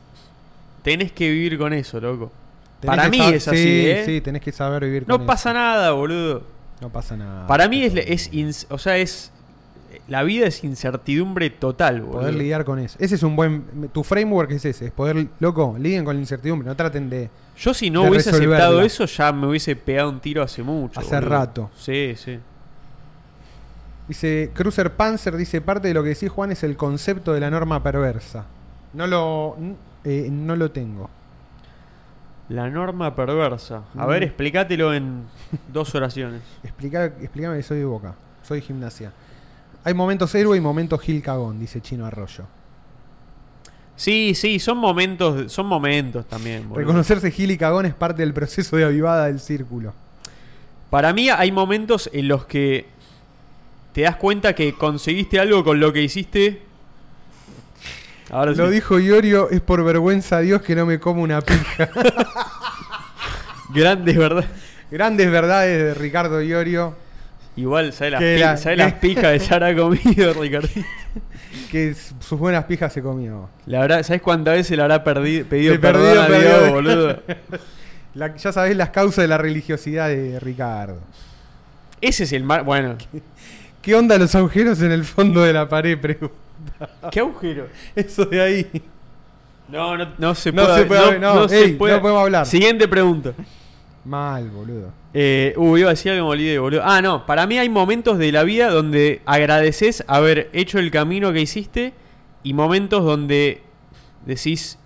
A: tenés que vivir con eso, loco.
B: Tenés
A: para mí
B: que sab-
A: es
B: sí,
A: así, ¿eh?
B: Sí, tenés que saber vivir con
A: No
B: eso. Ah,
A: pasa nada, boludo.
B: No pasa nada.
A: Para mí es, es ins- o sea, es, la vida es incertidumbre total, boludo.
B: Poder lidiar con eso. Ese es un buen... Tu framework es ese. Es poder... Loco, lidien con la incertidumbre. No traten de...
A: Yo si no
B: de
A: hubiese aceptado
B: resolverla.
A: eso, ya me hubiese pegado un tiro hace mucho.
B: Hace rato.
A: Sí, sí.
B: Dice Cruiser Panzer, dice parte de lo que decís Juan es el concepto de la norma perversa. No lo, n- eh, no lo tengo.
A: La norma perversa. A
B: Mm.
A: ver, explícatelo en dos oraciones.
B: Explica, explícame que soy de Boca, soy de gimnasia. Hay momentos héroe y momentos Gil Cagón, dice Chino Arroyo.
A: Sí, sí, son momentos, son momentos también. boludo.
B: Reconocerse Gil y Cagón es parte del proceso de avivada del círculo.
A: Para mí hay momentos en los que te das cuenta que conseguiste algo con lo que hiciste. Ahora
B: Lo
A: sí.
B: dijo Iorio, es por vergüenza a Dios que no me como una pija.
A: Grandes, ¿verdad?
B: Grandes verdades de Ricardo Iorio,
A: Igual, ¿sabes las,
B: Que
A: pi-
B: la-
A: sabe las
B: que-
A: pijas que ya habrá comido, Ricardito?
B: que s- sus buenas pijas se comió.
A: La habrá- ¿Sabes cuántas veces le habrá perdi- pedido
B: Le
A: perdón
B: perdido,
A: a
B: perdido.
A: Dios, boludo?
B: La- ya sabés las causas de la religiosidad de Ricardo.
A: Ese es el mar. Bueno,
B: ¿Qué onda los agujeros en el fondo de la pared? Pregu?
A: ¿qué agujero?
B: Eso de ahí.
A: No, no, no se
B: No
A: puede.
B: se puede abrir, no, ey, no podemos hablar.
A: Siguiente pregunta.
B: Mal, boludo.
A: Eh, uh, iba a decir algo me olvidé, boludo. Ah, no, para mí hay momentos de la vida donde agradeces haber hecho el camino que hiciste y momentos donde decís,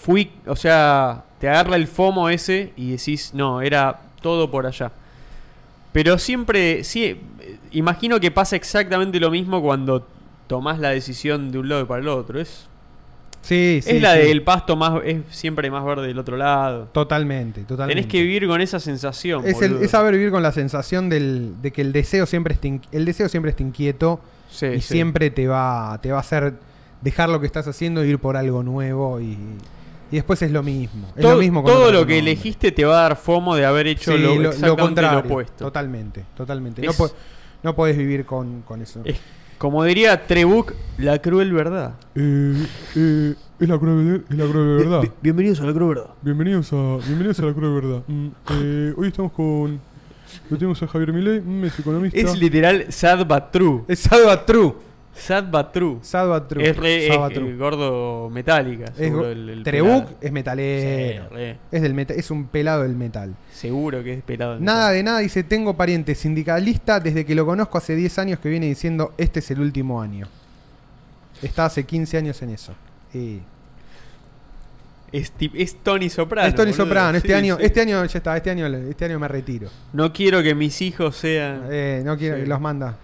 A: fui, o sea, te agarra el FOMO ese y decís, no, era todo por allá. Pero siempre, sí, eh, imagino que pasa exactamente lo mismo cuando tomás la decisión de un lado para el otro. Es,
B: Sí, sí.
A: es la
B: sí.
A: del pasto más, es siempre más verde del otro lado.
B: Totalmente, totalmente.
A: Tenés que vivir con esa sensación.
B: Es, el-
A: boludo.
B: es saber vivir con la sensación del- de que el deseo siempre está, in- el deseo siempre está inquieto
A: Sí,
B: y
A: sí.
B: siempre te va, te va a hacer dejar lo que estás haciendo e ir por algo nuevo y, y después es lo mismo. Es
A: todo,
B: lo mismo con
A: todo
B: otro
A: lo que
B: nombre.
A: elegiste te va a dar fomo de haber hecho
B: Sí,
A: lo,
B: lo, lo
A: exactamente lo
B: contrario.
A: opuesto.
B: Totalmente, totalmente. No,
A: Es-
B: po- no podés vivir con, con eso.
A: Es- como diría Trebuch, la cruel verdad.
C: Eh, eh, es la cruel, es la cruel
A: Eh,
C: verdad.
A: bienvenidos a la cruel verdad.
C: Bienvenidos a, bienvenidos a la cruel verdad. Mm, eh, hoy estamos con, lo tenemos a Javier Milei, mm, es economista.
A: Es literal sad but true.
B: Es Sadva True.
A: Sad but true.
B: Sadva True.
A: Es re es,
B: Sadva True.
A: eh, gordo metálica.
B: Es
A: seguro
B: go- eh,
A: el- el
B: Trebuch
A: pelado.
B: es
A: Sí,
B: metalero.
A: re.
B: es, del meta- es un pelado del metal.
A: Seguro que es pelado. el
B: Nada
A: metal.
B: de nada, dice, tengo pariente sindicalista desde que lo conozco hace 10 años que viene diciendo, este es el último año. Está hace 15 años en eso. Y
A: Es, tip- es Tony Soprano.
B: es Tony
A: boludo.
B: Soprano, este
A: Sí,
B: año,
A: sí.
B: este año ya está, este año, este año me retiro.
A: No quiero que mis hijos sean.
B: Eh, no quiero,
A: Sí.
B: los manda.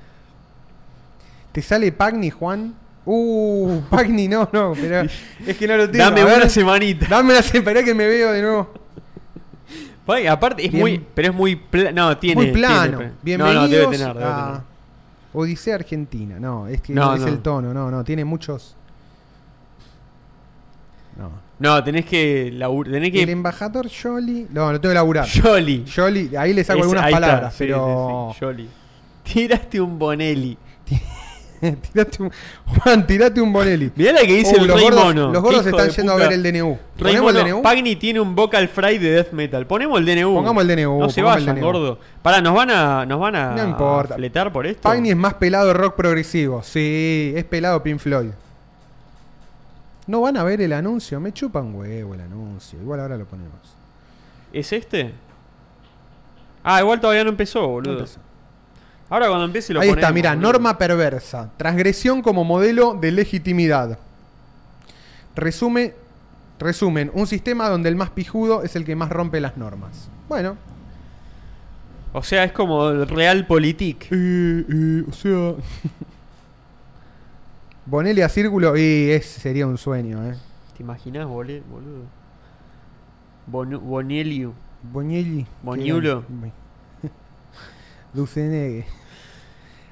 B: ¿Te sale Pagni, Juan? Uh, Pagni no, no, pero es que no lo tengo.
A: Dame
B: a ver,
A: una semanita.
B: Dame una separada que me veo de nuevo.
A: Pay, Pues, aparte, es
B: Bien.
A: muy. Pero es muy. pla- no, tiene.
B: Muy plano.
A: tiene-
B: Bienvenidos
A: no, no, debe tener. Debe
B: a
A: tener.
B: Odisea Argentina. No, es que
A: No,
B: es
A: no.
B: el tono, no, no, tiene muchos. No.
A: No, tenés que. labur- tenés
B: El
A: que.
B: embajador Jolly. No, lo tengo que laburar.
A: Jolly.
B: Jolly, ahí le saco
A: Es-
B: algunas
A: ahí está,
B: palabras,
A: sí,
B: pero.
A: sí, sí, Jolly. Tiraste un Bonelli.
B: Tirate un- Juan, tirate un Bonelli.
A: Mirá la que dice
B: Uh,
A: el
B: los,
A: Rey
B: gordos,
A: Mono.
B: los gordos
A: Hijo
B: están
A: de
B: yendo
A: puta.
B: a ver el DNU.
A: Rey
B: ¿Ponemos el
A: Mono,
B: DNU?
A: Pagni tiene un vocal fry de death metal. Ponemos el DNU.
B: Pongamos el DNU,
A: No se
B: pongamos el
A: vayan,
B: DNU.
A: gordo. Pará, nos van a. Nos van a.
B: No importa.
A: Fletar por esto.
B: Pagni es más pelado rock progresivo. Sí, es pelado Pink Floyd. No van a ver el anuncio. Me chupan huevo el anuncio. Igual ahora lo ponemos.
A: ¿Es este? Ah, igual todavía no empezó, boludo.
B: Empezó.
A: Ahora cuando empiece lo
B: Ahí está,
A: ponemos,
B: mira,
A: boludo.
B: norma perversa. Transgresión como modelo de legitimidad. Resume, resumen, un sistema donde el más pijudo es el que más rompe las normas. Bueno,
A: O sea, es como el Realpolitik.
E: Eh, eh, o sea,
B: Bonelli a círculo y ese sería un sueño, ¿eh?
A: ¿Te imaginas, bole- boludo? Bonu- Bonelliu.
B: Bonelli.
A: Boniulo.
B: Dulcenegue.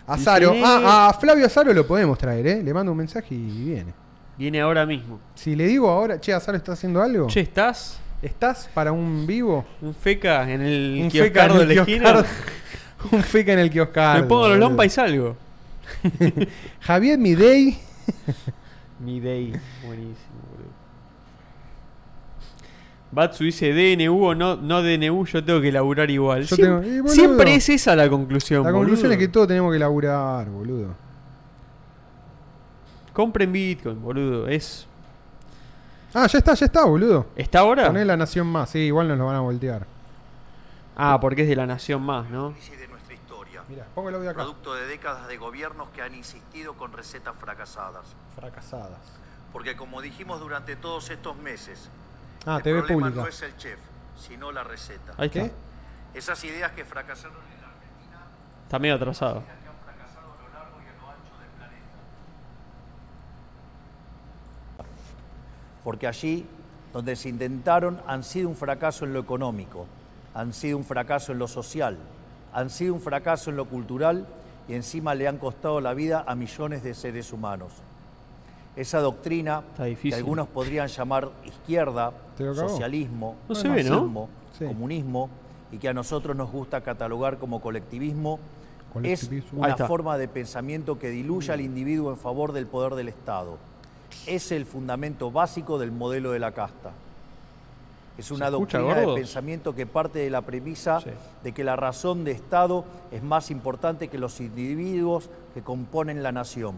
B: Azaro.
A: Dulcenegue.
B: Ah, a Flavio Azaro lo podemos traer, ¿eh? Le mando un mensaje y viene.
A: Viene ahora mismo.
B: Si le digo ahora, che, Azaro está haciendo algo.
A: Che, ¿estás?
B: ¿Estás para un vivo?
A: Un feca en el
B: Un feca
A: kioscardo
B: en
A: de
B: el
A: la esquina.
B: kioscardo. un feca en el kioscardo.
A: Me pongo los
B: boludo.
A: lompa y salgo.
B: Javier Midei.
A: Mi day. Buenísimo, boludo. Batsu dice DNU o no, no DNU, yo tengo que laburar igual.
B: Yo
A: Siem-
B: tengo- eh, boludo.
A: siempre es esa la conclusión.
B: La conclusión
A: boludo.
B: es que todos tenemos que laburar, boludo.
A: Compren Bitcoin, boludo. Es...
B: Ah, ya está, ya está, boludo.
A: ¿Está ahora?
B: Poné la nación más. Sí, igual nos lo van a voltear.
A: Ah, porque es de la nación más, ¿no?
F: crisis de nuestra historia,
B: Mira, pongo el audio acá.
F: producto de décadas de gobiernos que han insistido con recetas fracasadas.
B: Fracasadas.
F: Porque como dijimos durante todos estos meses,
B: Ah,
F: el
B: TV
F: problema
B: pública.
F: no es el chef, sino la receta.
A: Ahí
B: ¿Qué?
A: está.
F: Esas ideas que fracasaron en la Argentina,
A: Está medio atrasado.
F: que han fracasado a lo largo y a lo ancho del planeta. porque allí donde se intentaron han sido un fracaso en lo económico, han sido un fracaso en lo social, han sido un fracaso en lo cultural y encima le han costado la vida a millones de seres humanos. Esa doctrina
A: Está difícil.
F: que algunos podrían llamar izquierda,
B: Te lo acabó.
F: socialismo,
A: No se ve, ¿no?
F: marxismo,
B: Sí.
F: comunismo y que a nosotros nos gusta catalogar como colectivismo, es
B: Colectivismo.
A: Ahí
F: una
A: está.
F: forma de pensamiento que diluye al individuo en favor del poder del Estado. Es el fundamento básico del modelo de la casta. Es una
A: escucha,
F: doctrina de
A: gordos?
F: pensamiento que parte de la premisa
A: Sí.
F: de que la razón de Estado es más importante que los individuos que componen la nación.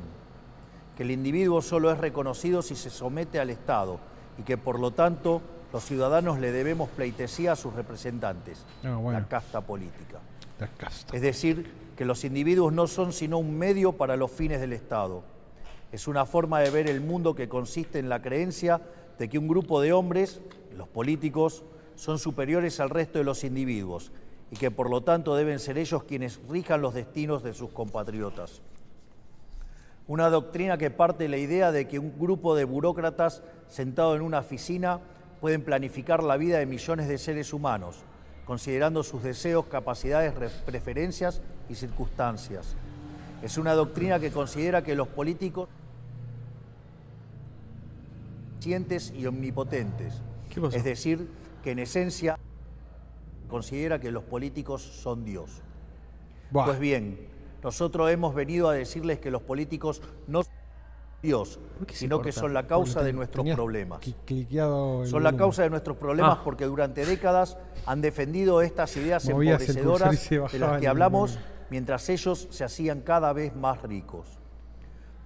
F: Que el individuo solo es reconocido si se somete al Estado y que por lo tanto los ciudadanos le debemos pleitesía a sus representantes,
B: Ah, bueno.
F: la casta política.
B: La casta.
F: Es decir, que los individuos no son sino un medio para los fines del Estado. Es una forma de ver el mundo que consiste en la creencia de que un grupo de hombres, los políticos, son superiores al resto de los individuos y que por lo tanto deben ser ellos quienes rijan los destinos de sus compatriotas. Una doctrina que parte de la idea de que un grupo de burócratas sentado en una oficina pueden planificar la vida de millones de seres humanos, considerando sus deseos, capacidades, re- preferencias y circunstancias. Es una doctrina que considera que los políticos sientes y omnipotentes.
A: ¿Qué pasó?
F: Es decir, que en esencia considera que los políticos son Dios.
B: Buah.
F: Pues bien, nosotros hemos venido a decirles que los políticos no son Dios,
A: ¿Por qué se
F: sino que
A: corta?
F: son la
B: Porque
F: causa de
B: ten-
F: nuestros
B: tenías
F: problemas.
B: cli- cliqueado el
F: Son la
B: volumen.
F: causa de nuestros problemas
A: Ah.
F: porque durante décadas han defendido estas ideas
B: Movías el cursor y
F: empobrecedoras
B: se
F: de
B: bajaba
F: las que
B: el
F: hablamos
B: volumen.
F: mientras ellos se hacían cada vez más ricos.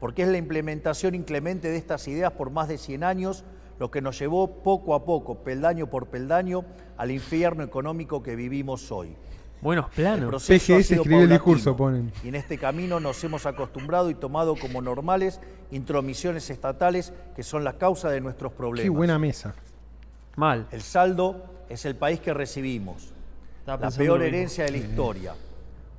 F: Porque es la implementación inclemente de estas ideas por más de 100 años lo que nos llevó poco a poco, peldaño por peldaño, al infierno económico que vivimos hoy.
A: Buenos
F: El
A: planos.
F: proceso ha
B: PGS
F: sido
B: escribió el
F: paulatino,
B: discurso, ponen.
F: Y en este camino nos hemos acostumbrado y tomado como normales intromisiones estatales que son la causa de nuestros problemas.
B: Qué buena mesa.
A: Mal.
F: El saldo es el país que recibimos,
A: Estaba
F: la
A: pensando
F: peor
A: lo mismo.
F: herencia de la historia.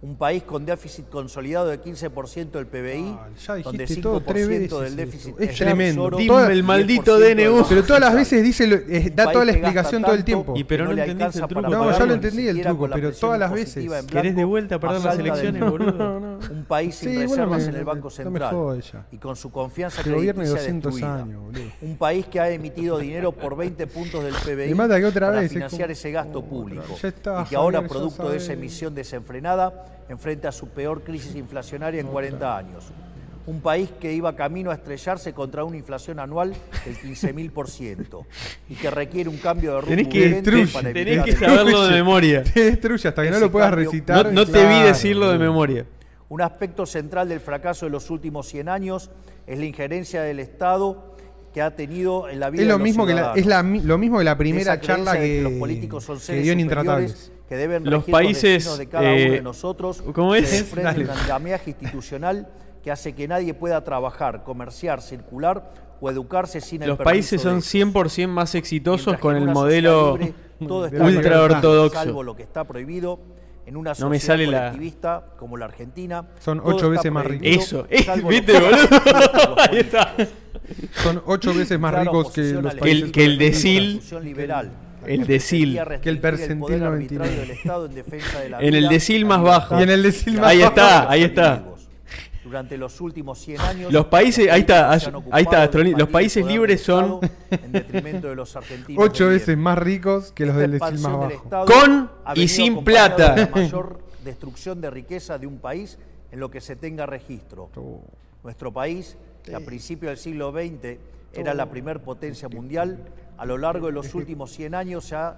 F: Un país con déficit consolidado de 15% del PBI,
B: Ah, ya dijiste
F: donde 5%
B: todo tres veces
F: del déficit
B: eso. Es tremendo.
F: del tesoro
B: Dime
F: y
B: el
F: 10%
G: maldito
F: del
G: DNU.
F: Banco
B: Pero todas las
F: Central.
B: veces dice, lo- eh,
F: Un
B: da
F: país
B: toda la
F: que gasta
B: explicación todo el
F: tanto
B: tiempo.
G: Y pero
F: que
G: no
F: le
G: entendiste
F: alcanza
G: el truco.
F: para
G: No,
F: pagar
G: yo
B: lo
F: ni
B: entendí el
F: siquiera
B: truco,
F: con la
B: pero
F: presión
B: todas las
F: impositiva
B: veces.
F: en blanco
A: ¿Querés de vuelta perder
F: más
A: las
F: alta del
A: elecciones,
F: mundo.
A: boludo?
F: Un país sin
B: Sí, bueno, me-
F: reservas en el Banco
B: no me
F: Central
B: jode ya.
F: y con su confianza
B: Que gobierne
F: crediticia
B: 200
F: destruida.
B: años, boludo.
F: Un país que ha emitido dinero por 20 puntos del PBI
B: Me mata que otra
F: para
B: vez, es
F: financiar
B: como-
F: ese gasto
B: Oh,
F: público
B: ya está,
F: y que ahora,
B: Javier, ya
F: producto de esa
B: sabés.
F: emisión desenfrenada, enfrenta su peor crisis inflacionaria en 40 años. Un país que iba camino a estrellarse contra una inflación anual del 15.000% y que requiere un cambio de rumbo
G: Tenés que
F: urgente
G: destruye,
F: para
G: tenés
F: evitar
G: que
F: el
G: saber- saberlo de memoria.
B: Te destruye hasta que no
F: Ese
B: lo puedas
F: cambio-
G: No,
B: recitar.
G: no te vi
B: Claro,
G: decirlo de
B: boludo.
G: memoria.
F: Un aspecto central del fracaso de los últimos 100 años es la injerencia del Estado que ha tenido en la vida
B: Es
F: de
B: lo
F: los
B: mismo que la,
F: ciudadanos.
B: es la mi- lo mismo que la primera
F: Esa
B: charla
F: creencia de
B: que,
F: los políticos son
B: que
F: seres
B: dio en
F: superiores
B: Intratables.
F: que deben
G: Los
F: regir los
G: países,
F: destinos de cada uno
G: eh,
F: de nosotros
G: ¿cómo
F: se
G: es?
F: desprenden
B: Dale.
F: de una andamiaje institucional que hace que nadie pueda trabajar, comerciar, circular o educarse sin el
G: Los
F: permiso
G: países
F: de
G: son 100%
F: ellos.
G: más
F: Mientras
G: exitosos
F: que
G: con el
F: en una
G: modelo
F: sociedad libre, todo está
G: ultra
F: permitido,
G: ortodoxo.
F: salvo lo que está prohibido en una
G: No
F: sociedad
G: me sale la-
F: colectivista como la Argentina.
B: Son
F: todo
B: ocho
F: está
B: veces más
F: prohibido,
G: Eso, eh,
F: salvo los
G: ¿viste, boludo?
F: colectivos, los
G: Ahí está.
B: Son ocho veces más
F: Clara
B: ricos que
F: oposición
B: los
F: al
G: Que el-
B: países.
G: que el
F: Estado de
G: decil-
F: Constitución liberal.
G: El decil.
F: Quería
B: Que el
F: restringir el poder
B: percentil
F: arbitrario
B: 93.
F: del Estado en defensa de la
G: En el
F: vida,
G: decil
F: la
G: más
F: libertad
G: bajo.
B: Y en el decil
F: la
B: más
G: Ahí
F: vida
B: bajo.
G: está,
F: de los
G: ahí está.
F: individuos. Durante los últimos 100 años
G: Los países- ahí está,
F: políticos se han
G: ahí
F: ocupado
G: está,
F: de
G: Astroni- los
F: expandir el
G: países
F: poder
G: libres
F: del
G: son-
F: Estado en detrimento de los argentinos
B: Ocho
F: del
B: veces
F: bien.
B: más ricos que los
F: Esta
B: del decil más
F: expansión del
B: bajo.
F: Estado
G: Con
F: ha
G: y
F: venido
G: sin
F: acompañada
G: plata.
F: de La mayor destrucción de riqueza de un país en lo que se tenga registro. Nuestro país, que a principios del siglo XX era la primer potencia mundial, a lo largo de los últimos 100 años se ha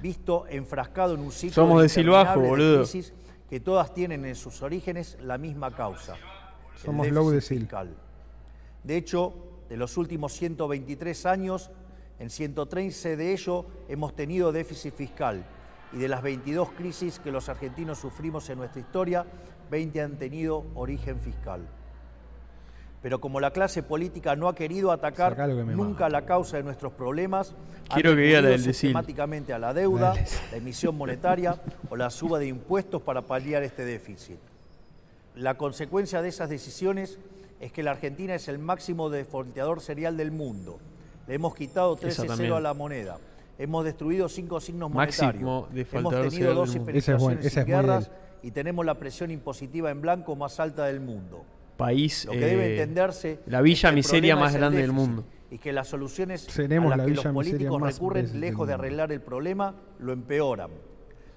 F: visto enfrascado en un ciclo
G: Somos de Silbajo,
F: interminable
G: boludo.
F: crisis que todas tienen en sus orígenes la misma causa. el
B: Somos low
F: déficit
B: decil.
F: fiscal. De hecho, de los últimos 123 años, en 113 de ellos hemos tenido déficit fiscal. Y de las 22 crisis que los argentinos sufrimos en nuestra historia, 20 han tenido origen fiscal. Pero como la clase política no ha querido atacar
B: Sacá lo que me
F: nunca la causa de nuestros problemas, ha
G: Quiero que diga la
F: recurrido
G: del decil.
F: sistemáticamente a la deuda, la emisión monetaria o la suba de impuestos para paliar este déficit. La consecuencia de esas decisiones es que la Argentina es el máximo defolteador serial del mundo. Le hemos quitado
G: Esa
F: 13-0
G: también.
F: a la moneda. Hemos destruido cinco signos
G: Máximo
F: monetarios.
G: defaltador serial
F: Hemos tenido
G: del
F: dos
G: mundo.
B: Esa es buena,
F: hiperinflaciones
B: esa
F: y
B: es muy
F: guerras
B: de
F: y tenemos la presión impositiva en blanco más alta del mundo.
G: País.
F: Lo que debe
G: eh,
F: entenderse
G: La
F: es que
G: villa
F: el
G: miseria
F: problema
G: más
F: es el
G: grande del
F: déficit
G: mundo.
F: Y que las soluciones
B: Seremos la
F: a las que
B: villa miseria
F: los
B: más
F: políticos
B: grande
F: recurren
B: del
F: lejos de
B: mundo.
F: arreglar el problema, lo empeoran.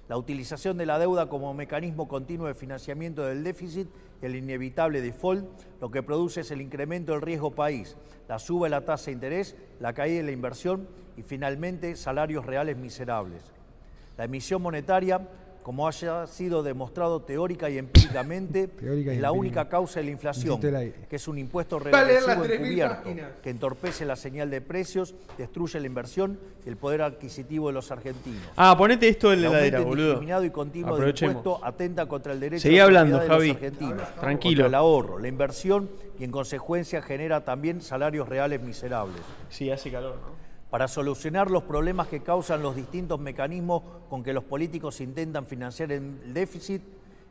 F: La utilización de la deuda como mecanismo continuo de financiamiento del déficit y el inevitable default, lo que produce es el incremento del riesgo país, la suba de la tasa de interés, la caída de la inversión y finalmente salarios reales miserables. La emisión monetaria, como haya sido demostrado teórica y empíricamente,
B: Teórica y
F: es la
B: empírica.
F: única causa de la inflación,
B: Hiciste el aire.
F: que es un impuesto
B: a leer
F: regresivo
B: las 3.000
F: encubierto,
B: páginas.
F: que entorpece la señal de precios, destruye la inversión y el poder adquisitivo de los argentinos.
G: Ah, ponete esto en
F: El
G: la
F: aumento
G: heladera, boludo.
F: indiscriminado y continuo del
G: Aprovechemos.
F: impuesto atenta contra el derecho
G: Seguí
F: de
G: hablando,
F: propiedad de los
G: Javi.
F: argentinos,
G: Tranquilo.
F: contra el ahorro, la inversión y en consecuencia genera también salarios reales miserables
G: Sí, hace calor, ¿no?
F: para solucionar los problemas que causan los distintos mecanismos con que los políticos intentan financiar el déficit,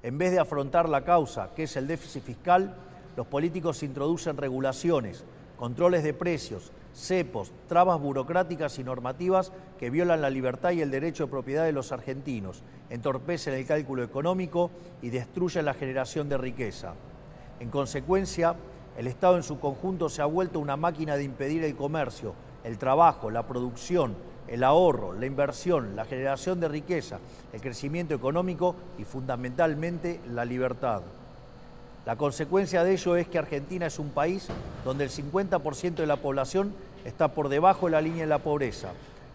F: en vez de afrontar la causa, que es el déficit fiscal, los políticos introducen regulaciones, controles de precios, cepos, trabas burocráticas y normativas que violan la libertad y el derecho de propiedad de los argentinos, entorpecen el cálculo económico y destruyen la generación de riqueza. En consecuencia, el Estado en su conjunto se ha vuelto una máquina de impedir el comercio, el trabajo, la producción, el ahorro, la inversión, la generación de riqueza, el crecimiento económico y fundamentalmente la libertad. La consecuencia de ello es que Argentina es un país donde el 50% de la población está por debajo de la línea de la pobreza.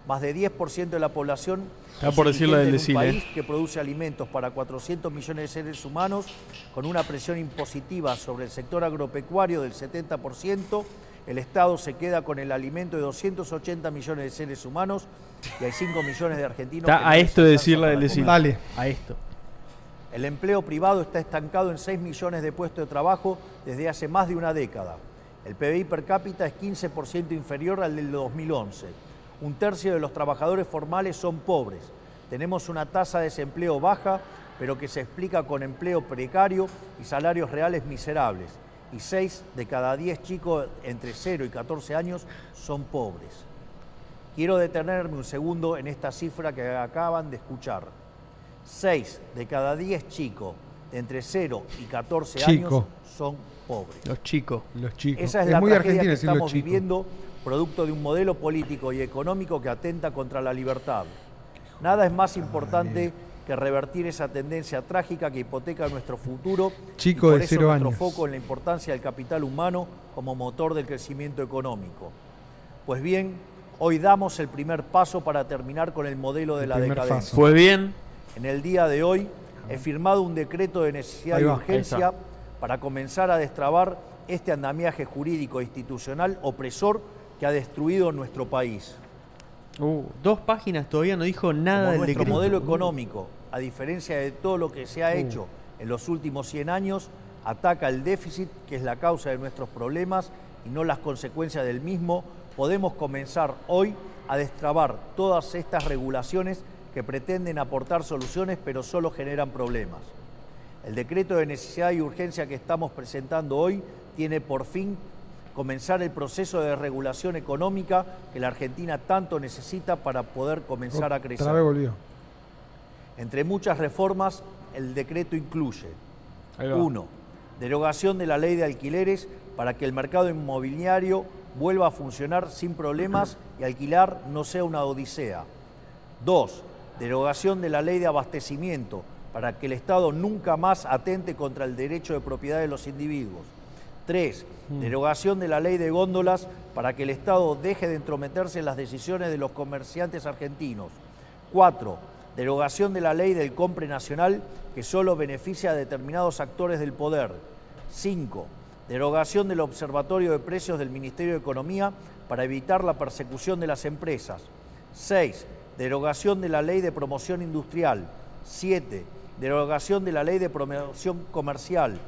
F: Más de 10% de la población
G: Está por decirlo del ¿eh?
F: subsiste en un
G: decile.
F: país que produce alimentos para 400 millones de seres humanos, con una presión impositiva sobre el sector agropecuario del 70%, el Estado se queda con el alimento de 280 millones de seres humanos y hay 5 millones de argentinos. que
G: Está
F: no
G: a
F: les
G: esto de
F: alcanza
G: decirla
F: para
G: del decir.
F: comer.
B: Dale.
G: A esto.
F: El empleo privado está estancado en 6 millones de puestos de trabajo desde hace más de una década. El PBI per cápita es 15% inferior al del 2011. Un tercio de los trabajadores formales son pobres. Tenemos una tasa de desempleo baja, pero que se explica con empleo precario y salarios reales miserables. Y 6 de cada 10 chicos entre 0 y 14 años son pobres. Quiero detenerme un segundo en esta cifra que acaban de escuchar. 6 de cada 10 chicos entre 0 y 14 años
B: Chico.
F: son pobres.
A: Los chicos.
B: Los chicos.
F: Esa es, la
B: muy
F: tragedia
B: argentina
F: que
B: decir los
F: estamos
B: chicos.
F: viviendo, producto de un modelo político y económico que atenta contra la libertad. Nada es más importante que revertir esa tendencia trágica que hipoteca nuestro futuro.
B: Chico
F: y por
B: de
F: eso
B: cero
F: nuestro
B: años.
F: foco en la importancia del capital humano como motor del crecimiento económico. Pues bien, hoy damos el primer paso para terminar con el modelo de
B: El
F: la
B: primer
F: decadencia.
B: paso.
G: Fue bien.
F: En el día de hoy he firmado un decreto de necesidad
B: Ahí
F: y
B: va, ahí
F: urgencia para comenzar a destrabar este andamiaje jurídico e institucional opresor que ha destruido nuestro país.
A: Uh, dos páginas todavía no dijo
F: Como
A: nada del
F: nuestro
A: decreto. Uh.
F: modelo económico, a diferencia de todo lo que se ha hecho en los últimos 100 años, ataca el déficit, que es la causa de nuestros problemas y no las consecuencias del mismo, podemos comenzar hoy a destrabar todas estas regulaciones que pretenden aportar soluciones pero solo generan problemas. El decreto de necesidad y urgencia que estamos presentando hoy tiene por fin comenzar el proceso de regulación económica que la Argentina tanto necesita para poder comenzar a crecer.
B: Otra vez volvió.
F: Entre muchas reformas, el decreto incluye
G: Ahí va.
F: 1. Derogación de la ley de alquileres para que el mercado inmobiliario vuelva a funcionar sin problemas y alquilar no sea una odisea. 2. Derogación de la ley de abastecimiento para que el Estado nunca más atente contra el derecho de propiedad de los individuos. 3.
G: Mm.
F: Derogación de la ley de góndolas para que el Estado deje de entrometerse en las decisiones de los comerciantes argentinos. 4. Derogación de la ley del compre nacional que solo beneficia a determinados actores del poder. 5. Derogación del Observatorio de Precios del Ministerio de Economía para evitar la persecución de las empresas. 6. Derogación de la Ley de Promoción Industrial. 7. Derogación de la Ley de Promoción Comercial.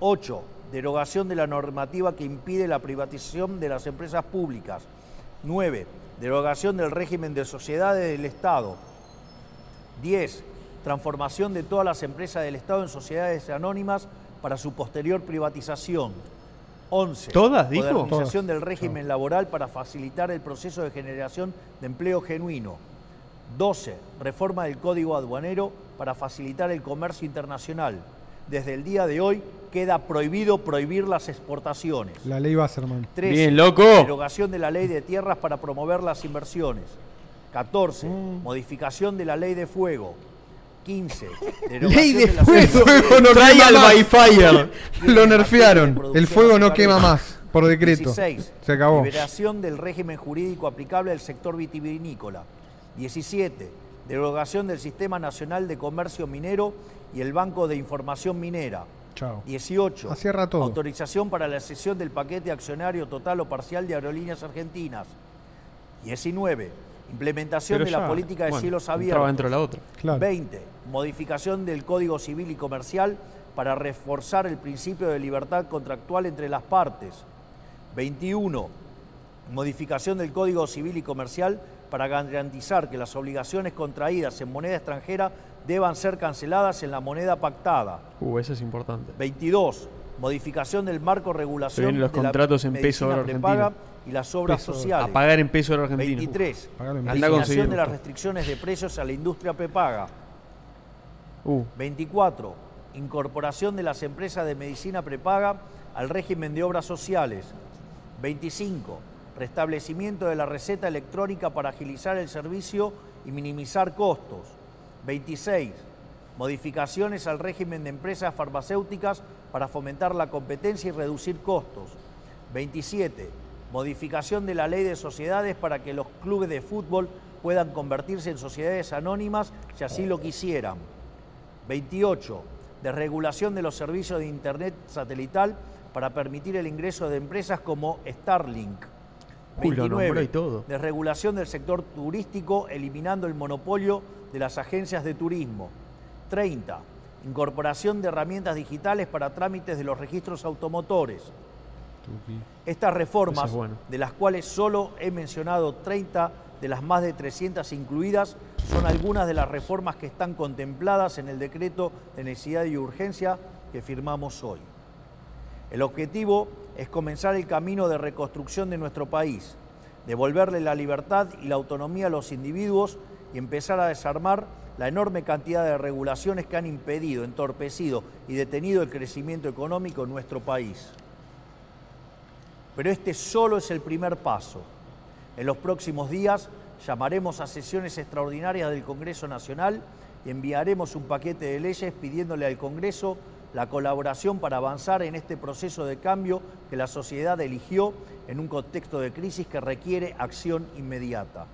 F: 8. Derogación de la normativa que impide la privatización de las empresas públicas. 9. Derogación del régimen de sociedades del Estado. 10. Transformación de todas las empresas del Estado en sociedades anónimas para su posterior privatización. 11.
A: ¿Todas, dijo?
F: Modernización del régimen laboral para facilitar el proceso de generación de empleo genuino. 12. Reforma del Código Aduanero para facilitar el comercio internacional. Desde el día de hoy queda prohibido prohibir las exportaciones.
B: La ley Basserman.
F: 13.
G: Bien, loco.
F: Derogación de la ley de tierras para promover las inversiones. 14.
B: Mm.
F: Modificación de la ley de fuego. 15.
A: Ley
F: derogación
A: de
F: las-
A: fuego.
B: no
G: Trae
B: quema
G: al
B: más.
G: Byfire.
B: Lo nerfearon. El fuego no quema
F: más.
B: más, por decreto.
F: 16.
B: Se acabó.
F: Liberación del régimen jurídico aplicable al sector vitivinícola. 17. Derogación del Sistema Nacional de Comercio Minero y el Banco de Información Minera.
B: Chao.
F: 18.
B: Ah, cierra todo.
F: Autorización para la cesión del paquete accionario total o parcial de aerolíneas argentinas. 19. Implementación
G: Pero
F: de
G: ya,
F: la política de
G: bueno,
F: cielos
G: Entraba
F: abiertos.
G: dentro de la otra.
B: Claro.
F: 20. Modificación del Código Civil y Comercial para reforzar el principio de libertad contractual entre las partes. 21. Modificación del Código Civil y Comercial para garantizar que las obligaciones contraídas en moneda extranjera deban ser canceladas en la moneda pactada.
G: Uh, eso es importante.
F: 22. Modificación del marco regulación
G: vienen los
F: de la
G: contratos en peso
F: medicina
G: ahora
F: prepaga
G: argentino.
F: y las obras
B: Peso.
F: sociales.
G: A pagar en peso de Argentina.
A: Uh.
F: 23.
B: Pagalo en
G: peso. Andá a
F: Eliminación
G: conseguirlo.
F: de las restricciones de precios a la industria prepaga.
G: Uh,
F: 24. Incorporación de las empresas de medicina prepaga al régimen de obras sociales. 25. Restablecimiento de la receta electrónica para agilizar el servicio y minimizar costos. 26. Modificaciones al régimen de empresas farmacéuticas para fomentar la competencia y reducir costos. 27. Modificación de la ley de sociedades para que los clubes de fútbol puedan convertirse en sociedades anónimas si así lo quisieran. 28. Desregulación de los servicios de Internet satelital para permitir el ingreso de empresas como Starlink.
A: Uy, lo nombró y todo.
F: Desregulación del sector turístico eliminando el monopolio de las agencias de turismo. 30. Incorporación de herramientas digitales para trámites de los registros automotores. Estas
G: Eso
F: reformas,
G: es bueno.
F: de las cuales solo he mencionado 30, de las más de 300 incluidas, son algunas de las reformas que están contempladas en el decreto de necesidad y urgencia que firmamos hoy. El objetivo es comenzar el camino de reconstrucción de nuestro país, devolverle la libertad y la autonomía a los individuos y empezar a desarmar la enorme cantidad de regulaciones que han impedido, entorpecido y detenido el crecimiento económico en nuestro país. Pero este solo es el primer paso. En los próximos días llamaremos a sesiones extraordinarias del Congreso Nacional y enviaremos un paquete de leyes pidiéndole al Congreso la colaboración para avanzar en este proceso de cambio que la sociedad eligió en un contexto de crisis que requiere acción inmediata.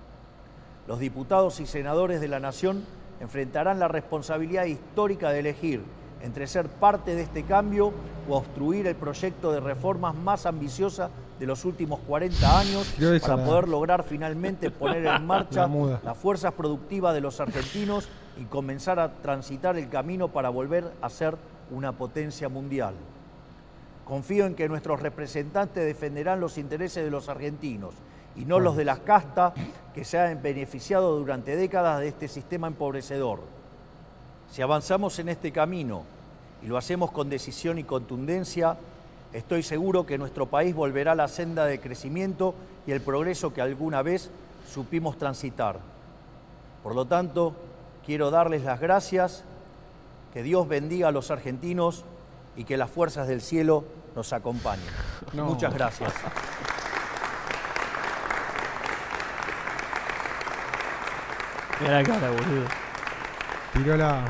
F: Los diputados y senadores de la Nación enfrentarán la responsabilidad histórica de elegir entre ser parte de este cambio o obstruir el proyecto de reformas más ambiciosa de los últimos 40 años
B: Yo esa
F: para
B: la-
F: poder lograr finalmente poner en marcha
B: La muda.
F: las fuerzas productivas de los argentinos y comenzar a transitar el camino para volver a ser una potencia mundial. Confío en que nuestros representantes defenderán los intereses de los argentinos y no los de las castas que se han beneficiado durante décadas de este sistema empobrecedor. Si avanzamos en este camino y lo hacemos con decisión y contundencia, estoy seguro que nuestro país volverá a la senda de crecimiento y el progreso que alguna vez supimos transitar. Por lo tanto, quiero darles las gracias, que Dios bendiga a los argentinos y que las fuerzas del cielo nos acompañen.
B: No.
F: Muchas gracias.
A: Mirá la cara, boludo.
B: Tiró la.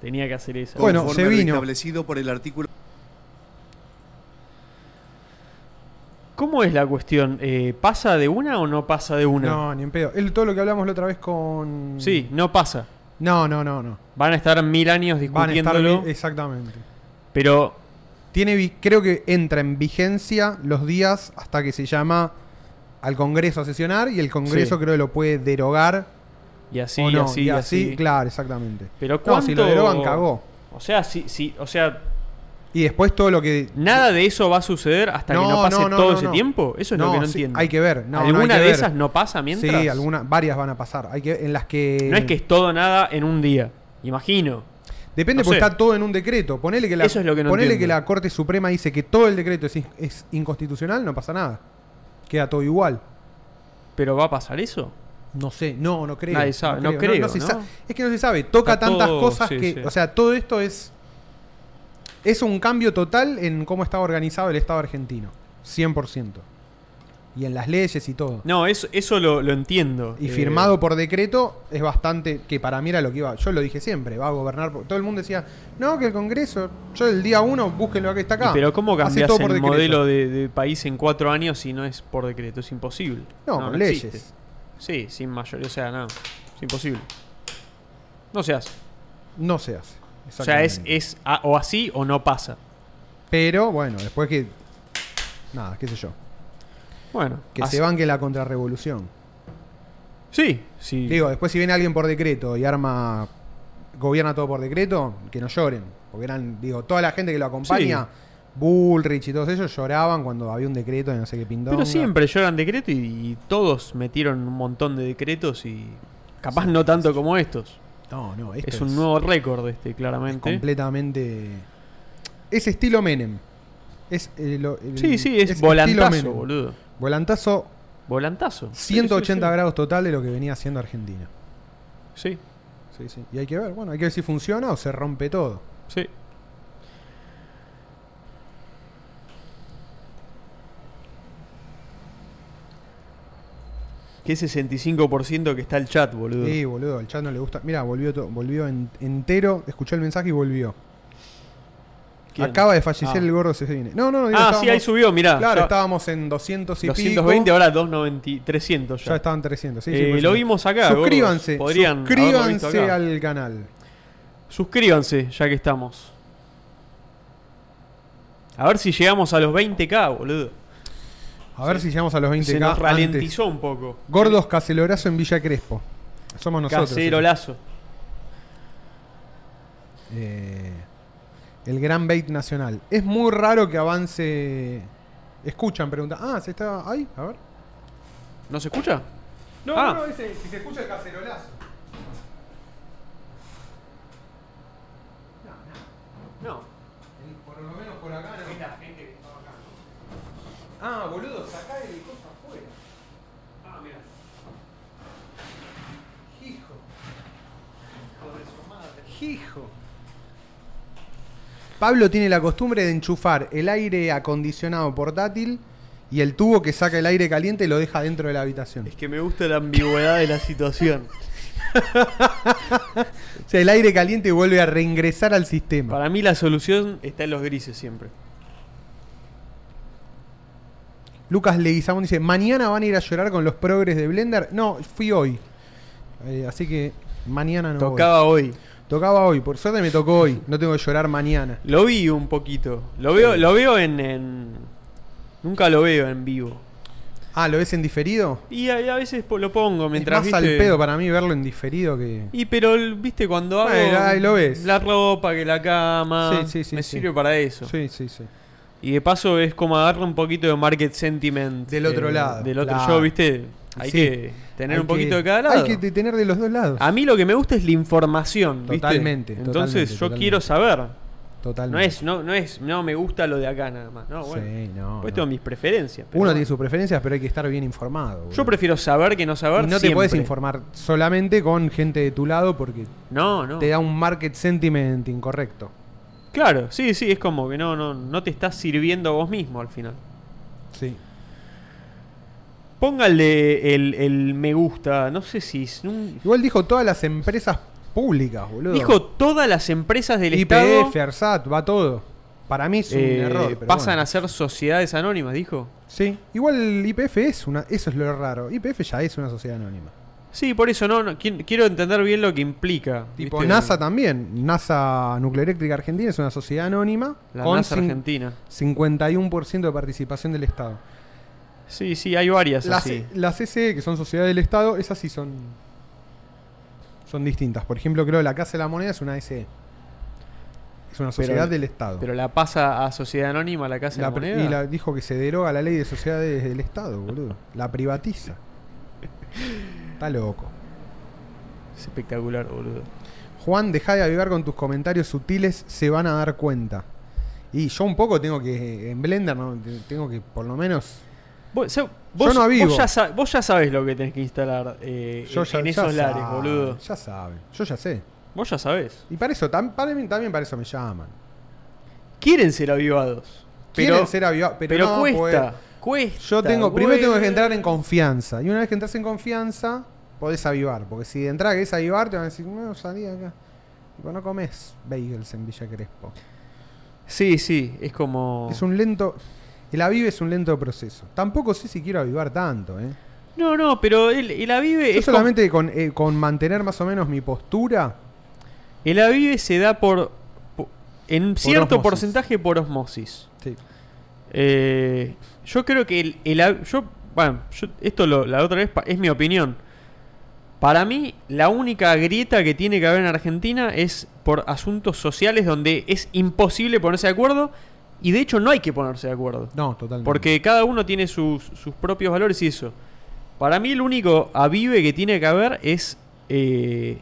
A: Tenía que hacer eso.
B: Bueno,
H: conforme
B: se vino.
H: Establecido por el artículo.
A: ¿Cómo es la cuestión? Eh, ¿Pasa de una o no pasa de una?
B: No, ni en pedo. Es todo lo que hablamos la otra vez con.
A: Sí, no pasa.
B: No, no, no, no.
A: Van a estar mil años
B: Van a estar.
A: discutiéndolo.
B: bien- Exactamente.
A: Pero
B: Tiene, vi- creo que entra en vigencia los días hasta que se llama al Congreso a sesionar y el Congreso
A: Sí.
B: creo que lo puede derogar
A: y así,
B: o no.
A: así,
B: y así,
A: así.
B: claro, exactamente.
A: Pero
B: No, si lo
A: ¿cuánto-
B: derogan, cagó.
A: O sea, sí, sí, o sea,
B: Y después todo lo que.
A: nada de eso va a suceder hasta que no pase todo ese
B: no.
A: tiempo. Eso es lo que no
B: sí,
A: entiendo.
B: Hay que ver. No, no, hay
A: ¿Alguna
B: que
A: de
B: ver.
A: esas no pasa mientras?
B: Sí, alguna, varias van a pasar. Hay que, en las que.
A: No es que es todo nada en un día. Imagino. no
B: Depende, porque
A: sé.
B: está todo en un decreto. Ponele que la,
A: Eso es lo que no
B: ponele que
A: entiendo.
B: la Corte Suprema dice que todo el decreto es, in- es inconstitucional, no pasa nada. Queda todo igual.
A: ¿Pero va a pasar eso?
B: No sé, no, no creo.
A: Nadie sabe, no creo,
B: se
A: ¿no?
B: sa- Es que no se sabe. Toca
A: Está
B: tantas
A: todo-
B: cosas
A: sí,
B: que.
A: sí.
B: O sea, todo esto es. Es un cambio total en cómo estaba organizado el Estado argentino. 100%. Y en las leyes y todo.
A: No, eso, eso lo, lo entiendo.
B: Y
A: Eh,
B: firmado por decreto es bastante. Que para mí era lo que iba. Yo lo dije siempre, va a gobernar. por- todo el mundo decía, no, que el Congreso. Yo el día uno, búsquenlo que está acá.
A: y Pero ¿cómo
B: Hace
A: cambias
B: todo por
A: el
B: decreto.
A: modelo de, de país en cuatro años si no es por decreto? Es imposible.
B: No, con
A: existe.
B: leyes.
A: Sí, sin mayoría. O sea, no. Es imposible. No se hace.
B: No se hace.
A: O sea, es,
B: Exactamente.
A: es a- o así o no pasa.
B: Pero bueno, después que. Nada, qué sé yo.
A: Bueno.
B: Que
A: así-
B: se banque la contrarrevolución.
A: Sí, sí.
B: Digo, después si viene alguien por decreto y arma. Gobierna todo por decreto, que no lloren. Porque eran, digo, toda la gente que lo acompaña, Bullrich y todos ellos lloraban cuando había un decreto de no sé qué pintó.
A: Pero siempre lloran decreto y, y todos metieron un montón de decretos y capaz no tanto como estos.
B: No, no, esto
A: es un nuevo récord este, claramente.
B: Completamente. Es estilo Menem. Es, eh, lo- el-
A: Sí, sí, es,
B: estilo
A: volantazo,
B: Menem.
A: boludo.
B: Volantazo
A: Volantazo. Sí,
B: 180
A: sí, sí.
B: grados total de lo que venía haciendo Argentina.
A: Sí,
B: Sí, sí. Y hay que ver, bueno, hay que ver si funciona o se rompe todo.
A: sí. Que ese 65% que está el chat, boludo.
B: Sí, boludo, el chat no le gusta. Mira, volvió, to- volvió en- entero, escuchó el mensaje y volvió.
A: ¿Quién?
B: Acaba de fallecer
A: Ah.
B: el gordo se viene. No, no, no. digo,
A: ah,
B: estábamos-
A: sí, ahí subió, mirá.
B: Claro,
A: Ya-
B: estábamos en 200 y
A: 220,
B: pico.
A: ahora 290, 300 ya.
B: Ya estaban 300. Sí, sí,
A: Eh,
B: por
A: lo
B: eso.
A: vimos acá, gordos.
B: Suscríbanse.
A: Podrían haberlo visto
B: suscríbanse
A: acá.
B: al canal.
A: Suscríbanse, ya que estamos. A ver si llegamos a los 20k, boludo.
B: A ver si llegamos a los 20K.
A: Se nos
B: antes.
A: ralentizó un poco.
B: Gordos Cacelorazo en Villa Crespo. Somos nosotros.
A: Casero
B: ¿sí?
A: lazo.
B: Eh, el gran bait nacional. Es muy raro que avance. Escuchan, preguntan. Ah, se está ahí. A ver.
A: ¿No se escucha?
B: No,
A: Ah.
B: no, ese, si se escucha el cacerolazo.
A: No.
B: El- Por lo menos por acá no. la gente que estaba acá, Ah, boludo, sacá el coso afuera.
A: Ah, mira.
B: Hijo. Hijo. Pablo tiene la costumbre de enchufar el aire acondicionado portátil y el tubo que saca el aire caliente lo deja dentro de la habitación.
A: Es que me gusta la ambigüedad de la situación.
B: O sea, el aire caliente vuelve a reingresar al sistema.
A: Para mí la solución está en los grises siempre.
B: Lucas Leguizamón dice, mañana van a ir a llorar con los progres de Blender. No, fui hoy. Eh, así que mañana no. voy.
A: Tocaba hoy.
B: Tocaba hoy, por suerte me tocó hoy. No tengo que llorar mañana.
A: Lo vi un poquito. Lo veo, lo veo en, en- Nunca lo veo en vivo.
B: Ah, ¿lo ves en diferido?
A: Y a, y a veces po- lo pongo mientras.
B: es más
A: viste-
B: al pedo para mí verlo en diferido que...
A: Y pero, el- viste, cuando hago.
B: Bueno, ahí lo ves.
A: La ropa, que la cama.
B: Sí, sí, sí,
A: me
B: sí.
A: sirve para eso.
B: Sí, sí, sí.
A: Y de paso es como agarra un poquito de market sentiment. eh,
B: Del otro lado,
A: Del otro
B: claro.
A: yo, viste. Hay
B: Sí.
A: que tener
B: Hay
A: un poquito
B: que-
A: de cada lado. Ah,
B: Hay que tener de los dos lados.
A: A mí lo que me gusta es la información. ¿viste?
B: Totalmente,
A: Entonces
B: totalmente,
A: yo
B: totalmente.
A: quiero saber. No
B: Totalmente.
A: es, no, no es, no me gusta lo de acá nada más. No, bueno.
B: Sí, no,
A: Pues
B: no.
A: tengo mis preferencias. pero
B: Uno
A: bueno.
B: tiene sus preferencias, pero hay que estar bien informado. boludo.
A: Yo prefiero saber que no
B: Y
A: saber.
B: no te
A: siempre.
B: puedes informar solamente con gente de tu lado porque
A: No, no.
B: te da un market sentiment incorrecto.
A: Claro, sí, sí, es como que no, no, no te estás sirviendo a vos mismo al final.
B: Sí.
A: Póngale el, el me gusta, no sé si. es un-
B: Igual dijo todas las empresas públicas, boludo.
A: Dijo todas las empresas del Estado
B: IPF, ARSAT, va todo. Para mí es un
A: eh,
B: error. pero
A: pasan
B: bueno.
A: a ser sociedades anónimas, dijo.
B: Sí. Igual el IPF es una. Eso es lo raro. IPF ya es una sociedad anónima.
A: Sí, por eso no, no, qui- quiero entender bien lo que implica.
B: Tipo
A: ¿viste?
B: NASA también. NASA Nucleoeléctrica Argentina es una sociedad anónima.
A: La
B: con
A: NASA
B: cin-
A: Argentina.
B: 51% de participación del Estado.
A: Sí, sí, hay varias
B: Las,
A: así.
B: las SE, que son sociedades del Estado, esas sí son. Son distintas. Por ejemplo, creo que la Casa de la Moneda es una SE. Es una sociedad del Estado.
A: Pero la pasa a sociedad anónima la casa
B: La
A: de la
B: pri-
A: moneda.
B: y la- dijo que se deroga la ley de sociedades del Estado, boludo. La privatiza. Está loco.
A: Es espectacular, boludo.
B: Juan, deja de avivar con tus comentarios sutiles, se van a dar cuenta. Y yo un poco tengo que, en Blender, ¿no? Te- tengo que por lo menos...
A: Vos, o sea, vos-
B: no
A: vos
B: vivo.
A: ya sa- vos ya sabés lo que tenés que instalar eh,
B: Yo
A: en,
B: ya,
A: en
B: ya
A: esos lares,
B: saben,
A: boludo.
B: Ya saben, yo ya sé.
A: Vos ya sabés.
B: Y para eso, tam- para mí- también para eso me llaman.
A: Quieren ser avivados.
B: Quieren
A: pero,
B: ser avivados, pero,
A: pero
B: no,
A: cuesta,
B: pues,
A: cuesta.
B: Yo tengo, primero
A: güey.
B: tengo que entrar en confianza. Y una vez que entras en confianza, podés avivar. Porque si de entrada querés avivar, te van a decir, no, salí de acá. Tipo, no comes bagels en Villa Crespo.
A: Sí, sí, es como.
B: Es un lento. El avive es un lento proceso. Tampoco sé si quiero avivar tanto, ¿eh?
A: No, no, pero el, el avive.
B: Yo
A: es como-
B: solamente con, eh, con mantener más o menos mi postura.
A: El avive se da por. po- en cierto
B: osmosis.
A: porcentaje por osmosis.
B: Sí.
A: Eh, yo creo que el, el av- yo, bueno, yo- esto lo- la otra vez pa- es mi opinión. Para mí, la única grieta que tiene que haber en Argentina es por asuntos sociales donde es imposible ponerse de acuerdo y de hecho no hay que ponerse de acuerdo.
B: No, totalmente.
A: Porque cada uno tiene sus, sus propios valores y eso. Para mí el único avive que tiene que haber es eh,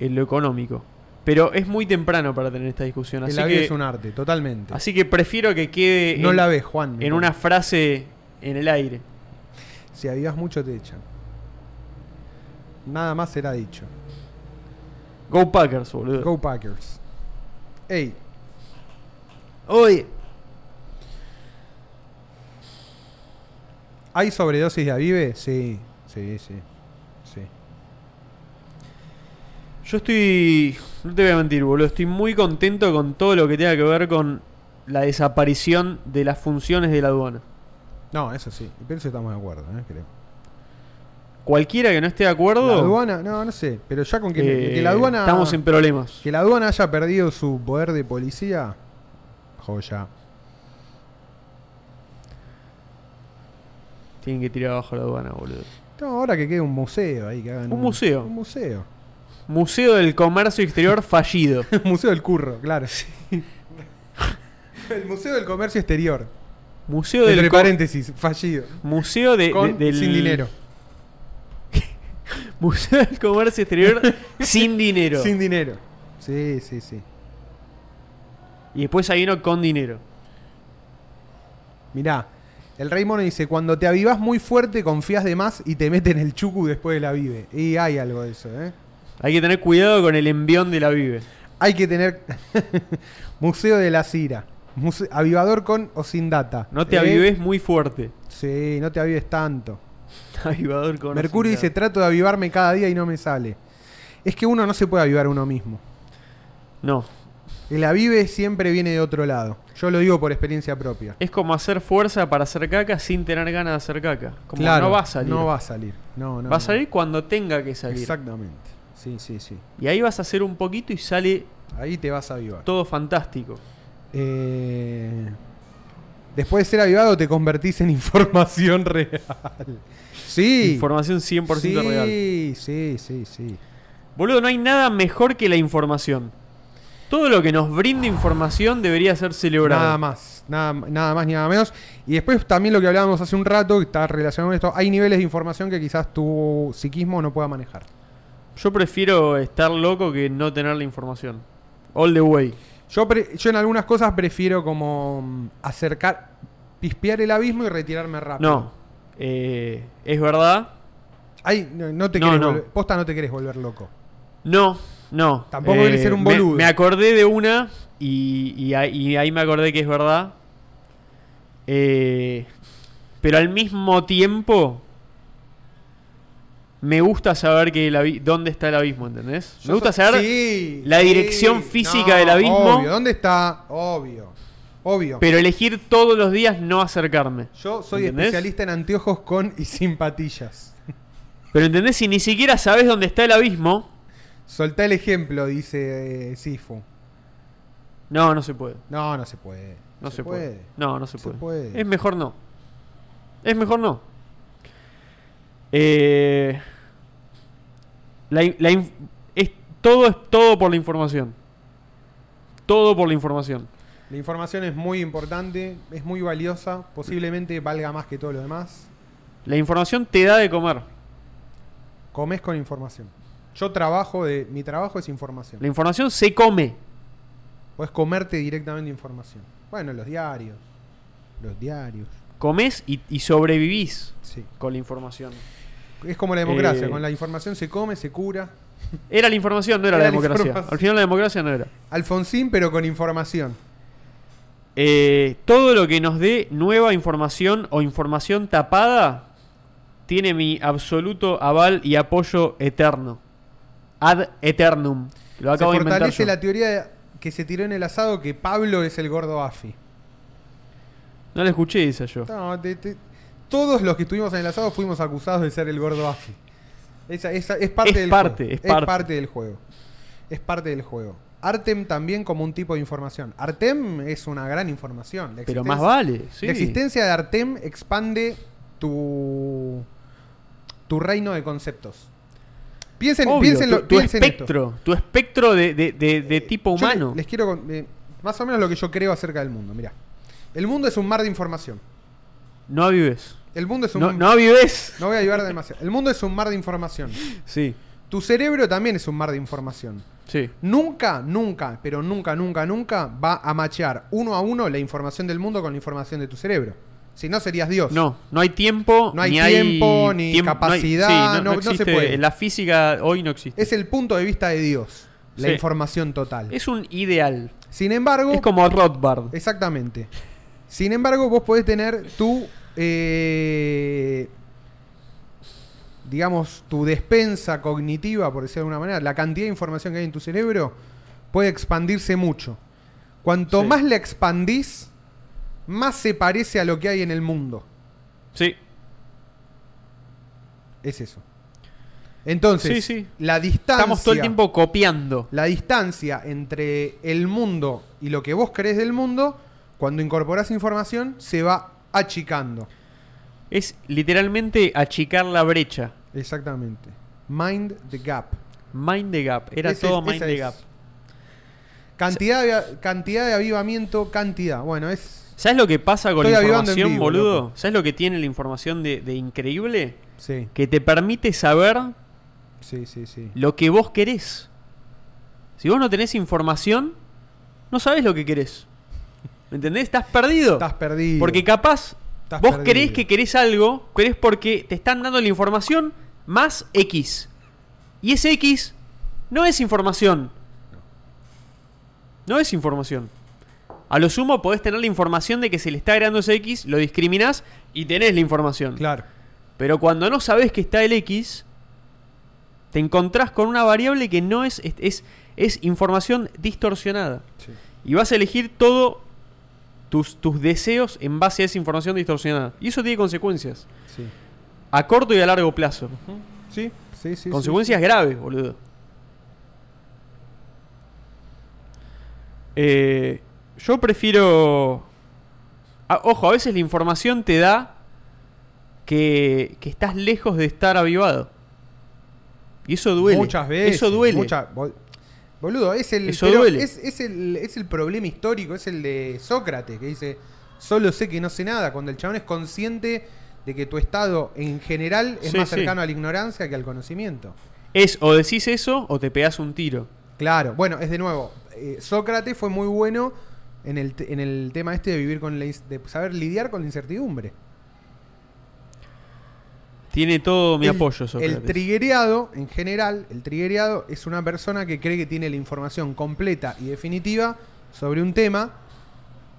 A: en lo económico. Pero es muy temprano para tener esta discusión.
B: el
A: Así
B: avive
A: que,
B: es un arte, totalmente.
A: así que prefiero que quede...
B: no
A: en-
B: la ves, Juan. me
A: en
B: parece.
A: una frase en el aire.
B: Si avivas mucho, te echan. Nada más será dicho.
A: Go Packers, boludo.
B: Go Packers. Ey,
A: Oye.
B: ¿hay sobredosis de avive? Sí, sí, sí. sí.
A: Yo estoy. No te voy a mentir, boludo. Estoy muy contento con todo lo que tenga que ver con la desaparición de las funciones de la aduana.
B: No, eso sí. Pero eso estamos de acuerdo, ¿eh? creo.
A: Cualquiera que no esté de acuerdo.
B: La aduana, no, no sé. Pero ya con que,
A: eh,
B: que la aduana.
A: Estamos en problemas.
B: Que la aduana haya perdido su poder de policía. Joya.
A: Tienen que tirar abajo la aduana, boludo.
B: No, ahora que quede un museo ahí. Que hagan
A: Un museo.
B: Un museo.
A: Museo del Comercio Exterior fallido.
B: El museo del curro, claro. El museo del comercio exterior.
A: Museo del.
B: Entre
A: co-
B: paréntesis, fallido.
A: Museo de,
B: Con,
A: de- del-
B: sin dinero.
A: Buscar el comercio exterior sin dinero.
B: Sin dinero. Sí, sí, sí.
A: Y después hay uno con dinero.
B: Mirá, el Rey Mono dice, cuando te avivas muy fuerte, confías de más y te meten el chucu después de la vive. Y hay algo de eso, ¿eh?
A: Hay que tener cuidado con el envión de la vive.
B: Hay que tener... Museo de la Cira. Muse- Avivador con o sin data.
A: No te
B: Eh,
A: avives muy fuerte.
B: Sí, no te avives tanto.
A: Avivador con
B: Mercurio dice,
A: ansiedad.
B: trato de avivarme cada día y no me sale. Es que uno no se puede avivar uno mismo.
A: No.
B: El avive siempre viene de otro lado. Yo lo digo por experiencia propia.
A: Es como hacer fuerza para hacer caca sin tener ganas de hacer caca. Como
B: Claro,
A: no va a salir.
B: No va a salir. No, no,
A: Va a
B: no.
A: salir cuando tenga que salir.
B: Exactamente. Sí, sí, sí.
A: Y ahí vas a hacer un poquito y sale
B: Ahí te vas a avivar.
A: todo fantástico.
B: Eh, después de ser avivado te convertís en información real. Sí.
A: Información 100%
B: sí,
A: real.
B: sí, sí, sí.
A: Boludo, no hay nada mejor que la información. Todo lo que nos brinde información debería ser celebrado.
B: Nada más, nada, nada más ni nada menos. Y después también lo que hablábamos hace un rato, que está relacionado con esto, hay niveles de información que quizás tu psiquismo no pueda manejar.
A: Yo prefiero estar loco que no tener la información. All the way.
B: Yo, pre- yo en algunas cosas prefiero como mm, acercar, pispear el abismo y retirarme rápido.
A: No. Eh, es verdad.
B: Ay, no, no te
A: No,
B: querés
A: no.
B: volver- posta no te querés volver loco.
A: No, no. Eh,
B: Tampoco querés ser un
A: me-
B: boludo.
A: Me, acordé de una y, y ahí- y ahí me acordé que es verdad. Eh, pero al mismo tiempo me gusta saber que el abi- dónde está el abismo, ¿entendés? Me
B: Yo
A: gusta
B: so-
A: saber,
B: sí,
A: la dirección física del abismo.
B: Obvio, ¿dónde está? Obvio. Obvio.
A: pero elegir todos los días no acercarme.
B: yo soy
A: ¿Entendés?
B: especialista en anteojos con y sin patillas.
A: Pero ¿entendés? Si ni siquiera sabes dónde está el abismo,
B: Soltá el ejemplo, dice eh, Sifu.
A: no, no se puede.
B: No, no se puede.
A: No se, puede. No, no se,
B: Se
A: puede.
B: puede.
A: Es mejor no. Es mejor no. Eh, la in- la inf- es, todo es todo por la información. Todo por la información.
B: La información es muy importante, es muy valiosa, posiblemente valga más que todo lo demás.
A: La información te da de comer.
B: Comes con información. Yo trabajo de. Mi trabajo es información.
A: La información se come.
B: Puedes comerte directamente información. Bueno, los diarios. Los diarios.
A: Comes y, y sobrevivís
B: Sí.
A: con la información.
B: Es como la democracia,
A: Eh.
B: con la información se come, se cura.
A: Era la información, no era,
B: Era
A: la
B: la
A: democracia.
B: información.
A: Al final la democracia no era.
B: Alfonsín, pero con información.
A: Eh, todo lo que nos dé nueva información o información tapada tiene mi absoluto aval y apoyo eterno. Ad eternum. Lo acabo
B: se
A: de inventar.
B: fortalece
A: yo.
B: la teoría de- que se tiró en el asado que Pablo es el gordo Afi.
A: No la escuché, dice yo.
B: No, te- te- todos los que estuvimos en el asado fuimos acusados de ser el gordo Afi. Esa, esa- es parte
A: Es
B: del
A: parte,
B: juego.
A: es parte.
B: del juego. Es parte del juego. Artem también como un tipo de información. Artem es una gran información. La
A: Pero
B: existencia-
A: más vale. sí.
B: La existencia de Artem expande tu, tu reino de conceptos. Piensen,
A: Obvio,
B: piénsenlo-
A: tu, tu
B: piensen esto. Eh,
A: espectro. Tu espectro de, de- de- de tipo
B: Yo le-
A: humano.
B: les, quiero con- eh, más o menos lo que yo creo acerca del mundo. Mira, el mundo es un mar de información.
A: No avives.
B: El mundo es un
A: No, no avives.
B: no voy a ayudar demasiado. El mundo es un mar de información.
A: Sí,
B: Tu cerebro también es un mar de información.
A: sí.
B: Nunca, nunca, pero nunca, nunca, nunca va a machear uno a uno la información del mundo con la información de tu cerebro. Si no serías Dios.
A: No, no hay tiempo.
B: No hay tiempo,
A: tiemp-
B: ni
A: no hay-
B: capacidad,
A: sí,
B: no- no se
A: existe.
B: puede.
A: La física hoy no existe.
B: Es el punto de vista de Dios. La
A: Sí.
B: información total.
A: es un ideal.
B: Sin embargo,
A: Es como Rothbard.
B: Exactamente. Sin embargo, vos podés tener tu. eh, digamos, tu despensa cognitiva, por decirlo de alguna manera. La cantidad de información que hay en tu cerebro puede expandirse mucho. Cuanto
A: Sí.
B: más la expandís, más se parece a lo que hay en el mundo.
A: Sí.
B: Es eso. Entonces,
A: Sí, sí.
B: la distancia.
A: Estamos todo el tiempo copiando.
B: la distancia entre el mundo y lo que vos crees del mundo, cuando incorporás información, se va achicando.
A: Es literalmente achicar la brecha.
B: Exactamente. Mind the gap.
A: Mind the gap. Era
B: Ese
A: todo
B: es-
A: mind
B: esa
A: the
B: es.
A: gap.
B: Cantidad de, avia- cantidad de avivamiento, cantidad. Bueno, es.
A: ¿Sabes lo que pasa con
B: Estoy
A: la
B: avivando en
A: información,
B: vivo,
A: boludo?
B: loco.
A: ¿Sabes lo que tiene la información de, de increíble?
B: Sí.
A: Que te permite saber
B: Sí, sí, sí.
A: lo que vos querés. Si vos no tenés información, no sabés lo que querés. ¿Me entendés? Estás perdido.
B: Estás perdido.
A: Porque capaz
B: Estás
A: vos
B: perdido.
A: creés que querés algo, crees porque te están dando la información más X. Y ese X no es información. No es información. A lo sumo podés tener la información de que se le está agregando ese X, lo discriminás y tenés la información.
B: Claro.
A: Pero cuando no sabes que está el X, te encontrás con una variable que no es, es, es, es información distorsionada.
B: Sí.
A: Y vas a elegir todo tus, tus deseos en base a esa información distorsionada. Y eso tiene consecuencias.
B: Sí.
A: A corto y a largo plazo.
B: Sí, sí, sí.
A: consecuencias graves, boludo. Eh, yo prefiero... Ah, ojo, a veces la información te da que, que estás lejos de estar avivado. Y eso duele.
B: Muchas veces.
A: Eso duele.
B: mucha- bol- boludo, es el,
A: Eso
B: pero
A: duele.
B: Es, es el, es el problema histórico, es el de Sócrates, que dice, solo sé que no sé nada, cuando el chabón es consciente de que tu estado en general es
A: Sí,
B: más
A: sí.
B: cercano a la ignorancia que al conocimiento.
A: Es o decís eso o te pegás un tiro.
B: Claro, bueno, es de nuevo, eh, Sócrates fue muy bueno en el, te- en el tema este de vivir con la, ins- de saber lidiar con la incertidumbre.
A: Tiene todo mi
B: El-
A: apoyo, Sócrates.
B: El triguereado, en general, el triguereado es una persona que cree que tiene la información completa y definitiva sobre un tema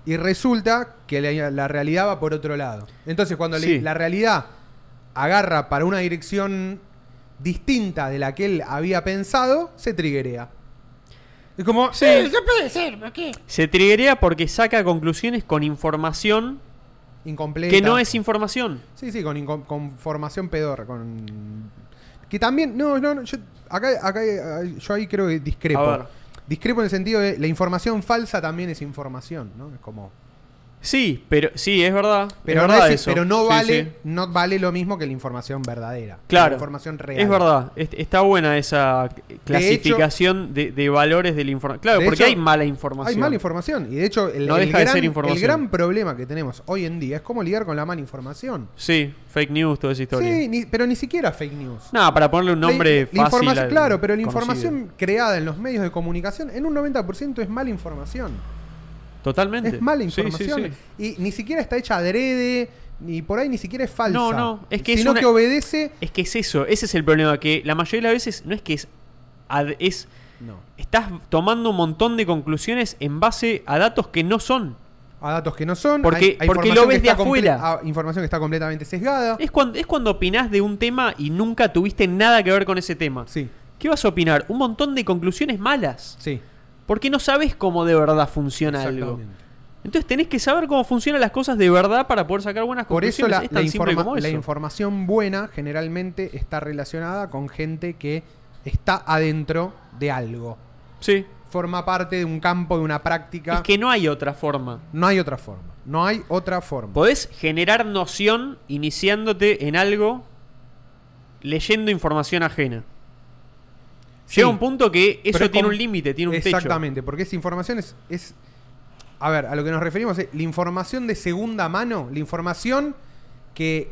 B: y resulta que la, la realidad va por otro lado. Entonces, cuando le-
A: Sí.
B: la realidad agarra para una dirección distinta de la que él había pensado, se triguerea. Es como, eh,
A: Sí. Se triguea porque saca conclusiones con información
B: incompleta.
A: que no es información.
B: Sí, sí, con, inco- con formación pedor, con... Que también, no, no, no, yo, acá, acá, eh, yo ahí creo que discrepo.
A: A ver.
B: Discrepo en el sentido de la información falsa también es información, ¿no? Es como...
A: Sí, pero sí, es verdad.
B: Pero,
A: es
B: no,
A: verdad
B: es-
A: eso.
B: pero no
A: Sí,
B: vale
A: sí.
B: no vale lo mismo que la información verdadera.
A: Claro.
B: La información real.
A: Es verdad, est- está buena esa clasificación de, de valores de la información. Claro,
B: De
A: porque
B: hecho,
A: hay mala información.
B: Hay mala información. Y de hecho, el,
A: No
B: el
A: deja de
B: gran,
A: ser
B: el
A: información.
B: gran problema que tenemos hoy en día es cómo lidiar con la mala información.
A: Sí, fake news, toda esa historia.
B: Sí, ni- pero ni siquiera fake news.
A: Nada, para ponerle un nombre
B: La- la
A: fácil.
B: información-
A: al-
B: claro, pero la
A: conocido.
B: información creada en los medios de comunicación en un 90% es mala información.
A: Totalmente.
B: Es mala
A: Sí, sí,
B: información.
A: sí.
B: Y ni siquiera está hecha adrede, ni por ahí ni siquiera es falsa.
A: No, no, es que es
B: Sino
A: una-
B: que obedece.
A: Es que es eso, ese es el problema, que la mayoría de las veces no es que es... ad- es
B: No.
A: estás tomando un montón de conclusiones en base a datos que no son.
B: A datos que no son.
A: Porque- porque
B: información
A: lo
B: que
A: ves de
B: está comple-
A: afuera.
B: ah, información que está completamente sesgada.
A: Es cuando, es cuando opinás de un tema y nunca tuviste nada que ver con ese tema.
B: Sí,
A: ¿Qué vas a opinar? Un montón de conclusiones malas.
B: sí.
A: Porque no sabes cómo de verdad funciona algo.
B: exactamente.
A: Entonces tenés que saber cómo funcionan las cosas de verdad para poder sacar buenas
B: Por eso
A: conclusiones.
B: la,
A: es
B: la
A: tan simple
B: informa-
A: como
B: la
A: eso.
B: información buena generalmente está relacionada con gente que está adentro de algo.
A: Sí.
B: Forma parte de un campo, de una práctica.
A: Es que no hay otra forma.
B: No hay otra forma. No hay otra forma.
A: Podés generar noción iniciándote en algo leyendo información ajena.
B: Sí,
A: Llega un punto que
B: pero
A: eso
B: es
A: tiene
B: com-
A: un límite, tiene un techo.
B: Exactamente, porque esa información es, es- A ver, a lo que nos referimos es la información de segunda mano, la información que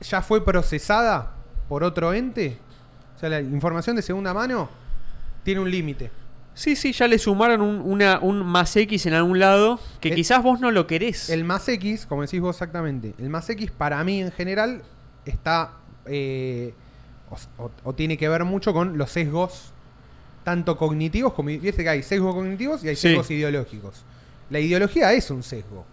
B: ya fue procesada por otro ente. O sea, la información de segunda mano tiene un límite.
A: Sí, sí, ya le sumaron un, una- un más X en algún lado que
B: El-
A: quizás vos no lo querés.
B: El más X, como decís vos exactamente, el más X para mí en general está. eh, o, o- o tiene que ver mucho con los sesgos, tanto cognitivos como. Viste que hay sesgos cognitivos y hay
A: Sí.
B: sesgos ideológicos. La ideología es un sesgo.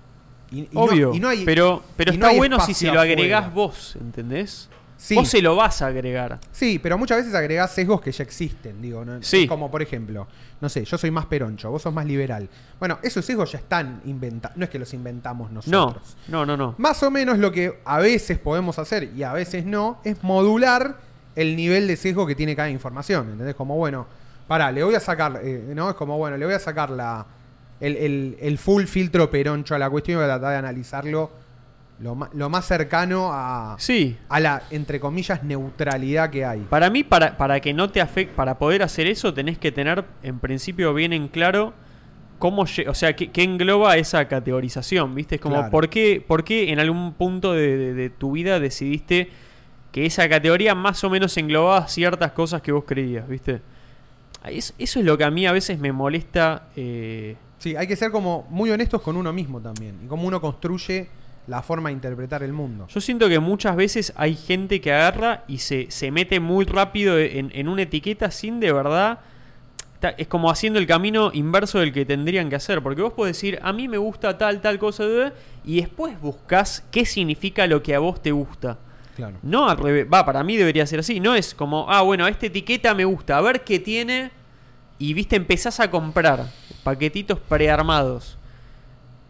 B: Y- y no-
A: Obvio.
B: y no hay-
A: pero pero
B: y no
A: está
B: hay
A: bueno si
B: espacio
A: se lo
B: afuera.
A: agregás vos, ¿entendés?
B: Sí.
A: Vos se lo vas a agregar.
B: Sí, pero muchas veces agregás sesgos que ya existen, digo, ¿no?
A: Sí.
B: Es Como por ejemplo, no sé, yo soy más peroncho, vos sos más liberal. Bueno, esos sesgos ya están inventados, no es que los inventamos
A: No,
B: nosotros.
A: no, no, no.
B: Más o menos lo que a veces podemos hacer y a veces no, es modular el nivel de sesgo que tiene cada información. ¿Entendés? Como, bueno, pará, le voy a sacar, eh, ¿no? Es como, bueno, le voy a sacar la, el, el- el full filtro peroncho a la cuestión y voy a tratar de analizarlo lo, ma- lo más cercano a,
A: Sí.
B: a la, entre comillas, neutralidad que hay.
A: Para mí, para, para que no te afecte, para poder hacer eso, tenés que tener en principio bien en claro cómo, lle- o sea, qué, qué engloba esa categorización, ¿viste? Es como,
B: Claro.
A: ¿por, qué, ¿por qué en algún punto de, de- de tu vida decidiste que esa categoría más o menos englobaba ciertas cosas que vos creías, ¿viste? Ah, es- Eso es lo que a mí a veces me molesta. eh,
B: Sí, hay que ser como muy honestos con uno mismo también. Y cómo uno construye la forma de interpretar el mundo.
A: Yo siento que muchas veces hay gente que agarra y se, se mete muy rápido en, en una etiqueta sin de verdad. ta- Es como haciendo el camino inverso del que tendrían que hacer. Porque vos podés decir, a mí me gusta tal, tal cosa, eh, y después buscas qué significa lo que a vos te gusta.
B: Claro.
A: No al revés. Va, para mí debería ser así. No es como, ah, bueno, esta etiqueta me gusta, a ver qué tiene. Y viste, empezás a comprar paquetitos prearmados.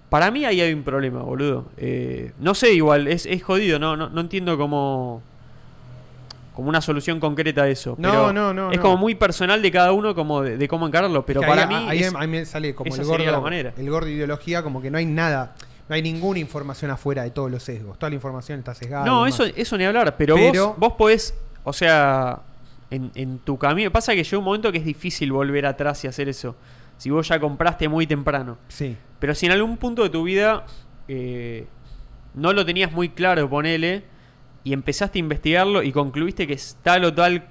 A: Para mí ahí hay un problema, boludo. Eh, no sé, igual, es, es jodido, no, no, no entiendo cómo. Como una solución concreta a eso.
B: No,
A: pero
B: no, no,
A: Es
B: no.
A: como muy personal de cada uno como de, de cómo encararlo. Pero
B: Que
A: para
B: ahí-
A: mí.
B: ahí
A: es-
B: a mí me sale como
A: esa
B: el
A: sería la
B: gordo,
A: manera.
B: el gordo ideología, como que no hay nada, no hay ninguna información afuera de todos los sesgos. Toda la información está sesgada.
A: No,
B: y demás.
A: eso, eso ni hablar, pero,
B: Pero-
A: vos, vos podés, o sea, en, en tu camino, pasa que llega un momento que es difícil volver atrás y hacer eso, si vos ya compraste muy temprano,
B: Sí.
A: pero si en algún punto de tu vida eh, no lo tenías muy claro, ponele, y empezaste a investigarlo y concluiste que es tal o tal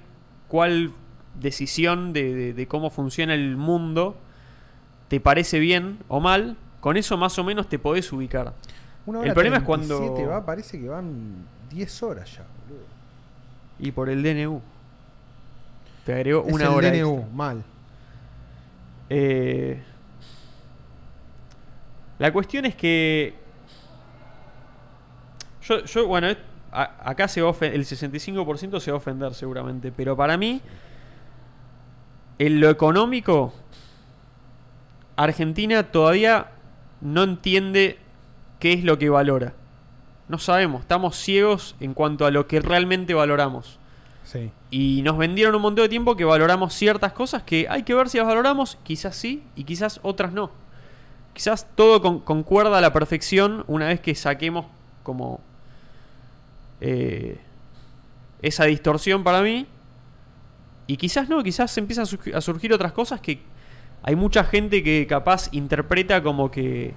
A: cual decisión de, de- de cómo funciona el mundo, te parece bien o mal, con eso más o menos te podés ubicar.
B: Una
A: El
B: hora
A: problema es cuando-
B: 37 Va, parece que van 10 horas ya, boludo.
A: Y por el DNU. Te agregó
B: Es
A: una
B: el
A: hora.
B: DNU,
A: extra.
B: mal.
A: Eh, la cuestión es que. Yo, yo, bueno, eh, a- acá se va a ofen- el 65% se va a ofender seguramente, pero para mí, en lo económico, Argentina todavía no entiende qué es lo que valora. No sabemos, estamos ciegos en cuanto a lo que realmente valoramos.
B: Sí.
A: Y nos vendieron un montón de tiempo que valoramos ciertas cosas que hay que ver si las valoramos, quizás sí y quizás otras no. Quizás todo con- concuerda a la perfección una vez que saquemos como eh, esa distorsión para mí. Y quizás no, quizás empiezan a surgi- a surgir otras cosas que hay mucha gente que capaz interpreta como que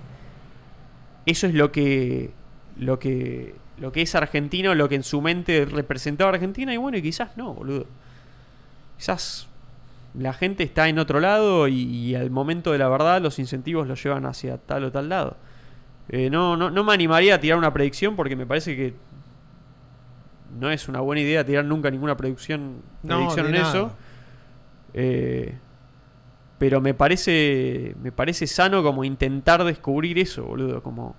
A: eso es lo que lo que lo que es argentino, lo que en su mente representaba a Argentina y bueno, y quizás no, boludo. Quizás la gente está en otro lado y, y al momento de la verdad los incentivos los llevan hacia tal o tal lado. Eh, no, no, no me animaría a tirar una predicción porque me parece que no es una buena idea tirar nunca ninguna predicción,
B: No,
A: predicción
B: de
A: en eso.
B: nada.
A: Eh, pero me parece, me parece sano como intentar descubrir eso, boludo. Como,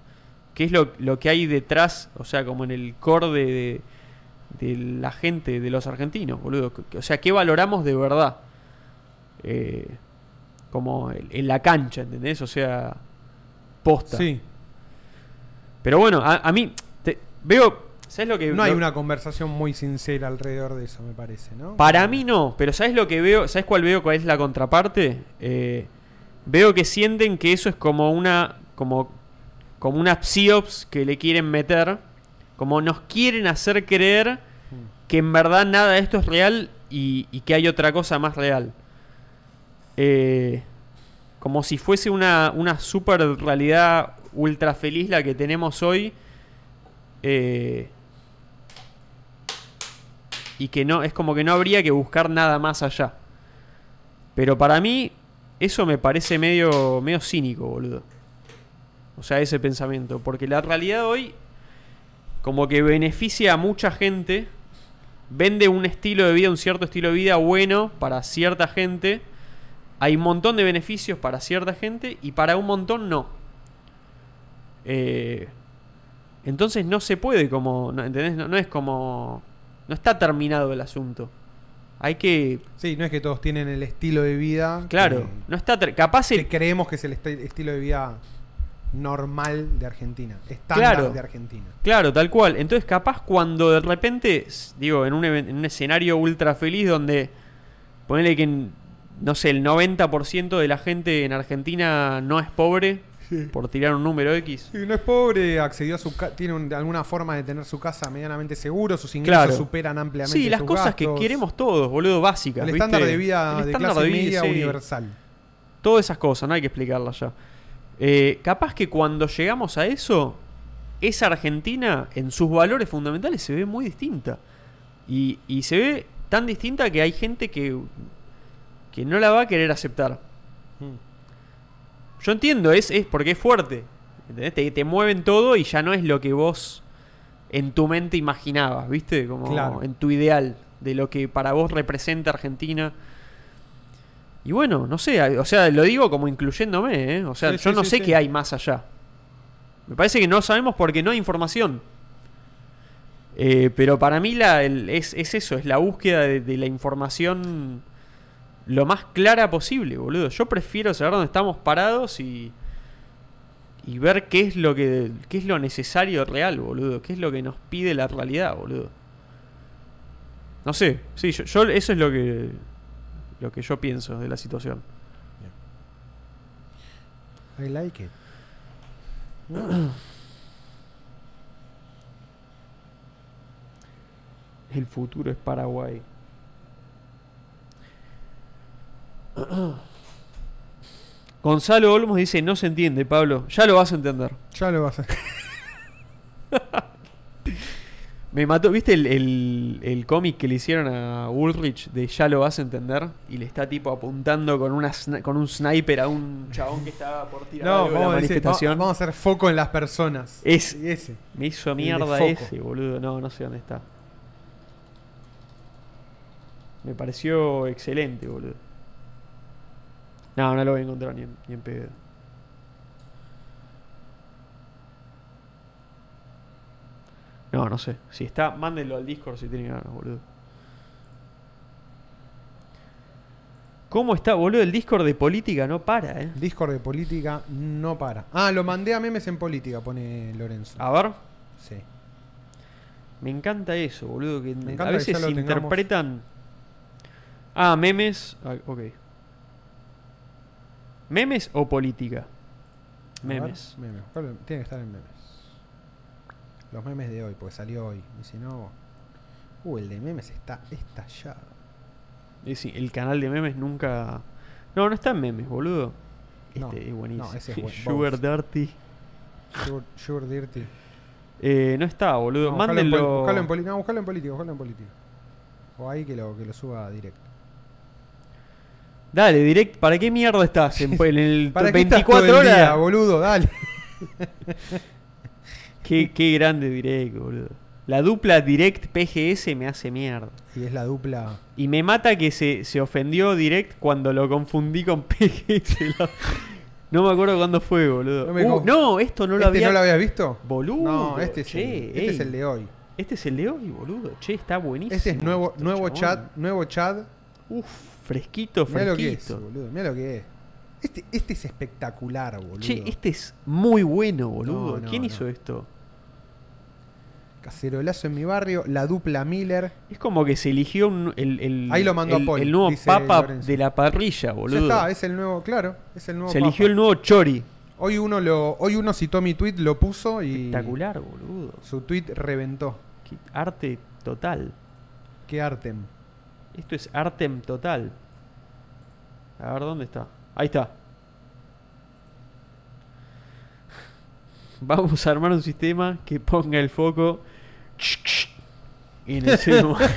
A: ¿Qué es lo, lo que hay detrás? O sea, como en el core de, de- de la gente, de los argentinos, boludo. O sea, ¿qué valoramos de verdad? Eh, como en, en la cancha, ¿entendés? O sea, posta.
B: Sí.
A: Pero bueno, a, a mí te- veo... ¿Sabes lo que
B: No hay
A: Eh, lo-
B: una conversación muy sincera alrededor de eso, me parece, ¿no?
A: Para mí no, pero ¿sabes lo que veo? ¿Sabes cuál veo? ¿Cuál es la contraparte? Eh, veo que sienten que eso es como una. como. como una psiops que le quieren meter. Como nos quieren hacer creer que en verdad nada de esto es real y, y que hay otra cosa más real. Eh, como si fuese una, una super realidad ultra feliz la que tenemos hoy. Eh, y que no es como que no habría que buscar nada más allá. Pero para mí eso me parece medio medio cínico, boludo. O sea, ese pensamiento, porque la realidad hoy como que beneficia a mucha gente, vende un estilo de vida, un cierto estilo de vida bueno para cierta gente. Hay un montón de beneficios para cierta gente y para un montón no. Eh, entonces no se puede como, no, ¿entendés? No, no es como, no está terminado el asunto. Hay que,
B: Sí, no es que todos tienen el estilo de vida.
A: claro,
B: que-
A: no está, ter- capaz el-
B: Mm. que creemos que es el esti- estilo de vida normal de Argentina, estándar
A: Claro.
B: de Argentina.
A: Claro, tal cual. Entonces, capaz cuando de repente, s- digo, en un, even- en un escenario ultra feliz donde ponele que, en- no sé, el 90% de la gente en Argentina no es pobre, por tirar un número X.
B: Si no es pobre, accedió a su ca- tiene un- alguna forma de tener su casa medianamente seguro, sus ingresos
A: Claro.
B: superan ampliamente
A: Sí, las
B: sus
A: cosas
B: gastos.
A: que queremos todos, boludo, básicas.
B: El
A: ¿viste?
B: estándar de vida
A: El
B: de
A: estándar
B: clase
A: vida,
B: media
A: sí.
B: universal.
A: Todas esas cosas, no hay que explicarlas ya. Eh, capaz que cuando llegamos a eso, esa Argentina en sus valores fundamentales se ve muy distinta. Y, y se ve tan distinta que hay gente que, que no la va a querer aceptar. Mm. Yo entiendo, es, es porque es fuerte. ¿entendés? Te, te mueven todo y ya no es lo que vos en tu mente imaginabas, ¿viste? Como
B: Claro.
A: en tu ideal de lo que para vos representa Argentina. Y bueno, no sé, o sea, lo digo como incluyéndome, ¿eh? O sea,
C: Sí,
A: yo
C: sí,
A: no
C: sí,
A: sé
C: sí.
A: qué hay más allá. Me parece que no sabemos porque no hay información. Eh, pero para mí la, el- es, es eso, es la búsqueda de, de la información lo más clara posible, boludo. Yo prefiero saber dónde estamos parados y, y ver qué es lo que qué es lo necesario real, boludo. Qué es lo que nos pide la realidad, boludo. No sé, sí, yo, yo- eso es lo que lo que yo pienso de la situación.
B: I like it.
A: El futuro es Paraguay. Gonzalo Olmos dice, no se entiende, Pablo. Ya lo vas a entender.
B: Ya lo vas a hacer.
A: Me mató, ¿viste el, el- el cómic que le hicieron a Ulrich de Ya lo vas a entender? Y le está tipo apuntando con, una, sna- con un sniper a un chabón que estaba por tirar
B: No,
A: algo en la
B: vamos a, decir, va-
A: manifestación.
B: vamos a hacer foco en las personas.
A: Es-
B: Ese.
A: Me hizo
B: El de
A: mierda
B: foco.
A: ese, boludo. No, no sé dónde está. Me pareció excelente, boludo. No, no lo voy a encontrar ni en, ni en pedo. No, no sé. Si está, mándenlo al Discord si tienen ganas, boludo. ¿Cómo está, boludo? El Discord de política no para, eh.
B: Discord de política no para. Ah, lo mandé a memes en política, pone Lorenzo.
A: A ver.
B: Sí.
A: Me encanta eso, boludo. Que
B: encanta
A: a
B: que
A: veces
B: ya lo tengamos.
A: interpretan. Ah, memes. ah, ok. ¿Memes o política?
B: A ver,
A: Memes.
B: memes. ¿Cuál- Tiene que estar en memes. Los memes de hoy, porque salió hoy. Y si no. Uh, el de memes está estallado.
A: Y sí, el canal de memes nunca. No, no está en memes, boludo. Este
B: No,
A: es buenísimo.
B: no, ese es buen-
A: Sugar Dirty.
B: Sure, sure Dirty.
A: Eh, no está, boludo.
B: No, buscalo en pol-
A: Mándenlo.
B: buscalo en poli- no, buscalo en política, buscalo en política. O ahí que lo, que lo suba directo.
A: Dale, direct. ¿Para qué mierda estás? En, en el
B: qué estás
A: 24
B: todo el día,
A: horas.
B: boludo, dale.
A: qué, qué grande direct, boludo. La dupla direct PGS me hace mierda.
B: Y es la dupla.
A: Y me mata que se, se ofendió direct cuando lo confundí con PGS. La- No me acuerdo cuándo fue, boludo.
B: No
A: Uh,
B: me
A: No,
B: conf-
A: esto no lo
B: ¿Este
A: había.
B: no lo habías visto?
A: Boludo,
B: No, este es,
A: che,
B: el, este es
A: ey.
B: el de hoy.
A: Este es el de hoy, boludo. Che, está buenísimo.
B: Este es nuevo,
A: esto,
B: nuevo
A: chabón.
B: chat, nuevo chat.
A: Uf, fresquito,
B: Mira lo que es,
A: fresquito.
B: boludo. Mira lo que es. Este, este es espectacular, boludo.
A: Che, este es muy bueno, boludo.
B: No, no,
A: ¿Quién
B: no.
A: hizo esto?
B: Cacerolazo en mi barrio, la dupla Miller.
A: Es como que se eligió un- el, el-
B: Ahí lo mandó a
A: el-
B: Paul,
A: el nuevo
B: dice
A: papa
B: Lorenzo.
A: de la parrilla, boludo.
B: Ya está, es el nuevo, claro, es el nuevo.
A: se
B: Papa.
A: eligió el nuevo Chori.
B: Hoy uno lo, hoy uno citó mi tweet, lo puso y
A: Espectacular, boludo.
B: su tweet reventó.
A: Qué arte total.
B: Qué artem.
A: Esto es Artem Total. A ver dónde está. Ahí está. Vamos a armar un sistema que ponga el foco en el ser humano.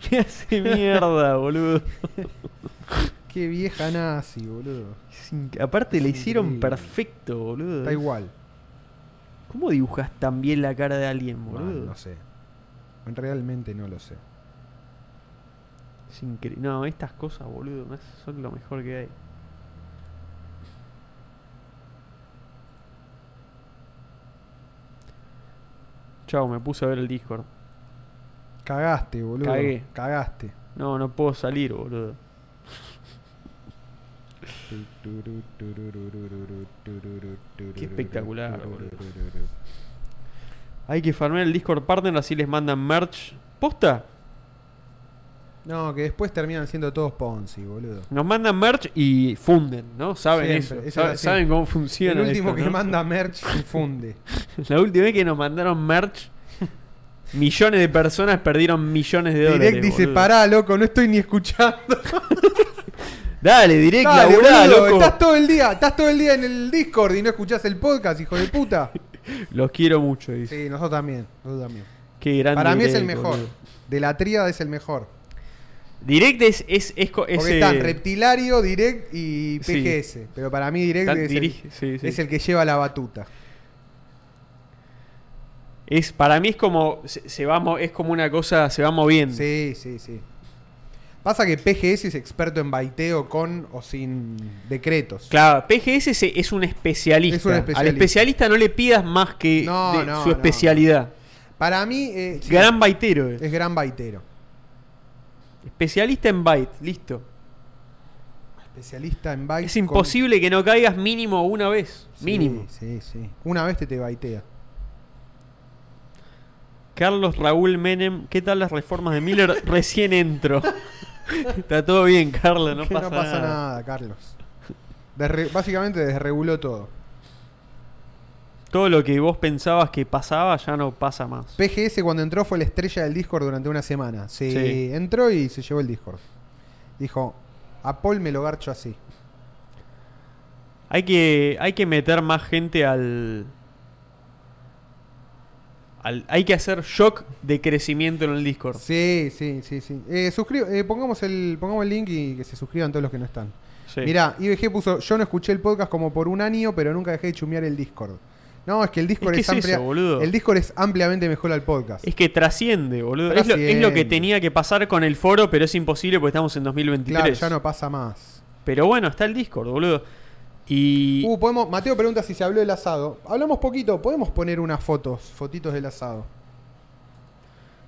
A: ¿Qué hace mierda, boludo?
B: Qué vieja nazi, boludo.
A: Es inc- Aparte le
B: Es
A: hicieron
B: increíble.
A: perfecto, boludo.
B: Está igual.
A: ¿Cómo dibujas tan bien la cara de alguien,
B: Mal,
A: boludo?
B: no sé. Realmente no lo sé.
A: Es incre- No, estas cosas, boludo, no es- son lo mejor que hay. Chao, me puse a ver el Discord.
B: Cagaste, boludo.
A: Cagué.
B: Cagaste.
A: No, no puedo salir, boludo. Qué espectacular, boludo. Hay que farmear el Discord Partner, así les mandan merch. ¿Posta?
B: No, que después terminan siendo todos Ponzi, boludo.
A: Nos mandan merch y funden, ¿no? Saben eso.
B: Siempre, eso
A: Saben,
B: era así.
A: saben cómo funciona.
B: el último
A: esto,
B: que
A: ¿no?
B: manda merch se funde.
A: La última vez que nos mandaron merch, millones de personas perdieron millones de dólares.
B: Direct dice,
A: boludo.
B: pará, loco, no estoy ni escuchando.
A: Dale, direct,
B: Dale,
A: Eh, laburá,
B: boludo,
A: loco.
B: Estás todo el día, estás todo el día en el Discord y no escuchás el podcast, hijo de puta.
A: Los quiero mucho, dice.
B: Sí, nosotros también, nosotros también.
A: Qué grande
B: Para mí es el
A: Greg,
B: mejor.
A: boludo.
B: De la tríada es el mejor.
A: Direct es. es, es co-
B: Porque
A: es, eh,
B: están Reptilario, Direct y
A: sí.
B: PGS. Pero para mí Direct
A: tan
B: es,
A: dirige-
B: el,
A: sí, sí.
B: es el que lleva la batuta.
A: Es- para mí es como. Se, se va, mo- es como una cosa. Se va moviendo.
B: Sí, sí, sí. Pasa que PGS es experto en baiteo con o sin decretos.
A: Claro, PGS se- es un especialista.
B: Es un
A: Al
B: especialista.
A: especialista no le pidas más que
B: No,
A: de
B: no,
A: su
B: no.
A: especialidad.
B: Para mí eh, sí,
A: Gran baitero. es.
B: es gran baitero.
A: Especialista en bait, listo.
B: Especialista en baile.
A: Es imposible que no caigas mínimo una vez. Mínimo.
B: Sí, sí. Una vez te, te baitea.
A: Carlos Raúl Menem, ¿qué tal las reformas de Miller? Recién entro. Está todo bien, Carlos, no
B: Que
A: pasa, nada.
B: Carlos. Desre- básicamente desreguló todo.
A: Todo lo que vos pensabas que pasaba ya no pasa más.
B: PGS cuando entró fue la estrella del Discord durante una semana. Se
A: Sí.
B: entró y se llevó el Discord. Dijo, a Paul me lo garcho así.
A: Hay que, hay que meter más gente al, al- Hay que hacer shock de crecimiento en el Discord.
B: Sí, sí, sí, sí. Eh, suscri- eh, pongamos, el, pongamos el link y que se suscriban todos los que no están.
A: Sí.
B: Mirá, IBG puso, yo no escuché el podcast como por un año, pero nunca dejé de chumear el Discord. No, es que el Discord
A: que
B: es,
A: es eso,
B: amplia-
A: boludo.
B: El Discord es ampliamente mejor al podcast.
A: Es que trasciende, boludo. Es lo- Es, lo, que
B: Trasciende.
A: tenía que pasar con el foro, pero es imposible porque estamos en 2023.
B: Claro, ya no pasa más.
A: Pero bueno, está el Discord, boludo. Y.
B: Uh, podemos, Mateo pregunta si se habló del asado. Hablamos poquito, podemos poner unas fotos, fotitos del asado.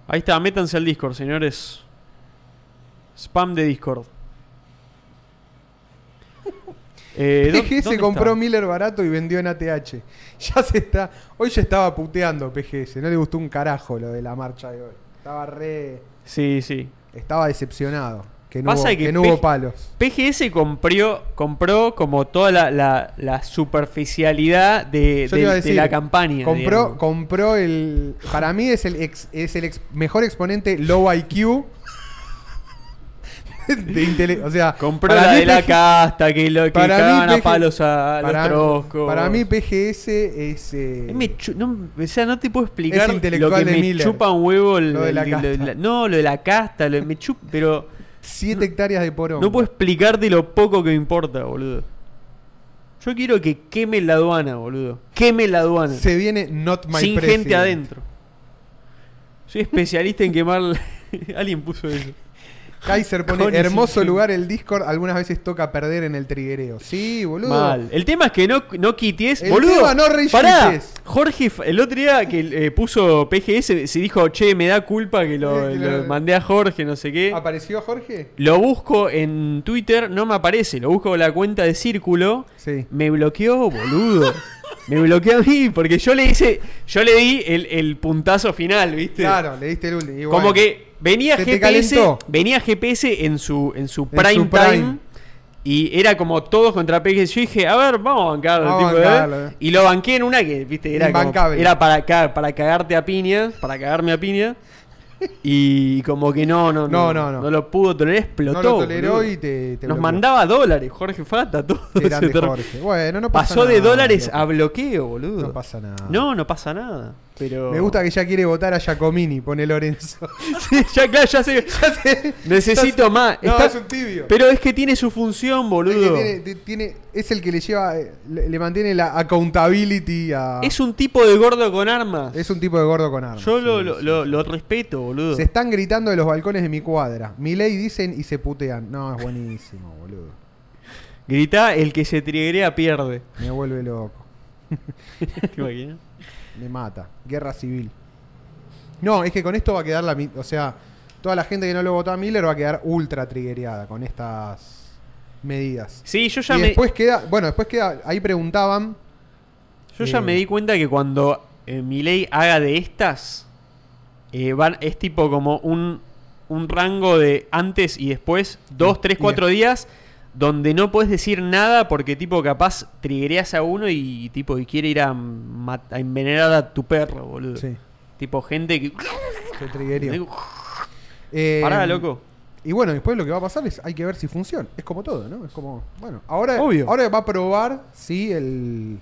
A: Ahí está, métanse al Discord, señores. Spam de Discord. Eh, ¿dó-
B: PGS
A: dónde
B: compró
A: está?
B: Miller barato y vendió en ATH. Ya se está. Hoy ya estaba puteando PGS. No le gustó un carajo lo de la marcha de hoy. Estaba re.
A: Sí, sí.
B: Estaba decepcionado. Que no, hubo,
A: Pasa que
B: que no
A: P-
B: hubo palos.
A: PGS comprió- compró como toda la, la- la superficialidad de,
B: Yo te
A: de-
B: iba a
A: de
B: decir,
A: la campaña.
B: Compró,
A: digamos.
B: compró el. Para mí es el, ex- es el ex- mejor exponente low IQ. de intele- o sea,
A: compró
B: para
A: la
B: mí
A: de la
B: PGS
A: casta, que lo que
B: para mí
A: cagaban a
B: PG
A: palos a, a los
B: para,
A: troscos.
B: para mí PGS es. eh,
A: Eh, me chu- no, o sea, no te puedo explicar
B: Es intelectual
A: lo que
B: de
A: me
B: Miller.
A: chupa un huevo el-
B: Lo de la
A: el- el-
B: casta.
A: la- no, lo de la casta, lo- me chupa, pero
B: 7
A: no-
B: hectáreas de porón.
A: no puedo explicarte lo poco que me importa, boludo. Yo quiero que queme la aduana, boludo. Queme la aduana.
B: Se viene Not My
A: sin
B: President.
A: gente adentro. Soy especialista en quemar. la- Alguien puso eso.
B: Kaiser pone
A: Con y sin
B: hermoso
A: gente".
B: lugar el Discord. Algunas veces toca perder en el triguereo. Sí, boludo.
A: Mal. El tema es que no, no quites.
B: El
A: boludo,
B: tema no reyes.
A: pará. Jorge, F- el otro día que eh, puso PGS, se dijo, che, me da culpa que lo,
B: Eh, que lo-
A: lo mandé a Jorge, no sé qué.
B: ¿Apareció Jorge?
A: Lo busco en Twitter, no me aparece. Lo busco con la cuenta de Círculo.
B: Sí.
A: Me bloqueó, boludo. me bloqueó a mí, porque yo le hice. Yo le di el, el puntazo final, ¿viste?
B: Claro, le diste el último. y
A: Como
B: bueno.
A: que venía
B: se te
A: GPS,
B: calentó.
A: venía GPS en su en su
B: En
A: prime
B: su
A: time
B: prime.
A: y era como todos contra PGS. Yo dije, a ver, vamos a bancarlo.
B: Vamos a
A: tipo, ¿eh?
B: bancarlo, eh.
A: Y lo banqué en una que, viste, era como-
B: Imbancable.
A: era para ca- para cagarte a piñas, para cagarme a piñas. Y como que no, no, no,
B: No, no, no.
A: lo pudo tolerar, explotó.
B: No lo toleró
A: boludo.
B: y te- te
A: Nos
B: bloqueó.
A: mandaba dólares, Jorge Fata, todo.
B: Qué
A: se
B: grande
A: ter-
B: Jorge. Bueno, no pasa
A: Pasó de
B: nada,
A: dólares
B: loco.
A: a bloqueo, boludo.
B: No pasa nada.
A: No, no pasa nada. Pero...
B: Me gusta que ya quiere votar a Giacomini, pone Lorenzo.
A: Sí, ya, claro, ya se...
B: Ya sé.
A: Necesito más.
B: No,
A: Está-
B: es un tibio.
A: Pero es que tiene su función,
B: Es,
A: boludo.
B: que tiene- ti- tiene- es el que le lleva, eh, le, le mantiene la accountability a.
A: Es un tipo de gordo con armas.
B: Ah. es un tipo de gordo con armas.
A: Yo lo,
B: Sí,
A: lo-
B: sí.
A: lo- lo respeto, boludo.
B: Se están gritando de los balcones de mi cuadra. Milei dicen y se putean. No, es buenísimo, boludo.
A: Grita, el que se triguea pierde.
B: Me vuelve loco.
A: ¿Te imaginas?
B: Me mata. Guerra civil. No, es que con esto va a quedar la. mi- O sea, toda la gente que no lo votó a Miller va a quedar ultra triguereada con estas medidas.
A: Sí, yo ya,
B: Y
A: me,
B: después queda. Bueno, después queda. Ahí preguntaban.
A: yo ya
B: eh,
A: me di cuenta que cuando eh, Milei haga de estas, eh, van, es tipo como un, un rango de antes y después, dos, tres,
B: y
A: cuatro
B: de-
A: días, donde no puedes decir nada porque tipo capaz trigueas a uno y tipo y quiere ir a, mat- a envenenar a tu perro, boludo.
B: Sí,
A: Tipo gente que.
B: se triguereó. Eh,
A: Pará, loco.
B: Y bueno, después lo que va a pasar es hay que ver si funciona. Es como todo, ¿no? Es como, bueno, ahora,
A: Obvio.
B: ahora va a probar si el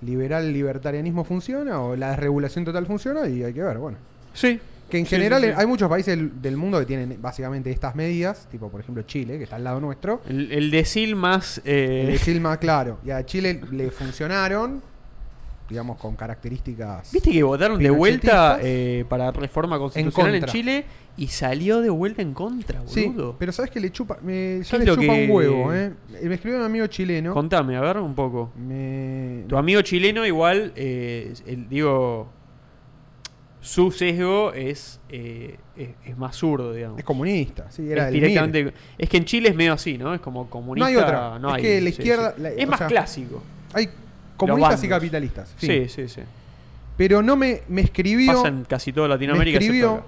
B: liberal libertarianismo funciona o la desregulación total funciona y hay que ver, bueno.
A: Sí.
B: Que en
A: Sí,
B: general
A: sí, sí.
B: hay muchos países del, del mundo que tienen básicamente estas medidas, tipo por ejemplo Chile, que está al lado nuestro.
A: El, el decil más. eh,
B: El decil más claro. Y a Chile le funcionaron, digamos, con características.
A: Viste que votaron de vuelta
B: Pinochetistas.
A: eh, para reforma constitucional en,
B: contra.
A: Chile y salió de vuelta en contra,
B: Sí,
A: boludo.
B: pero sabes que le chupa, me, ya
A: ¿Qué
B: le
A: es lo
B: chupa un
A: que-
B: huevo, ¿eh? Me escribió un amigo chileno.
A: Contame, a ver un poco.
B: Me,
A: Tu amigo chileno, igual, eh, el- digo. Su sesgo es, eh, es, es más zurdo, digamos.
B: es comunista, sí,
A: Es
B: era del MIR.
A: directamente- es que en Chile es medio así, ¿no? Es como comunista.
B: No hay otra.
A: no
B: Es
A: hay-
B: que la
A: sí,
B: izquierda-
A: sí.
B: la-
A: es
B: o
A: más
B: sea,
A: clásico.
B: Hay comunistas y
A: bandos.
B: capitalistas. fin.
A: Sí, sí, sí.
B: Pero no me, me escribió.
A: Pasa en casi toda
B: me
A: Latinoamérica. excepto
B: escribió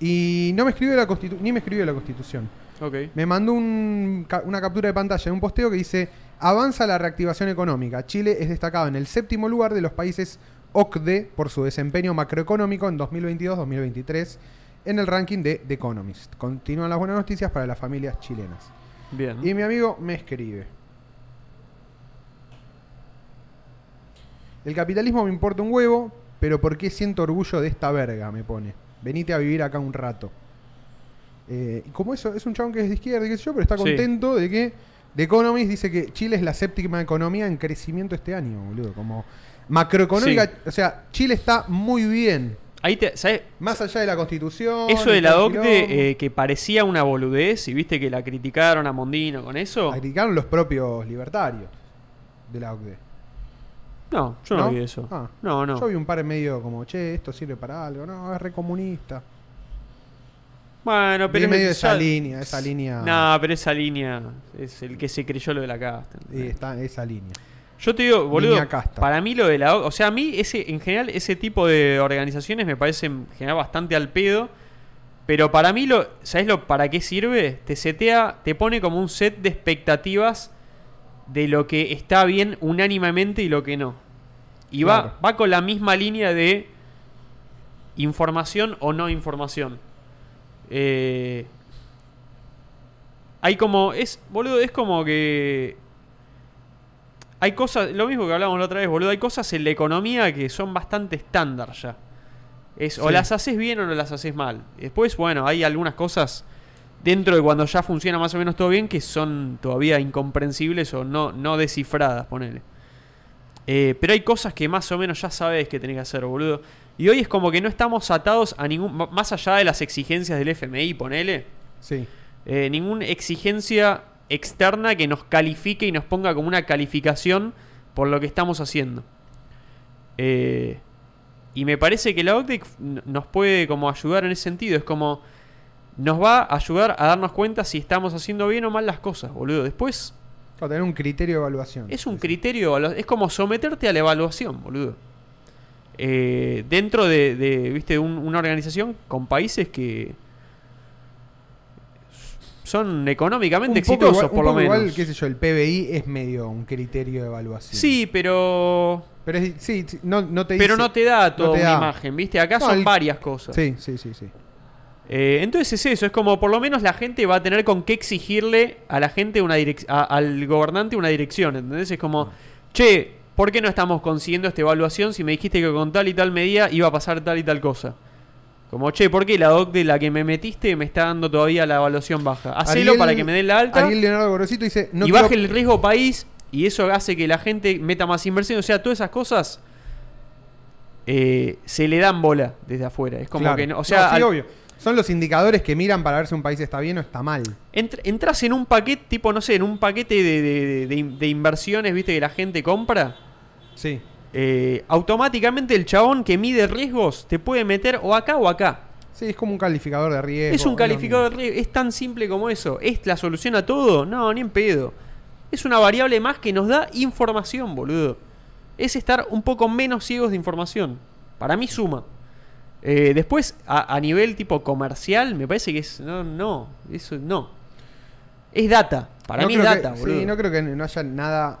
B: y no me escribió la constitu- ni me escribió la constitución.
A: acá. Ok.
B: Me mandó un ca- una captura de pantalla de un posteo que dice: Avanza la reactivación económica. Chile es destacado en el séptimo lugar de los países OCDE por su desempeño macroeconómico en 2022-2023 en el ranking de The Economist. Continúan las buenas noticias para las familias chilenas.
A: Bien.
B: Y mi amigo me escribe. El capitalismo me importa un huevo, pero ¿por qué siento orgullo de esta verga? Me pone. Venite a vivir acá un rato. Eh, y como eso, es un chabón que es de izquierda, y qué sé yo, pero está
A: Sí.
B: contento de que The Economist dice que Chile es la séptima economía en crecimiento este año, boludo. Como macroeconómica,
A: Sí.
B: o sea, Chile está muy bien.
A: Ahí te. ¿sabes?
B: Más allá de la constitución.
A: Eso de
B: y
A: la
B: todo el quilombo.
A: OCDE eh, que parecía una boludez y viste que la criticaron a Mondino con eso.
B: Criticaron los propios libertarios de la OCDE.
A: No, yo no, vi eso.
B: Ah.
A: no, no.
B: Yo vi un par en medio como, che, esto sirve para algo. No, es recomunista.
A: Bueno, pero
B: vi en medio de
A: ya-
B: esa línea, esa línea.
A: No, pero esa línea es el que se creyó lo de la casta.
B: y está esa línea.
A: Yo te digo, boludo,
B: Línea casta.
A: para mí lo de la O o sea, a mí ese, en general ese tipo de organizaciones me parecen en general bastante al pedo, pero para mí lo, ¿sabes lo para qué sirve? Te setea, te pone como un set de expectativas de lo que está bien unánimemente y lo que no. Y
B: Claro.
A: va, va con la misma línea de información o no información. Eh, hay como. Es. Boludo, es como que. Hay cosas. Lo mismo que hablábamos la otra vez, boludo. Hay cosas en la economía que son bastante estándar ya. Es, O
B: Sí.
A: las haces bien o no las haces mal. Después, bueno, hay algunas cosas dentro de cuando ya funciona más o menos todo bien que son todavía incomprensibles o no, no descifradas, ponele. Eh, pero hay cosas que más o menos ya sabes que tenés que hacer, boludo. Y hoy es como que no estamos atados a ningún. m- Más allá de las exigencias del FMI, ponele.
B: Sí.
A: eh, ninguna exigencia externa que nos califique y nos ponga como una calificación por lo que estamos haciendo. Eh, y me parece que la OCDE n- nos puede como ayudar en ese sentido. Es como. Nos va a ayudar a darnos cuenta si estamos haciendo bien o mal las cosas, boludo. Después.
B: Para tener un criterio de evaluación.
A: Es un criterio, de evalu- es como someterte a la evaluación, boludo. Eh, dentro de, de, viste, un- una organización con países que son económicamente
B: Un poco
A: exitosos,
B: igual- un
A: por lo
B: poco
A: menos.
B: Igual, qué sé yo, el PBI es medio un criterio de evaluación.
A: sí, pero
B: Pero es- sí, sí, no, no te
A: pero
B: dice-
A: no te da toda
B: te
A: una
B: da.
A: imagen, viste. Acá
B: No,
A: son
B: el-
A: varias cosas.
B: Sí, sí, sí, sí.
A: Eh, entonces es eso, es como por lo menos la gente va a tener con qué exigirle a la gente una direc- a- al gobernante una dirección, ¿entendés? Es como, che, ¿por qué no estamos consiguiendo esta evaluación si me dijiste que con tal y tal medida iba a pasar tal y tal cosa? Como, che, ¿por qué la doc de la que me metiste me está dando todavía la evaluación baja? Hacelo
B: Ariel-
A: para que me den la alta
B: Ariel Leonardo Gorosito dice, no
A: y
B: quiero-
A: baje el riesgo país y eso hace que la gente meta más inversión. O sea, todas esas cosas eh, se le dan bola desde afuera. Es como
B: Claro.
A: que no, o sea,
B: No, sí,
A: al-
B: obvio. Son los indicadores que miran para ver si un país está bien o está mal.
A: Entr- entras en un paquete, tipo, no sé, en un paquete de, de- de- de in- de inversiones, viste, que la gente compra.
B: Sí.
A: eh, automáticamente el chabón que mide riesgos te puede meter o acá o acá.
B: Sí, es como un calificador de riesgo.
A: Es un
B: lo
A: calificador
B: mismo.
A: de riesgos. Es tan simple como eso. ¿Es la solución a todo? No, ni en pedo. Es una variable más que nos da información, boludo. Es estar un poco menos ciegos de información. Para mí suma. Eh, después, a, a nivel tipo comercial, me parece que es. No, no. Eso no. Es data. Para
B: No
A: mí es
B: creo que-
A: data, boludo.
B: Sí, no creo que no haya nada.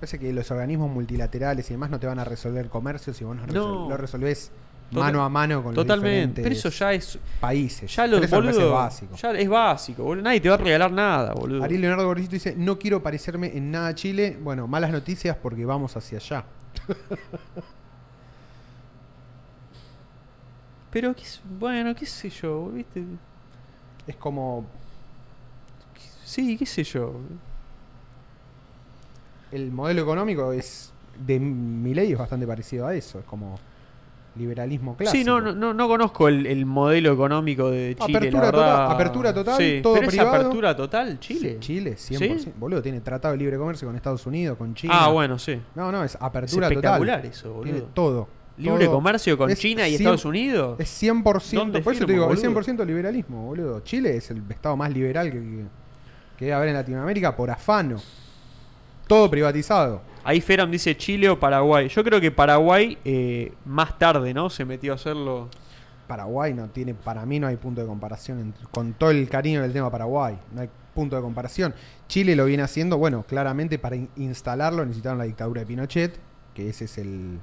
B: Parece que los organismos multilaterales y demás no te van a resolver comercio si vos no, resol-
A: No.
B: lo resolvés
A: Tota-
B: mano a mano con
A: Totalmente.
B: los diferentes
A: Pero eso ya es.
B: países.
A: Ya lo
B: Pero eso me parece
A: boludo,
B: básico.
A: Ya es básico, boludo. Nadie te va a regalar nada, boludo.
B: Ariel Leonardo Gorosito dice, no quiero parecerme en nada a Chile. Bueno, malas noticias porque vamos hacia allá.
A: Pero, qué sé- bueno, qué sé yo, ¿viste?
B: Es como
A: Sí, qué sé yo.
B: el modelo económico es de Milei es bastante parecido a eso, es como liberalismo clásico.
A: Sí, no, no, no, no conozco el, el modelo económico de Chile.
B: Apertura
A: la verdad.
B: total- apertura total, todo
A: pero es
B: privado.
A: apertura total, Chile.
B: Sí, Chile 100%,
A: ¿Sí?
B: boludo, tiene tratado de libre comercio con Estados Unidos, con China.
A: Ah, bueno, sí.
B: No, no, es
A: Es
B: apertura
A: espectacular
B: total.
A: eso,
B: Tiene
A: boludo.
B: todo.
A: Libre
B: todo.
A: comercio con
B: Es
A: China y
B: 100
A: Estados Unidos.
B: Es 100%,
A: ¿Dónde
B: por eso te
A: firmo,
B: digo, es
A: boludo?
B: 100% liberalismo, boludo. Chile es el estado más liberal que, que, que debe haber en Latinoamérica por afano. Todo privatizado.
A: Ahí Feram dice Chile o Paraguay. Yo creo que Paraguay eh, más tarde, ¿no? Se metió a hacerlo.
B: Paraguay no tiene, para mí no hay punto de comparación entre- con todo el cariño del tema Paraguay, no hay punto de comparación. Chile lo viene haciendo, bueno, claramente para in- instalarlo necesitaron la dictadura de Pinochet, que ese es el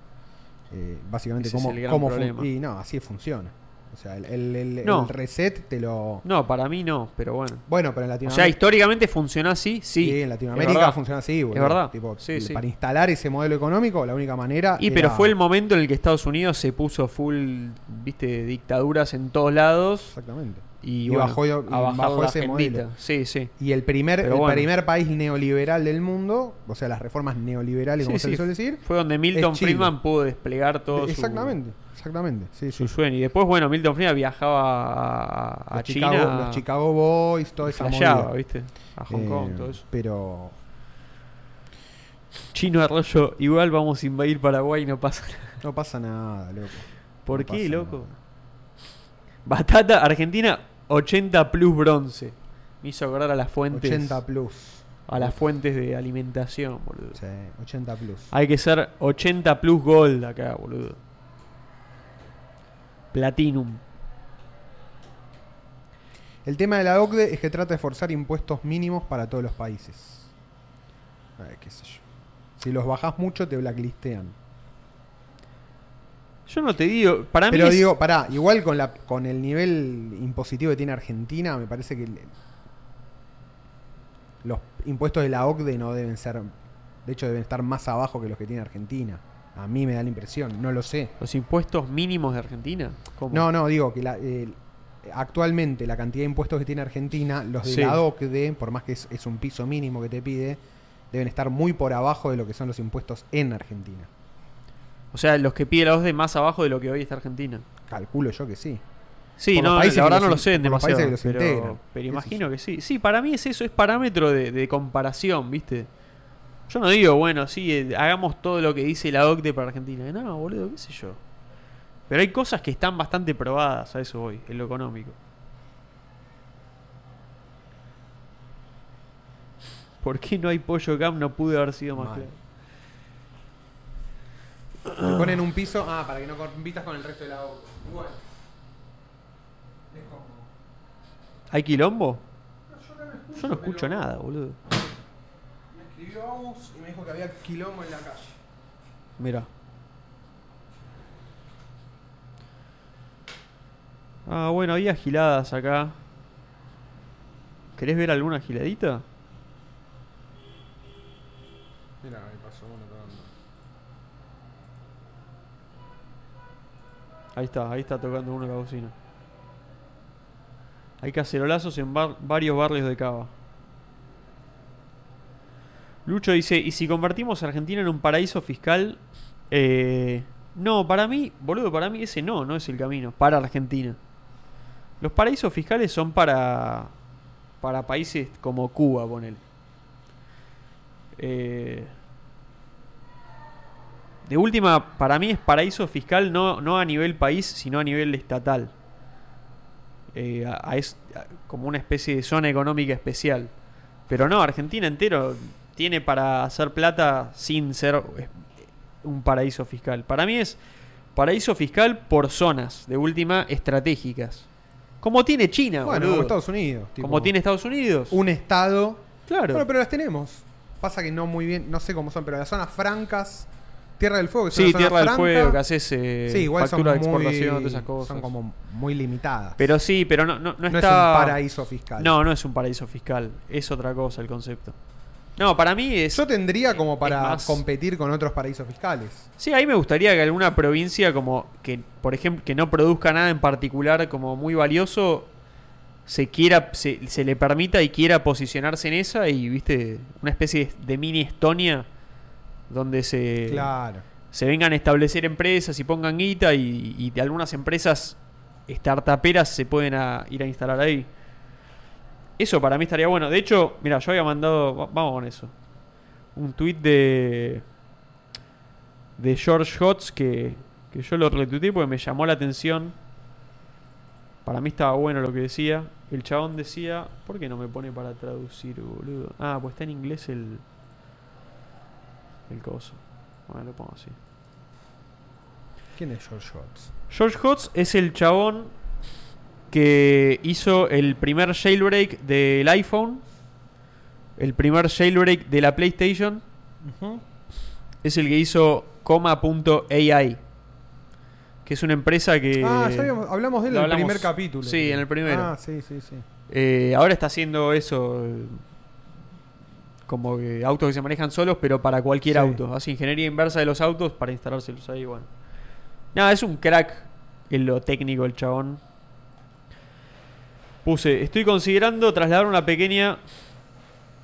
B: eh, básicamente
A: Ese es
B: cómo,
A: el gran
B: cómo fun-
A: problema.
B: y no, así funciona. O sea, el, el- el-
A: No.
B: el reset te lo
A: No, para mí no, pero bueno.
B: bueno, pero en
A: O
B: Latinoamérica
A: sea, históricamente funcionó así, sí.
B: Sí, en
A: es
B: Latinoamérica
A: verdad.
B: funciona así, boludo.
A: Es verdad.
B: Tipo,
A: Sí, sí.
B: Para instalar ese modelo económico, la única manera.
A: Y pero
B: era-
A: fue el momento en el que Estados Unidos se puso full, viste, dictaduras en todos lados
B: Exactamente.
A: y,
B: Y
A: bueno,
B: bajó- y
A: ha bajado
B: bajó
A: la
B: ese
A: agendita.
B: modelo.
A: Sí, sí.
B: Y el primer,
A: Pero
B: el
A: bueno.
B: primer país neoliberal del mundo, o sea, las reformas
A: Sí,
B: neoliberales, como se
A: sí.
B: le suele decir.
A: Fue donde Milton
B: es Chile.
A: Friedman pudo desplegar todo su-
B: exactamente, exactamente. Sí,
A: su,
B: sí.
A: sueño. Y después, bueno, Milton Friedman viajaba a, a
B: los,
A: China.
B: Chicago, los Chicago Boys, toda esa
A: flasheaba,
B: movida.
A: viste. A Hong Kong,
B: Eh,
A: todo eso.
B: Pero
A: Chino Arroyo, igual vamos a invadir Paraguay y no pasa nada.
B: no pasa nada, loco.
A: ¿Por
B: No
A: qué,
B: pasa
A: loco?
B: nada.
A: Batata, Argentina, 80 plus bronce. Me hizo acordar a las fuentes.
B: 80 plus.
A: A las fuentes de alimentación, boludo.
B: Sí, 80 plus.
A: Hay que ser 80 plus gold acá, boludo. Platinum.
B: El tema de la OCDE es que trata de forzar impuestos mínimos para todos los países. Ay, qué sé yo. Si los bajás mucho te blacklistean.
A: Yo no te digo, para
B: Pero
A: mí es-
B: digo, pará, igual con, la, con el nivel impositivo que tiene Argentina, me parece que el- los impuestos de la OCDE no deben ser, de hecho deben estar más abajo que los que tiene Argentina. A mí me da la impresión, no lo sé.
A: los impuestos mínimos de Argentina. ¿Cómo?
B: No, no, digo que la- el- actualmente la cantidad de impuestos que tiene Argentina, los de
A: Sí.
B: la OCDE, por más que es, es un piso mínimo que te pide, deben estar muy por abajo de lo que son los impuestos en Argentina.
A: O sea, los que pide la OSDE más abajo de lo que hoy está Argentina.
B: Calculo yo que sí.
A: Sí,
B: Por los
A: no,
B: países
A: la
B: que
A: verdad
B: los
A: no lo
B: in-
A: sé
B: por los
A: demasiado.
B: países que los integran.
A: pero,
B: Qué
A: pero
B: sé
A: imagino que sí. Sí, para mí es eso, es parámetro de, de comparación, ¿viste? Yo no digo, bueno, sí, eh, hagamos todo lo que dice la OCDE para Argentina. No, boludo, qué sé yo. Pero hay cosas que están bastante probadas, a eso voy, en lo económico. ¿Por qué no hay pollo cam? No pude haber sido más
B: Mal.
A: claro.
B: Te ponen un piso, ah, para que no compitas con el resto de la OCDE. Igual. Es como-
A: ¿Hay quilombo? Yo no escucho nada, boludo.
B: Me escribió Agus y me dijo que había quilombo en la calle.
A: Mira. Ah, bueno, había giladas acá. ¿Querés ver alguna giladita?
B: Mira, me pasó uno tocando.
A: Ahí está, ahí está tocando uno la bocina. Hay cacerolazos en bar- varios barrios de Cava. Lucho dice, ¿y si convertimos a Argentina en un paraíso fiscal? Eh, no, para mí, boludo, para mí ese no, no es el camino, para Argentina. Los paraísos fiscales son para, para países como Cuba, ponele. Eh, de última, para mí es paraíso fiscal no, no a nivel país, sino a nivel estatal. Eh, a- a es a- como una especie de zona económica especial. Pero no, Argentina entero tiene para hacer plata sin ser eh, un paraíso fiscal. Para mí es paraíso fiscal por zonas, de última, estratégicas. Como tiene China,
B: Bueno,
A: boludo.
B: como Estados Unidos. tipo,
A: Como tiene Estados Unidos.
B: Un estado.
A: Claro.
B: Bueno, pero las tenemos. Pasa que no muy bien, no sé cómo son, pero las zonas francas, Tierra del Fuego, que es
A: sí,
B: una zona
A: Tierra del
B: franca,
A: Fuego, que haces eh,
B: Sí, igual son
A: factura de
B: muy-
A: exportación, todas esas cosas.
B: Son como muy limitadas.
A: Pero sí, pero no, no, no
B: no
A: está.
B: es un paraíso fiscal.
A: No, no es un paraíso fiscal. Es otra cosa el concepto. No, para mí es.
B: Yo tendría como para
A: es más-
B: competir con otros paraísos fiscales.
A: Sí, ahí me gustaría que alguna provincia como que, por ejemplo, que no produzca nada en particular como muy valioso, se quiera, se, se le permita y quiera posicionarse en esa y, viste, una especie de, de mini Estonia donde se,
B: Claro.
A: se vengan a establecer empresas y pongan guita y, y de algunas empresas startuperas se pueden a- ir a instalar ahí. Eso para mí estaría bueno. De hecho, mira, yo había mandado, va- vamos con eso, un tweet de de George Hotz que, que yo lo retuiteé porque me llamó la atención. Para mí estaba bueno lo que decía. El chabón decía, ¿por qué no me pone para traducir, boludo? Ah, pues está en inglés el el coso. Bueno, lo pongo así.
B: ¿Quién es George Shorts?
A: George Hotz es el chabón que hizo el primer jailbreak del iPhone, el primer jailbreak de la PlayStation. Es el que hizo coma.ai, que es una empresa que
B: ah, ya habíamos- hablamos de él
A: Eh, lo
B: en el primer
A: hablamos.
B: capítulo.
A: Sí, en el primero.
B: Ah, sí, sí, sí.
A: eh, ahora está haciendo eso, eh, como que autos que se manejan solos, pero para cualquier
B: Sí.
A: auto. Hace ingeniería inversa de los autos para instalárselos ahí, bueno. Nada, es un crack en lo técnico el chabón. Puse, estoy considerando trasladar una pequeña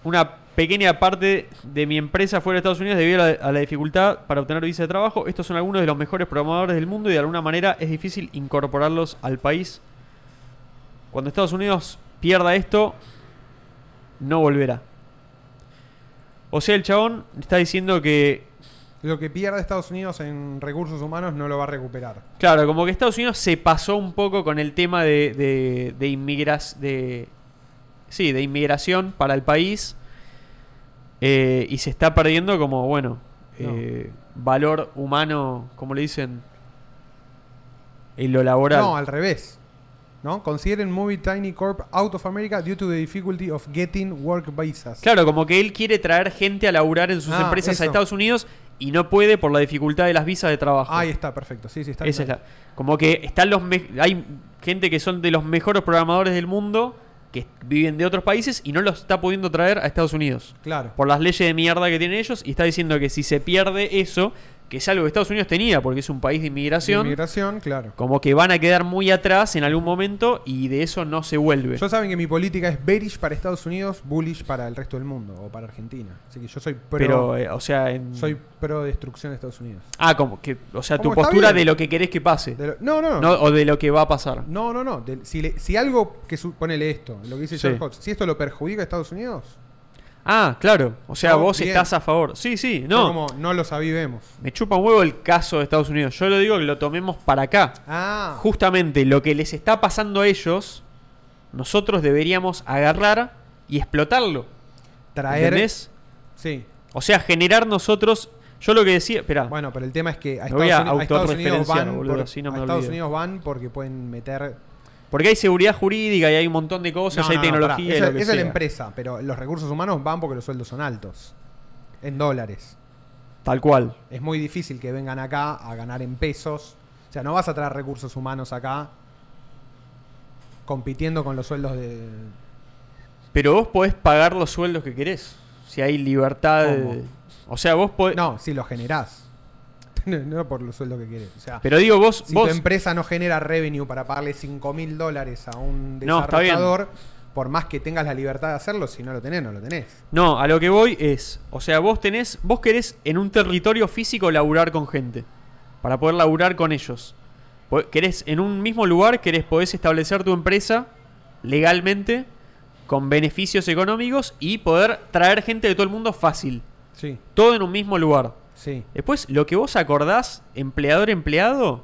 A: una pequeña parte de mi empresa fuera de Estados Unidos debido a la, a la dificultad para obtener visa de trabajo. Estos son algunos de los mejores programadores del mundo y de alguna manera es difícil incorporarlos al país. Cuando Estados Unidos pierda esto, no volverá. O sea, el chabón está diciendo que
B: Lo que pierde Estados Unidos en recursos humanos no lo va a recuperar.
A: Claro, como que Estados Unidos se pasó un poco con el tema de, de, de inmigras- de- sí, de inmigración para el país eh, y se está perdiendo como, bueno, eh, valor humano, como le dicen, en lo laboral.
B: No, al revés. ¿No? Consideren Movie Tiny Corp out of America due to the difficulty of getting work visas.
A: Claro, como que él quiere traer gente a laburar en sus
B: Ah,
A: empresas a
B: eso.
A: Estados Unidos y no puede por la dificultad de las visas de trabajo.
B: Ahí está, perfecto. Sí, sí, está
A: Esa es
B: bien.
A: la- como que están los me- hay gente que son de los mejores programadores del mundo que viven de otros países y no los está pudiendo traer a Estados Unidos
B: Claro.
A: por las leyes de mierda que tienen ellos y está diciendo que si se pierde eso, que es algo que Estados Unidos tenía porque es un país de inmigración,
B: Inmigración, claro.
A: como que van a quedar muy atrás en algún momento y de eso no se vuelve.
B: Yo saben que mi política es bearish para Estados Unidos, bullish para el resto del mundo o para Argentina. Así que yo soy pro,
A: pero eh, o sea, en-
B: soy pro destrucción de Estados Unidos.
A: ah, como que o sea, tu
B: Como está
A: postura
B: bien.
A: de lo que querés que pase,
B: De lo- no, no,
A: no
B: no.
A: o de lo que va a pasar.
B: No, no, no. Del- si, le- si algo que suponele esto, lo que dice
A: Sí.
B: George Hotz, si esto lo perjudica a Estados Unidos,
A: Ah, claro, o sea,
B: No,
A: vos
B: bien.
A: estás a favor. Sí, sí,
B: yo
A: no.
B: como no los avivemos.
A: Me chupa un huevo el caso de Estados Unidos. Yo lo digo que lo tomemos para acá.
B: Ah,
A: Justamente lo que les está pasando a ellos, nosotros deberíamos agarrar y explotarlo.
B: traer.
A: ¿Entendés?
B: Sí.
A: O sea, generar nosotros. Yo lo que decía. Espera.
B: Bueno, pero el tema es que a
A: Me voy a
B: Estados, Unidos, a Estados Unidos
A: autorreferenciar,
B: van
A: boludo,
B: por-
A: así no
B: a
A: me
B: Estados
A: olvido.
B: Unidos van porque pueden meter.
A: porque hay seguridad jurídica y hay un montón de cosas,
B: No,
A: hay
B: no, no, pará.
A: tecnología. y
B: Esa,
A: lo que
B: esa es la
A: sea.
B: empresa, pero los recursos humanos van porque los sueldos son altos. En dólares.
A: Tal cual.
B: Es muy difícil que vengan acá a ganar en pesos. O sea, no vas a traer recursos humanos acá compitiendo con los sueldos de.
A: Pero vos podés pagar los sueldos que querés. Si hay libertad. de-
B: ¿Cómo?
A: O sea, vos podés.
B: No, si los generás. No, no por los sueldos que quieres. O sea,
A: Pero digo, vos.
B: si
A: vos
B: tu empresa no genera revenue para pagarle 5 mil dólares a un
A: No, está bien.
B: desarrollador, por más que tengas la libertad de hacerlo, si no lo tenés, no lo tenés.
A: No, a lo que voy es, o sea, vos tenés, vos querés en un territorio físico laburar con gente, para poder laburar con ellos. Po- Querés en un mismo lugar, querés podés establecer tu empresa legalmente con beneficios económicos y poder traer gente de todo el mundo fácil,
B: Sí,
A: todo en un mismo lugar.
B: sí.
A: Después, lo que vos acordás, empleador empleado,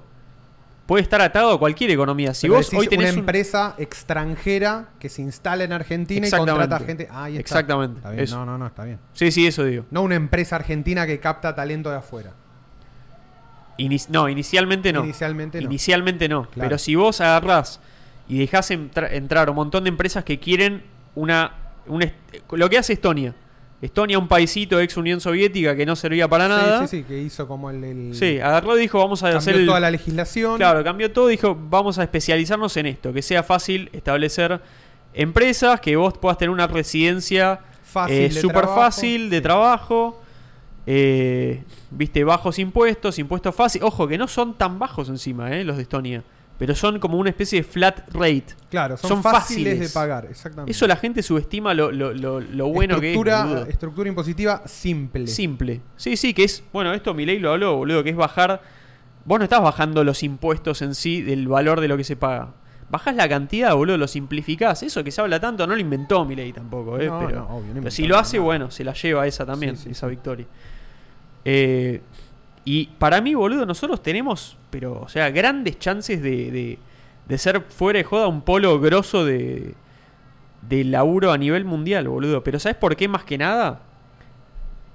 A: puede estar atado a cualquier economía. Si
B: Pero
A: vos
B: decís
A: hoy tenés
B: una
A: un-
B: empresa extranjera que se instala en Argentina y contrata
A: Exactamente.
B: gente. Ahí está.
A: Exactamente,
B: Está bien.
A: eso.
B: No, no, no, está bien.
A: Sí, sí, eso digo.
B: No una empresa argentina que capta talento de afuera.
A: Ini- no, inicialmente no.
B: Inicialmente no.
A: Inicialmente no.
B: Claro.
A: Pero si vos agarrás y dejás entra- entrar un montón de empresas que quieren una, un est- Lo que hace Estonia. Estonia, un paisito ex Unión Soviética que no servía para nada.
B: Sí, sí, sí, que hizo como el. el-
A: Sí, agarró y dijo, vamos a
B: cambió
A: hacer. el-
B: toda la legislación.
A: Claro, cambió todo. Dijo, vamos a especializarnos en esto. Que sea fácil establecer empresas, que vos puedas tener una residencia
B: Fácil
A: eh,
B: de
A: súper
B: trabajo.
A: fácil de trabajo. eh, Viste, bajos impuestos, impuestos fácil. Ojo, que no son tan bajos encima, eh, los de Estonia. Pero son como una especie de flat rate.
B: Claro, son,
A: son
B: fáciles,
A: fáciles.
B: de pagar, exactamente.
A: Eso la gente subestima lo, lo- lo- lo bueno
B: estructura,
A: que es. boludo.
B: estructura impositiva simple.
A: Simple. Sí, sí, que es. Bueno, esto Milei lo habló, boludo, que es bajar. Vos no estás bajando los impuestos en sí del valor de lo que se paga. Bajás la cantidad, boludo, lo simplificás. Eso que se habla tanto no lo inventó Milei tampoco, ¿eh?
B: No,
A: pero,
B: no, obvio, no
A: pero
B: inventó
A: si lo hace,
B: nada.
A: bueno, se la lleva esa también,
B: Sí, sí,
A: esa victoria. Eh, y para mí, boludo, nosotros tenemos, pero, o sea, grandes chances de, de- de ser fuera de joda un polo grosso de, de laburo a nivel mundial, boludo. Pero ¿sabes por qué más que nada?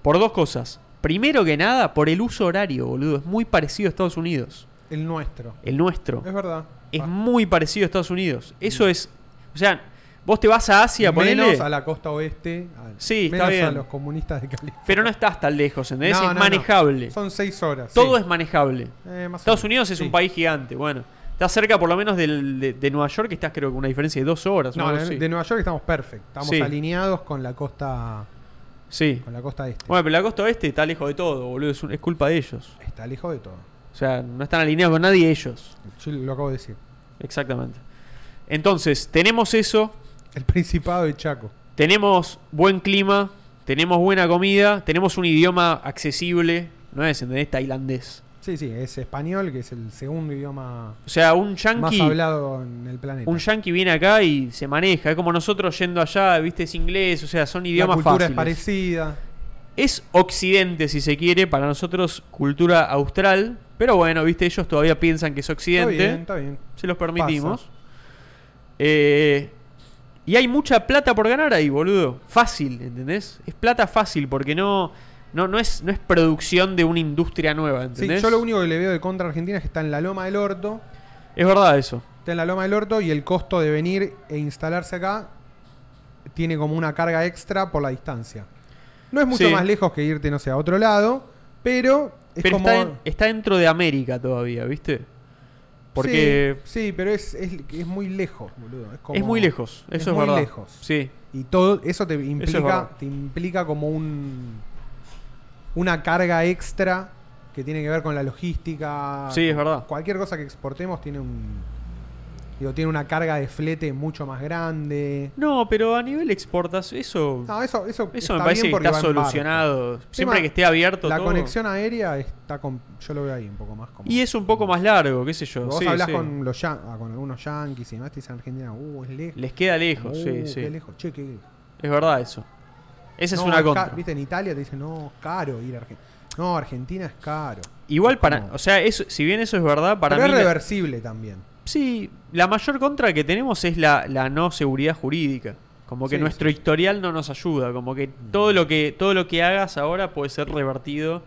A: Por dos cosas. Primero que nada, por el uso horario, boludo. Es muy parecido a Estados Unidos.
B: El nuestro.
A: El nuestro.
B: Es verdad.
A: Es
B: Ah.
A: muy parecido a Estados Unidos. Eso es... O sea, vos te vas a Asia, ponele...
B: menos a la costa oeste. a-
A: Sí, está
B: menos a
A: bien.
B: los comunistas de Cali.
A: Pero no estás tan lejos, ¿entendés?
B: No,
A: es
B: no,
A: manejable.
B: no. Son seis horas.
A: Todo
B: sí.
A: es manejable.
B: Eh, más o
A: Estados
B: menos,
A: Unidos es
B: sí.
A: un país gigante, bueno. Estás cerca por lo menos del- de, de Nueva York, que estás creo que una diferencia de dos horas.
B: No,
A: una
B: de,
A: cosa así.
B: de Nueva York estamos perfectos. Estamos
A: Sí.
B: alineados con la costa
A: Sí.
B: con la costa este.
A: Bueno, pero la costa oeste está lejos de todo, boludo. Es, un- es culpa de ellos.
B: Está lejos de todo.
A: O sea, no están alineados con nadie ellos.
B: Yo lo acabo de decir.
A: Exactamente. Entonces, tenemos eso,
B: El Principado de Chaco.
A: tenemos buen clima, tenemos buena comida, tenemos un idioma accesible. No es, ¿entendés? Tailandés.
B: Sí, sí, es español, que es el segundo idioma
A: O sea, un
B: más
A: yankee...
B: hablado en el planeta.
A: Un yankee viene acá y se maneja. Es como nosotros yendo allá, viste, es inglés. O sea, son
B: la
A: idiomas
B: cultura es
A: fáciles.
B: parecida.
A: Es occidente, si se quiere, para nosotros cultura austral. Pero bueno, viste, ellos todavía piensan que es
B: Está
A: occidente.
B: bien, está bien.
A: Se los permitimos. Eh, y hay mucha plata por ganar ahí, boludo. Fácil, ¿entendés? Es plata fácil porque no, no, no, es, no es producción de una industria nueva,
B: Sí,
A: ¿entendés?
B: yo lo único que le veo de contra Argentina es que está en la loma del orto.
A: Es verdad eso.
B: Está en la loma del orto y el costo de venir e instalarse acá tiene como una carga extra por la distancia. No es mucho
A: Sí.
B: más lejos que irte, no sé, a otro lado, pero es
A: Pero
B: como.
A: está, en- está dentro de América todavía, ¿viste? Porque
B: Sí, sí, pero es, es, es muy lejos, boludo. Es, como-
A: es muy lejos, eso es,
B: muy
A: verdad.
B: lejos.
A: Sí,
B: Y todo eso te implica,
A: verdad.
B: te implica como un una carga extra que tiene que ver con la logística.
A: Sí, es verdad.
B: Cualquier cosa que exportemos tiene un digo, tiene una carga de flete mucho más grande.
A: No, pero a nivel exportas, eso,
B: No, eso, eso,
A: eso
B: está
A: me parece que
B: bien porque
A: está
B: va en barco.
A: solucionado. Siempre
B: Encima,
A: que esté abierto
B: La
A: todo.
B: conexión aérea está con, yo lo veo ahí un poco más como.
A: Y es un poco más largo, qué sé yo.
B: vos
A: sí,
B: hablás
A: sí.
B: con los yan- ah, con algunos yanquis y demás, te dicen Argentina, uh, es lejos.
A: Les queda lejos,
B: Uh,
A: sí, sí.
B: Qué lejos, che, qué
A: Es verdad eso. Esa
B: No,
A: es una
B: ca-
A: contra.
B: Viste, en Italia te dicen, no, es caro ir a Argentina. No, Argentina es caro.
A: Igual para,
B: ¿Cómo?
A: o sea, eso, si bien eso es verdad, para
B: Pero
A: mí
B: es
A: la-
B: reversible también.
A: sí, la mayor contra que tenemos es la, la no seguridad jurídica. Como que
B: Sí, Mm.
A: nuestro historial no nos ayuda, como que todo lo que todo lo que hagas ahora puede ser revertido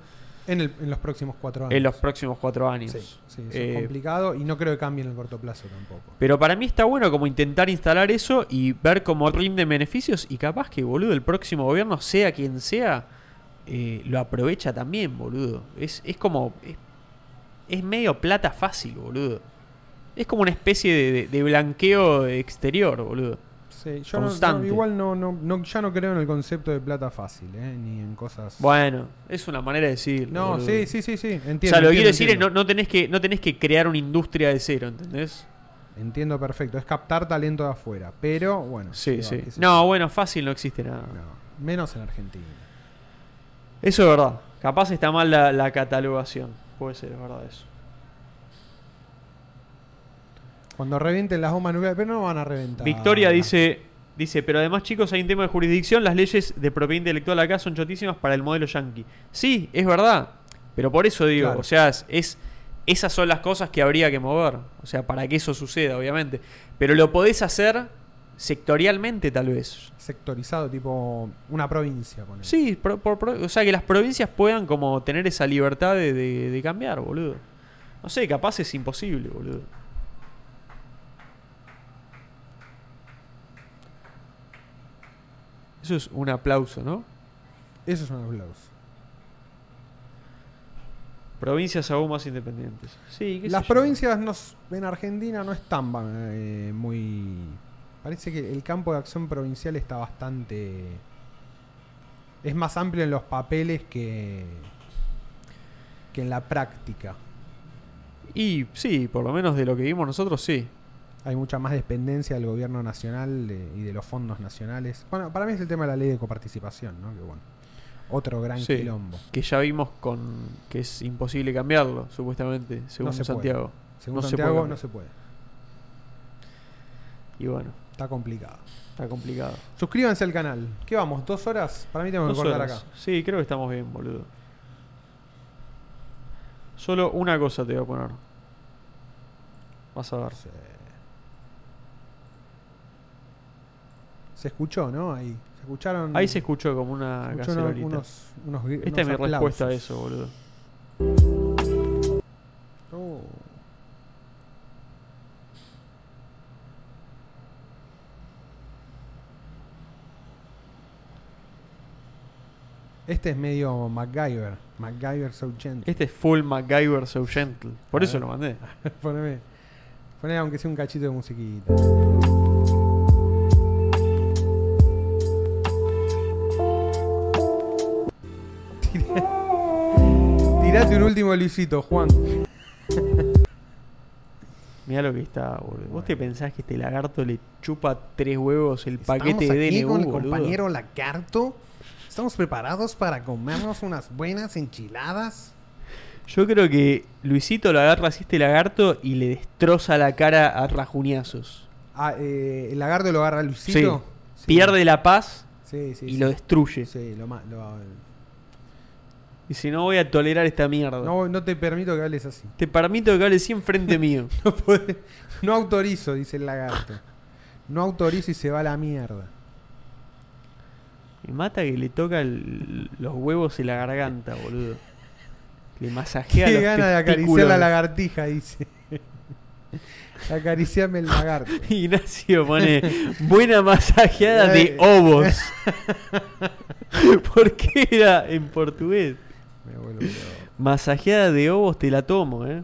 B: En, el- en los próximos cuatro años.
A: en los próximos cuatro años.
B: Sí, sí, eso
A: Eh,
B: es complicado y no creo que cambie en el corto plazo tampoco.
A: Pero para mí está bueno como intentar instalar eso y ver cómo rinden beneficios y capaz que, boludo, el próximo gobierno, sea quien sea, eh, lo aprovecha también, boludo. Es, es como... Es, es medio plata fácil, boludo. Es como una especie de, de- de blanqueo exterior, boludo.
B: Sí, yo no- no,
A: constante.
B: igual no, no, no- ya no creo en el concepto de plata fácil, eh, ni en cosas.
A: Bueno, es una manera de decirlo.
B: no,
A: boludo.
B: sí, sí, sí, sí, entiendo.
A: o sea, lo que
B: entiendo,
A: quiero decir es
B: entiendo.
A: no, no tenés que, no tenés que crear una industria de cero, ¿entendés?
B: Entiendo perfecto, es captar talento de afuera, pero bueno.
A: Sí,
B: qué va,
A: sí.
B: qué sé
A: No, bueno, fácil no existe nada.
B: yo. No, menos en Argentina.
A: Eso es verdad. Capaz está mal la, la catalogación. Puede ser, es verdad eso.
B: Cuando revienten las bombas nucleares, pero no van a reventar.
A: Victoria dice, dice, pero además chicos, hay un tema de jurisdicción. Las leyes de propiedad intelectual acá son chotísimas para el modelo yankee. Sí, es verdad. Pero por eso digo,
B: Claro.
A: o sea, es- es, esas son las cosas que habría que mover. O sea, para que eso suceda, obviamente. Pero lo podés hacer sectorialmente, tal vez.
B: Sectorizado, tipo una provincia. ponele.
A: Sí, pro- por- pro- o sea, que las provincias puedan como tener esa libertad de, de- de cambiar, boludo. No sé, capaz es imposible, boludo. Eso es un aplauso, ¿no?
B: Eso es un aplauso.
A: Provincias aún más independientes. Sí, qué sé
B: Las
A: yo.
B: provincias no s- en Argentina no están ba- eh, muy... Parece que el campo de acción provincial está bastante es más amplio en los papeles que, que en la práctica.
A: Y sí, por lo menos de lo que vimos nosotros, sí.
B: Hay mucha más dependencia del gobierno nacional de- y de los fondos nacionales. Bueno, para mí es el tema de la ley de coparticipación, ¿no? Que bueno, otro gran
A: Sí.
B: quilombo.
A: Que ya vimos con que es imposible cambiarlo, supuestamente, según
B: se puede.
A: Santiago.
B: Según
A: No se
B: Santiago,
A: puede.
B: no se puede.
A: Y bueno,
B: Está complicado.
A: está complicado.
B: Suscríbanse al canal. ¿Qué vamos? ¿Dos horas? Para mí tengo que
A: Dos
B: cortar
A: horas.
B: acá.
A: Sí, creo que estamos bien, boludo. Solo una cosa te voy a poner. Vas a ver.
B: Se... se escuchó, ¿no? Ahí. Se escucharon.
A: Ahí se escuchó como una
B: escuchó uno-
A: cacerolita.
B: unos, unos gri-
A: Esta es mi
B: unos
A: respuesta a
B: aplausos.
A: eso, boludo.
B: Oh. Este es medio MacGyver. MacGyver so gentle.
A: Este es full MacGyver So Gentle. Por
B: A
A: eso
B: ver.
A: lo mandé.
B: Poneme, poneme aunque sea un cachito de musiquita. Tirá- Tirate un último Luisito, Juan.
A: Mirá lo que está, boludo. ¿Vos te pensás que este lagarto le chupa tres huevos el paquete
B: Estamos
A: de
B: aquí
A: DNU,
B: con el
A: boludo?
B: compañero Lagarto. Estamos preparados para comernos unas buenas enchiladas.
A: Yo creo que Luisito lo agarra así este lagarto y le destroza la cara a rajuñazos.
B: Ah, eh, el lagarto lo agarra a Luisito. Sí.
A: Pierde la paz
B: Sí, sí,
A: y
B: sí.
A: lo destruye.
B: Sí, lo ma- lo-
A: Dice, no voy a tolerar esta mierda.
B: no, no te permito que hables así.
A: Te permito que hables así enfrente mío.
B: No, puede- no autorizo, dice el lagarto. No autorizo y se va a la mierda.
A: Me mata que le toca el- los huevos y la garganta, boludo. Le masajea
B: Qué
A: los
B: gana de acariciar
A: testículos.
B: la lagartija, dice. Acariciame el lagarto.
A: Ignacio pone buena masajeada de
B: Eh.
A: ovos. ¿Por qué era en portugués?
B: Me vuelvo loco.
A: Masajeada de ovos te la tomo, eh.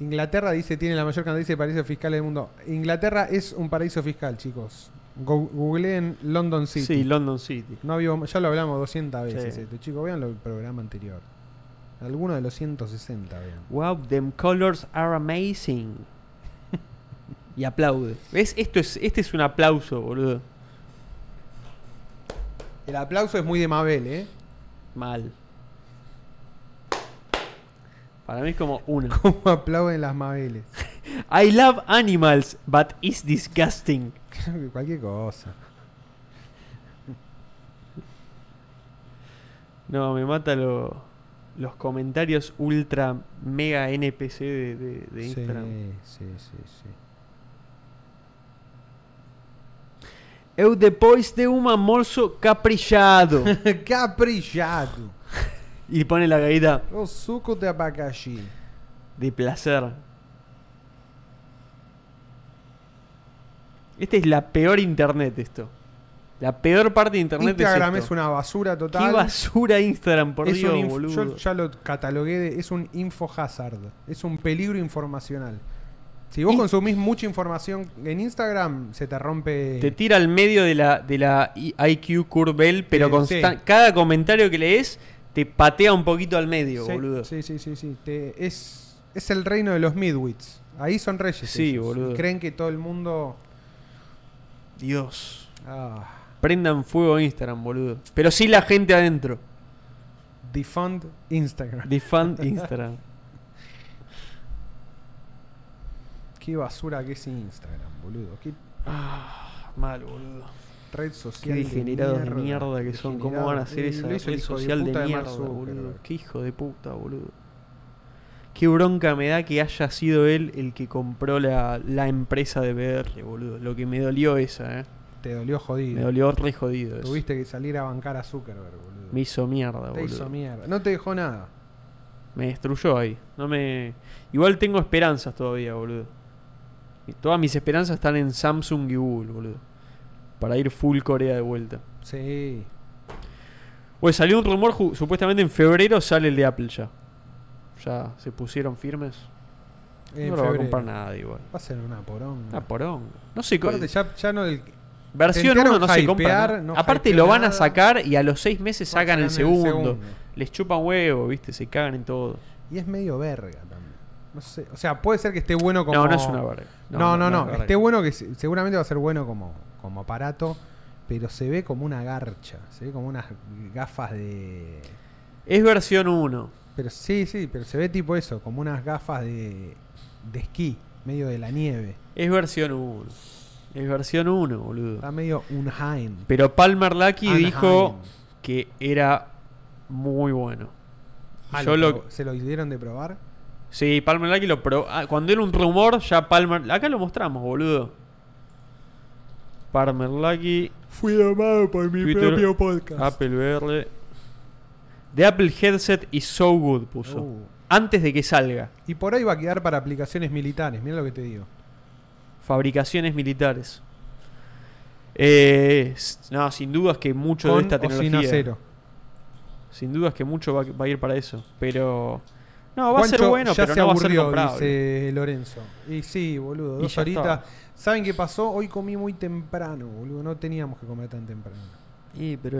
B: Inglaterra dice tiene la mayor cantidad de paraísos fiscales del mundo. Inglaterra es un paraíso fiscal, chicos. Go- Googleen London City.
A: Sí, London City.
B: no había- ya lo hablamos 200 veces.
A: Sí.
B: esto. Chicos, vean el programa anterior. Alguno de los 160, vean.
A: Wow, them colors are amazing. Y aplaude. ¿Ves? Esto es, este es un aplauso, boludo.
B: El aplauso es muy de Mabel, ¿eh?
A: Mal. Para mí es como uno.
B: Como aplauden las Mabeles.
A: I love animals, but it's disgusting.
B: Cualquier cosa.
A: No, me mata lo- los comentarios ultra mega NPC de, de- de
B: Sí,
A: Instagram.
B: sí, sí, sí.
A: Eu depois de um almoço caprichado.
B: Caprichado.
A: y pone la gaita
B: O suco de abacaxi.
A: de placer. Esta es la peor internet esto. La peor parte de internet
B: Instagram
A: es,
B: es
A: esto.
B: una basura total.
A: Qué basura Instagram, por
B: Es
A: Dios,
B: un inf-
A: boludo.
B: Yo ya lo catalogué de. Es un info hazard. Es un peligro informacional. Si vos
A: Y-
B: consumís mucha información en Instagram, se te rompe.
A: Te tira al medio de la, de la I- IQ Curvel, pero
B: Eh,
A: consta-
B: sí.
A: cada comentario que lees te patea un poquito al medio,
B: sí,
A: boludo.
B: Sí, sí, sí. sí. Te- es, es el reino de los midwits. Ahí son reyes.
A: Sí,
B: ellos.
A: boludo.
B: Creen que todo el mundo.
A: Dios.
B: Ah,
A: Prendan fuego a Instagram, boludo. Pero sí la gente adentro.
B: defund Instagram.
A: Defund Instagram.
B: Qué basura que es Instagram, boludo. Qué Ah,
A: Mal, boludo.
B: red social.
A: Qué degenerados de mierda, Eh, que son. ¿Cómo van a hacer
B: eso?
A: esa red social de, mierda, boludo? Qué hijo de puta, boludo. Qué bronca me da que haya sido él el que compró la, la empresa de BR, boludo. Lo que me dolió esa, eh.
B: Te dolió jodido.
A: Me dolió re jodido eso.
B: Tuviste que salir a bancar a Zuckerberg, boludo.
A: Me hizo mierda,
B: te
A: boludo.
B: hizo mierda. No te dejó nada.
A: Me destruyó ahí. No me. Igual tengo esperanzas todavía, boludo. Y todas mis esperanzas están en Samsung y Google, boludo. Para ir full Corea de vuelta.
B: Sí.
A: Oye, salió un rumor, ju- supuestamente en febrero sale el de Apple ya. Ya se pusieron firmes.
B: En
A: no lo va a
B: febrero.
A: comprar nadie, igual.
B: Va a ser una poronga.
A: Ah, porón. No sé co-
B: Aparte, ya, ya no el-
A: Versión
B: Intentaron
A: 1 no se compra.
B: hypear,
A: ¿no?
B: no
A: Aparte
B: hypean
A: lo van a
B: nada.
A: sacar y a los seis meses sacan el
B: Sacan el
A: segundo.
B: segundo.
A: Les chupan huevo, viste, se cagan en todo.
B: Y es medio verga también. No sé, o sea, puede ser que esté bueno como.
A: No, no es una verga.
B: No, no, no.
A: es una verga.
B: esté bueno que se- seguramente va a ser bueno como, como aparato, pero se ve como una garcha. Se ve como unas gafas de.
A: Es versión 1.
B: Pero sí, sí, pero se ve tipo eso, como unas gafas de, de esquí, medio de la nieve.
A: Es versión 1. Es versión 1, boludo.
B: Está medio un Haim.
A: Pero Palmer Lucky
B: Ah. Anaheim.
A: dijo que era muy bueno.
B: Ah,
A: Yo
B: lo
A: lo-
B: pro- ¿Se lo dieron de probar?
A: Sí, Palmer Lucky lo probó. ah, cuando era un rumor, ya Palmer. Acá lo mostramos, boludo. Palmer Lucky.
B: Fui domado por mi
A: Twitter, Ah, propio
B: podcast.
A: Apple VR. The Apple Headset is so good, puso.
B: Oh.
A: Antes de que salga.
B: Uh. Y por ahí va a quedar para aplicaciones militares, mira lo que te digo.
A: Fabricaciones militares. Eh, s- no, sin dudas que mucho de
B: Con
A: esta
B: o sin
A: tecnología.
B: acero.
A: Sin dudas que mucho va, va a ir para eso. Pero. No, va a ser
B: Juancho
A: bueno,
B: ya
A: pero
B: se
A: no va a ser
B: aburrió,
A: comprable.
B: dice Lorenzo. Y sí, boludo,
A: Y
B: dos
A: ya
B: horitas.
A: está.
B: ¿Saben qué pasó? Hoy comí muy temprano, boludo. No teníamos que comer tan temprano.
A: Y, pero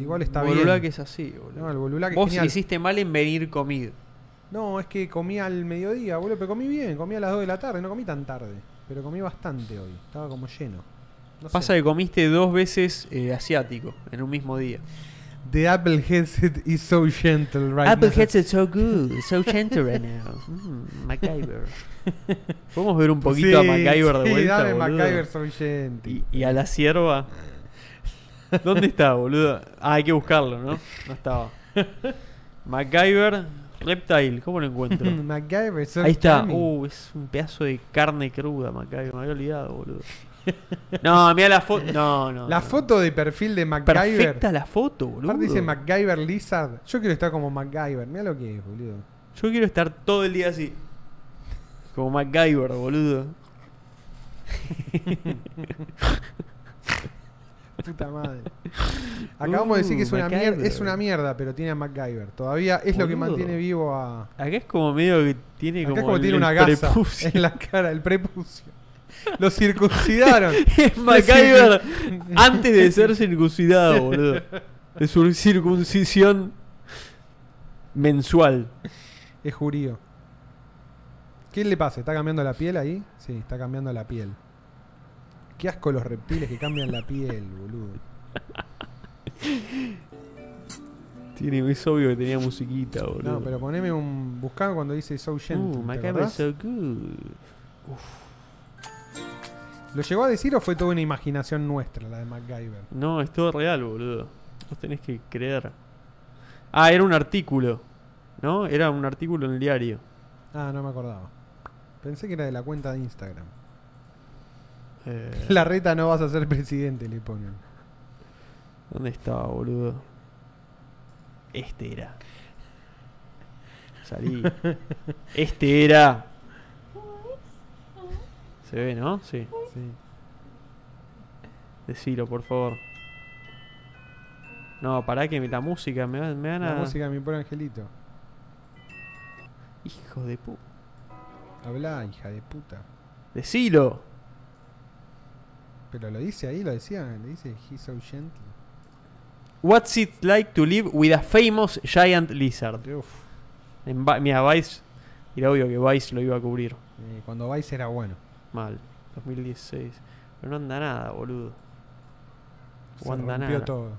B: Igual está
A: Bolulac
B: bien.
A: es así, boludo.
B: No, el Bolulac es
A: Vos
B: genial.
A: hiciste mal en venir comido.
B: No, es que comí al mediodía, boludo, pero comí bien, comí a las 2 de la tarde, no comí tan tarde, pero comí bastante hoy, estaba como lleno. No sé.
A: Pasa que comiste dos veces eh, asiático en un mismo día.
B: The Apple headset is so gentle right now.
A: so good, so gentle right now. Mm, MacGyver. Podemos ver un poquito a
B: Sí,
A: MacGyver de
B: sí,
A: vuelta.
B: dame
A: boludo?
B: MacGyver so gentle.
A: Y, y a la sierva. ¿Dónde está, boludo? Ah, hay que buscarlo, ¿no? No estaba. MacGyver Reptile, ¿cómo lo encuentro?
B: MacGyver so
A: Ahí está.
B: charming.
A: Uh, es un pedazo de carne cruda, MacGyver. Me había olvidado, boludo. No, mira la foto. No, no.
B: la
A: no.
B: foto de perfil de MacGyver.
A: Perfecta la foto, boludo.
B: Aparte dice MacGyver Lizard. Yo quiero estar como MacGyver. Mira lo que es, boludo.
A: Yo quiero estar todo el día así. Como MacGyver, boludo.
B: Puta madre. Acabamos de decir que es
A: Uh,
B: una,
A: MacGyver.
B: mierda, es una mierda, pero tiene a MacGyver. Todavía es lo que
A: Boludo.
B: mantiene vivo a.
A: Acá es como medio que tiene
B: Acá
A: como.
B: es como
A: el-
B: tiene una
A: el
B: gasa
A: prepucio.
B: en la cara, el prepucio. Lo circuncidaron.
A: Es MacGyver antes de ser circuncidado, boludo. De su circuncisión mensual.
B: Es jurío. ¿Qué le pasa? ¿Está cambiando la piel ahí? Sí, está cambiando la piel. Qué asco los reptiles que cambian la piel, boludo.
A: Tiene, es obvio que tenía musiquita, boludo.
B: No, pero poneme un. Buscame cuando dice So Gentle.
A: Uh,
B: ¿te
A: MacGyver
B: acordás?
A: so good.
B: ¿Lo llegó a decir o fue toda una imaginación nuestra la de MacGyver?
A: No, es todo real, boludo. Vos tenés que creer. Ah, era un artículo. ¿No? Era un artículo en el diario.
B: Ah, no me acordaba. Pensé que era de la cuenta de Instagram.
A: Eh,
B: La reta no vas a ser presidente, le ponen.
A: ¿Dónde estaba, boludo? Este era. Salí. Este era. Se ve, ¿no? Sí.
B: Sí.
A: Decilo, por favor. No, pará que me- la música me, va- me van a...
B: La música de mi pobre angelito.
A: Hijo de pu...
B: Habla, hija de puta.
A: Decilo.
B: Pero lo dice ahí, lo decía, le dice he's so gentle.
A: What's it like to live with a famous giant lizard?
B: Uf,
A: En Vi- Mira, Vice... Era obvio que Vice lo iba a cubrir.
B: eh, cuando Vice era bueno.
A: Mal. 2016. Pero no anda nada, boludo.
B: Se
A: Wanda
B: rompió
A: nada.
B: todo.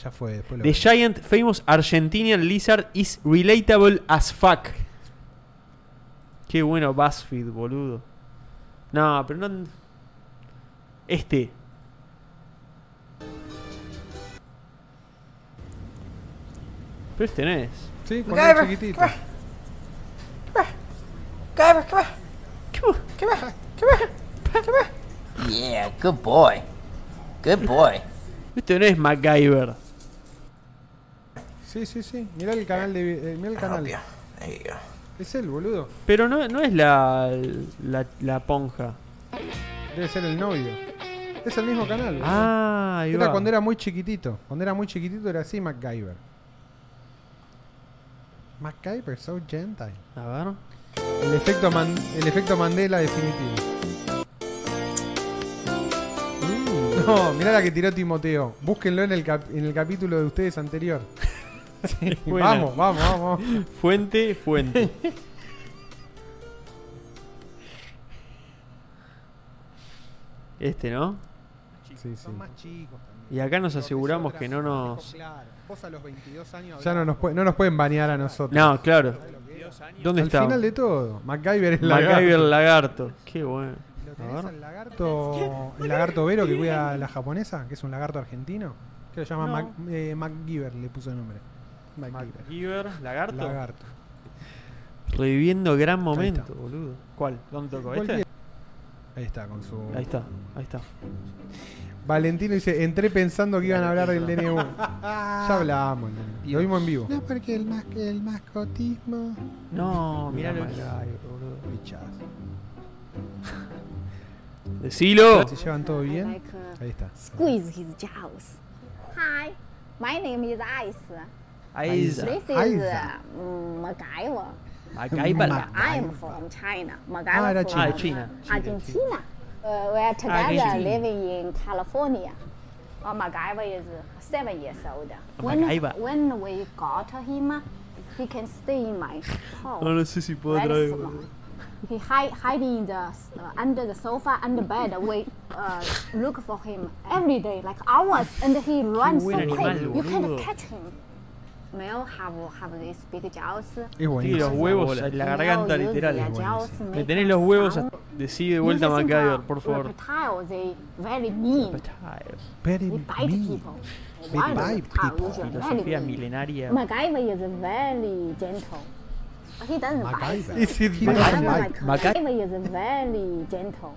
B: Ya fue, después lo
A: The
B: veo.
A: giant famous Argentinian lizard is relatable as fuck. Qué bueno BuzzFeed, boludo. No, pero no... Este. Pero este no es.
B: Sí, cuando era chiquitito.
H: Yeah, good boy. Good boy.
A: Este no es MacGyver.
B: Sí, sí, sí. Mirá el canal de eh, mirá el canal.
H: There you go.
B: Es él, boludo.
A: Pero no, no es la, la, la ponja.
B: Debe ser el novio. Es el mismo canal. boludo.
A: Ah, ahí
B: Era
A: va.
B: cuando era muy chiquitito. Cuando era muy chiquitito era así MacGyver. MacGyver, so gentle.
A: A ver.
B: El efecto, Man- el efecto Mandela definitivo. Mm. No, mirá la que tiró Timoteo. Búsquenlo en el, cap- en el capítulo de ustedes anterior. Sí,
A: buena.
B: vamos, vamos, vamos.
A: Fuente, fuente. Este, ¿no?
B: Sí, sí.
A: Y acá nos aseguramos que no nos.
B: Ya no nos, puede- no nos pueden banear a nosotros.
A: No, claro. ¿Dónde
B: Al
A: está?
B: final de todo, MacGyver es la
A: MacGyver lagarto. Qué bueno. A ver.
B: el lagarto, el lagarto Vero que cuida a la japonesa, que es un lagarto argentino. Que lo llama Mac- eh, MacGyver, le puso el nombre. MacGyver.
A: MacGyver lagarto.
B: Lagarto.
A: Reviviendo gran momento,
B: está.
A: boludo. ¿Cuál? ¿Dónde tocó?
B: Cualquier-
A: ¿Este?
B: Ahí está, con su.
A: Ahí está, ahí está.
B: Valentino dice: Entré pensando que iban a hablar del DNU. ya hablábamos, del DNU. lo vimos en vivo. No, porque el, el mascotismo.
A: No, mirá lo
B: boludo.
A: Decilo.
B: ¿Se llevan todo bien? Ahí está.
I: Squeeze his jaws. Hi, my name is Ice.
A: Ahí
I: This is
B: Aiza.
I: uh, MacGyver.
A: Acá
I: I'm from China.
B: Ah,
I: MacGyver
B: era
I: from
A: Ah, China.
I: Argentina. Uh, we are together
A: Argentina.
I: living in California. Uh, MacGyver is seven years old.
A: MacGyver.
I: When, when we got him, he can stay in my house.
A: No, no sé si puedo
I: very
A: traer.
I: small. He hide, hiding in the uh, under the sofa under bed. We uh, look for him every day, like hours, and he runs so
A: buen
I: quick.
A: animal,
I: You can't
A: boludo.
I: catch him. Male have have these big jaws.
B: Es
A: Tiene los
B: buenísimo.
A: huevos en la garganta,
I: Male use
A: literal.
I: their jaws
A: Me
I: make
A: tenés los huevos.
I: sound.
A: hasta- Decí de vuelta
I: Lizards are
A: MacGyver, por favor.
I: reptiles, they very mean.
B: Very
I: They bite
B: mean.
I: people.
B: They
I: Wild
B: bite
I: reptiles
B: people.
I: usually very
A: Filosofía
I: mean.
A: milenaria.
I: MacGyver is very gentle. He doesn't
B: MacGyver.
I: bite.
B: Is it
I: MacGyver,
B: MacGyver?
I: MacGyver is very gentle.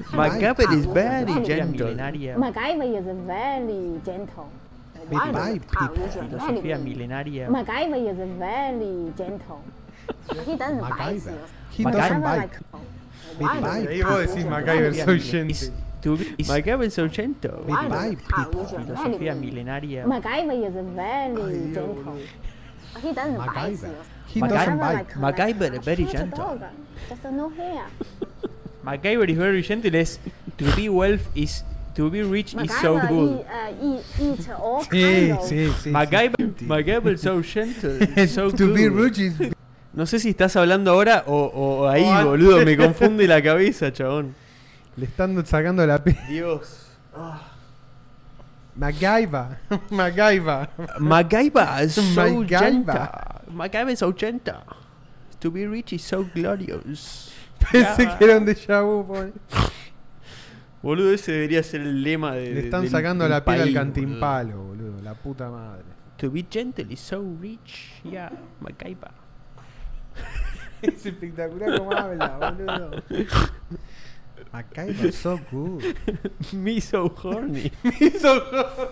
A: MacGyver is very
I: Filosofía
A: Milenaria.
I: MacGyver is very gentle.
B: They
I: Wild
B: bite
I: reptiles
B: people.
I: usually very
A: Filosofía
I: mean.
A: milenaria.
I: MacGyver is very gentle. He doesn't bite
B: MacGyver.
I: you.
B: He
A: MacGyver
B: doesn't
I: MacGyver
B: bite.
I: like-
B: They
I: Wild
B: bite.
I: reptiles usually
B: MacGyver, soy gente.
A: MacGyver es 80.
B: They
I: Wild
B: bite
I: reptiles
B: people.
I: usually very
A: Filosofía
I: mean.
A: milenaria.
I: MacGyver is very gentle. He doesn't bite
B: MacGyver.
I: you.
B: He
A: MacGyver.
B: doesn't bite.
I: like-
A: MacGyver
I: like
A: is very
I: a cute
A: gentle.
I: dog, Just no hair.
A: MacGyver is very gentle es to be wealth is to be rich is so
I: MacGyver
A: good.
I: eat, uh, eat, eat all
B: Sí,
I: kind of
B: sí, sí.
A: MacGyver,
B: sí.
A: MacGyver is so gentle, is so
B: To be
A: good.
B: rich is
A: No sé si estás hablando ahora o, o ahí, boludo, me confunde la cabeza, chabón.
B: Le están sacando la p.
A: Dios.
B: MacGyver. MacGyver.
A: MacGyver is so
B: MacGyver.
A: gentle. MacGyver is so gentle. To be rich is so glorious.
B: Pensé que era un déjà vu. pobre.
A: Boludo, ese debería ser el lema de.
B: Le
A: de-
B: están
A: Eh, del-
B: sacando
A: del
B: la piel al
A: país,
B: cantimpalo, boludo. La puta madre.
A: boludo. To be gentle is so rich. Yeah, MacGyver.
B: Es espectacular cómo habla, boludo. MacGyver so good.
A: Me so horny. Me so horny.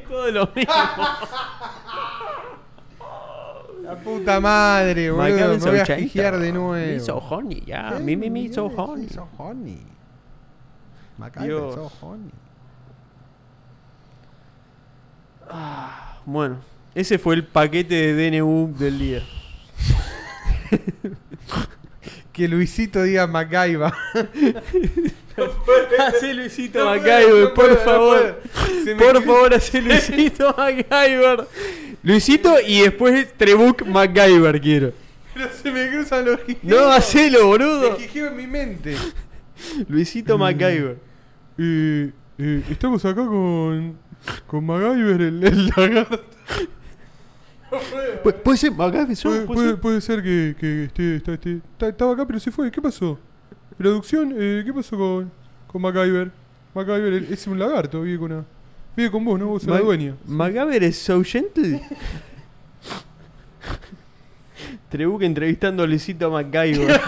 A: Es todo lo mismo.
B: La puta madre, boludo. Me
A: MacGyver
B: voy a
A: 80.
B: jijear
A: Me
B: de nuevo.
A: so horny, yeah. Ah, Me, me, me so horny.
B: So horny. MacGyver
A: Dios.
B: so horny.
A: Bueno, ese fue el paquete de DNU del día.
B: Que Luisito diga MacGyver.
A: Hacé Ah, Luisito MacGyver, por favor. Por favor, hacé Luisito MacGyver. Luisito y después Trebuch MacGyver quiero.
B: Pero se me cruzan los jijeos.
A: No, hacelo,
B: Los
A: boludo.
B: jijeos en mi mente.
A: Luisito MacGyver.
C: Eh, eh, estamos acá con. Con MacGyver, el, el lagarto.
A: Puede ser MacGyver,
C: Puede, puede- puede ser que, que esté, está- esté- está- estaba acá, pero se fue. ¿Qué pasó? Producción, eh, ¿qué pasó con, con MacGyver? MacGyver el- es un lagarto, vive con, una- vive con vos, ¿no? Vos sos la dueña.
A: MacGyver es so gentle. Trebuch entrevistando a Luisito MacGyver.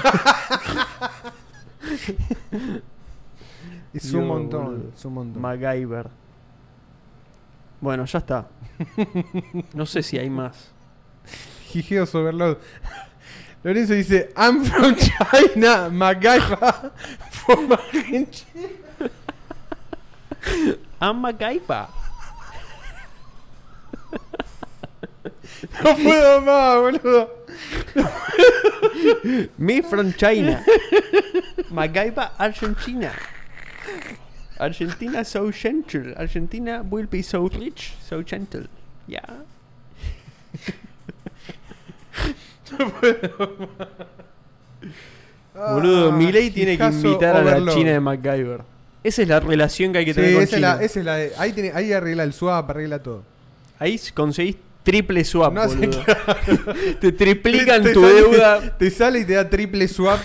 B: Es
A: Dios,
B: un montón.
A: boludo.
B: Es un montón.
A: MacGyver. Bueno, ya está. No sé si hay más.
B: Jijeos overload. Lorenzo dice, I'm from China, MacGyver from Argentina.
A: Ah, MacGyver.
B: No puedo más, boludo.
A: Me from China. MacGyver Argentina. Argentina so gentle. Argentina will be so rich, so gentle. Ya. Boludo, Milei tiene que
B: Hijazo
A: invitar a la
B: Ah, overlord.
A: China de MacGyver. Esa es la relación que hay que
B: Sí,
A: tener con
B: esa es,
A: China.
B: la, esa es la de- ahí, tiene- ahí arregla el swap, arregla todo.
A: Ahí s- conseguís triple swap,
B: No sé,
A: boludo. Te triplican
B: Te
A: tu
B: sale-
A: deuda.
B: Te sale y te da triple swap,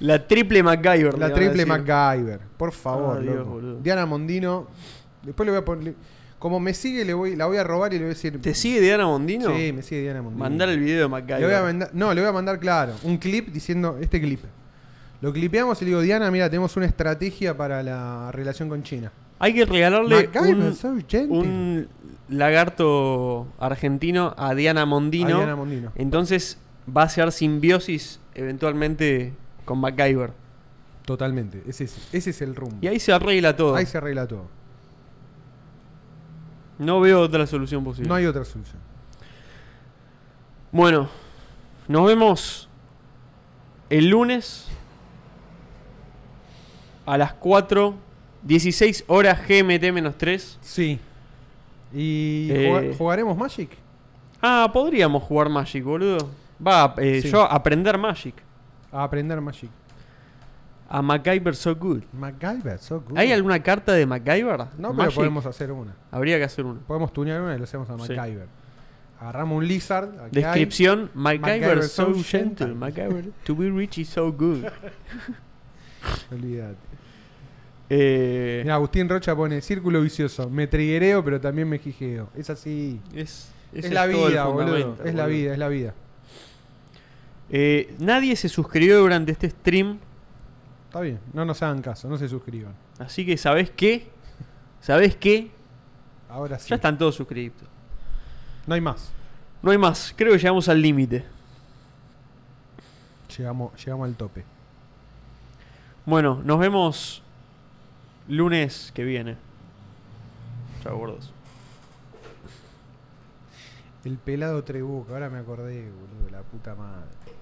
A: La triple MacGyver. le van
B: la
A: a
B: triple
A: decir.
B: MacGyver. Por favor,
A: Ah, Dios,
B: loco.
A: boludo.
B: Diana Mondino. Después le voy a poner. Como me sigue, le voy, la voy a robar y le voy a decir.
A: ¿Te sigue Diana Mondino?
B: Sí, me sigue Diana Mondino.
A: Mandar el video de MacGyver.
B: Le voy a mandar- no, le voy a mandar, claro, un clip diciendo este clip. Lo clipeamos y le digo, Diana, mira, tenemos una estrategia para la relación con China.
A: Hay que regalarle
B: MacGyver,
A: un,
B: so gentle.
A: un lagarto argentino a Diana Mondino.
B: A Diana Mondino.
A: Entonces va a ser simbiosis eventualmente con MacGyver.
B: Totalmente. Ese es, ese es el rumbo.
A: Y ahí se arregla todo.
B: Ahí se arregla todo.
A: No veo otra solución posible.
B: No hay otra solución.
A: Bueno, nos vemos el lunes a las 4, 16 horas GMT-3.
B: Sí. ¿Y
A: Eh.
B: juga- jugaremos Magic?
A: Ah, podríamos jugar Magic, boludo. Va, eh,
B: Sí.
A: yo a aprender Magic.
B: A aprender Magic.
A: A MacGyver So Good.
B: MacGyver, so good.
A: ¿Hay alguna carta de MacGyver?
B: Uh. No, pero
A: Magic?
B: podemos hacer una.
A: Habría que hacer una.
B: Podemos tunear una y lo hacemos a
A: Sí.
B: MacGyver. Agarramos un Lizard. aquí hay.
A: Descripción: MacGyver,
B: MacGyver
A: so,
B: so
A: gentle.
B: gentle.
A: MacGyver to be rich is so good.
B: Olvídate.
A: Eh,
B: Mira, Agustín Rocha pone círculo vicioso. Me triguereo, pero también me jijeo. Es así.
A: es,
B: Es,
A: ese
B: la
A: todo el
B: vida, boludo.
A: fundamento,
B: Es la
A: boludo.
B: vida, es la vida.
A: Eh, nadie se suscribió durante este stream,
B: Está bien. No nos hagan caso, no se suscriban.
A: así que ¿sabés qué? ¿Sabés qué?
B: Ahora sí.
A: Ya están todos suscritos.
B: No hay más.
A: No hay más, creo que llegamos al límite.
B: Llegamos, llegamos al tope.
A: Bueno, nos vemos lunes que viene. Chao, gordos.
B: El pelado Trebuco, ahora me acordé, boludo, la puta madre.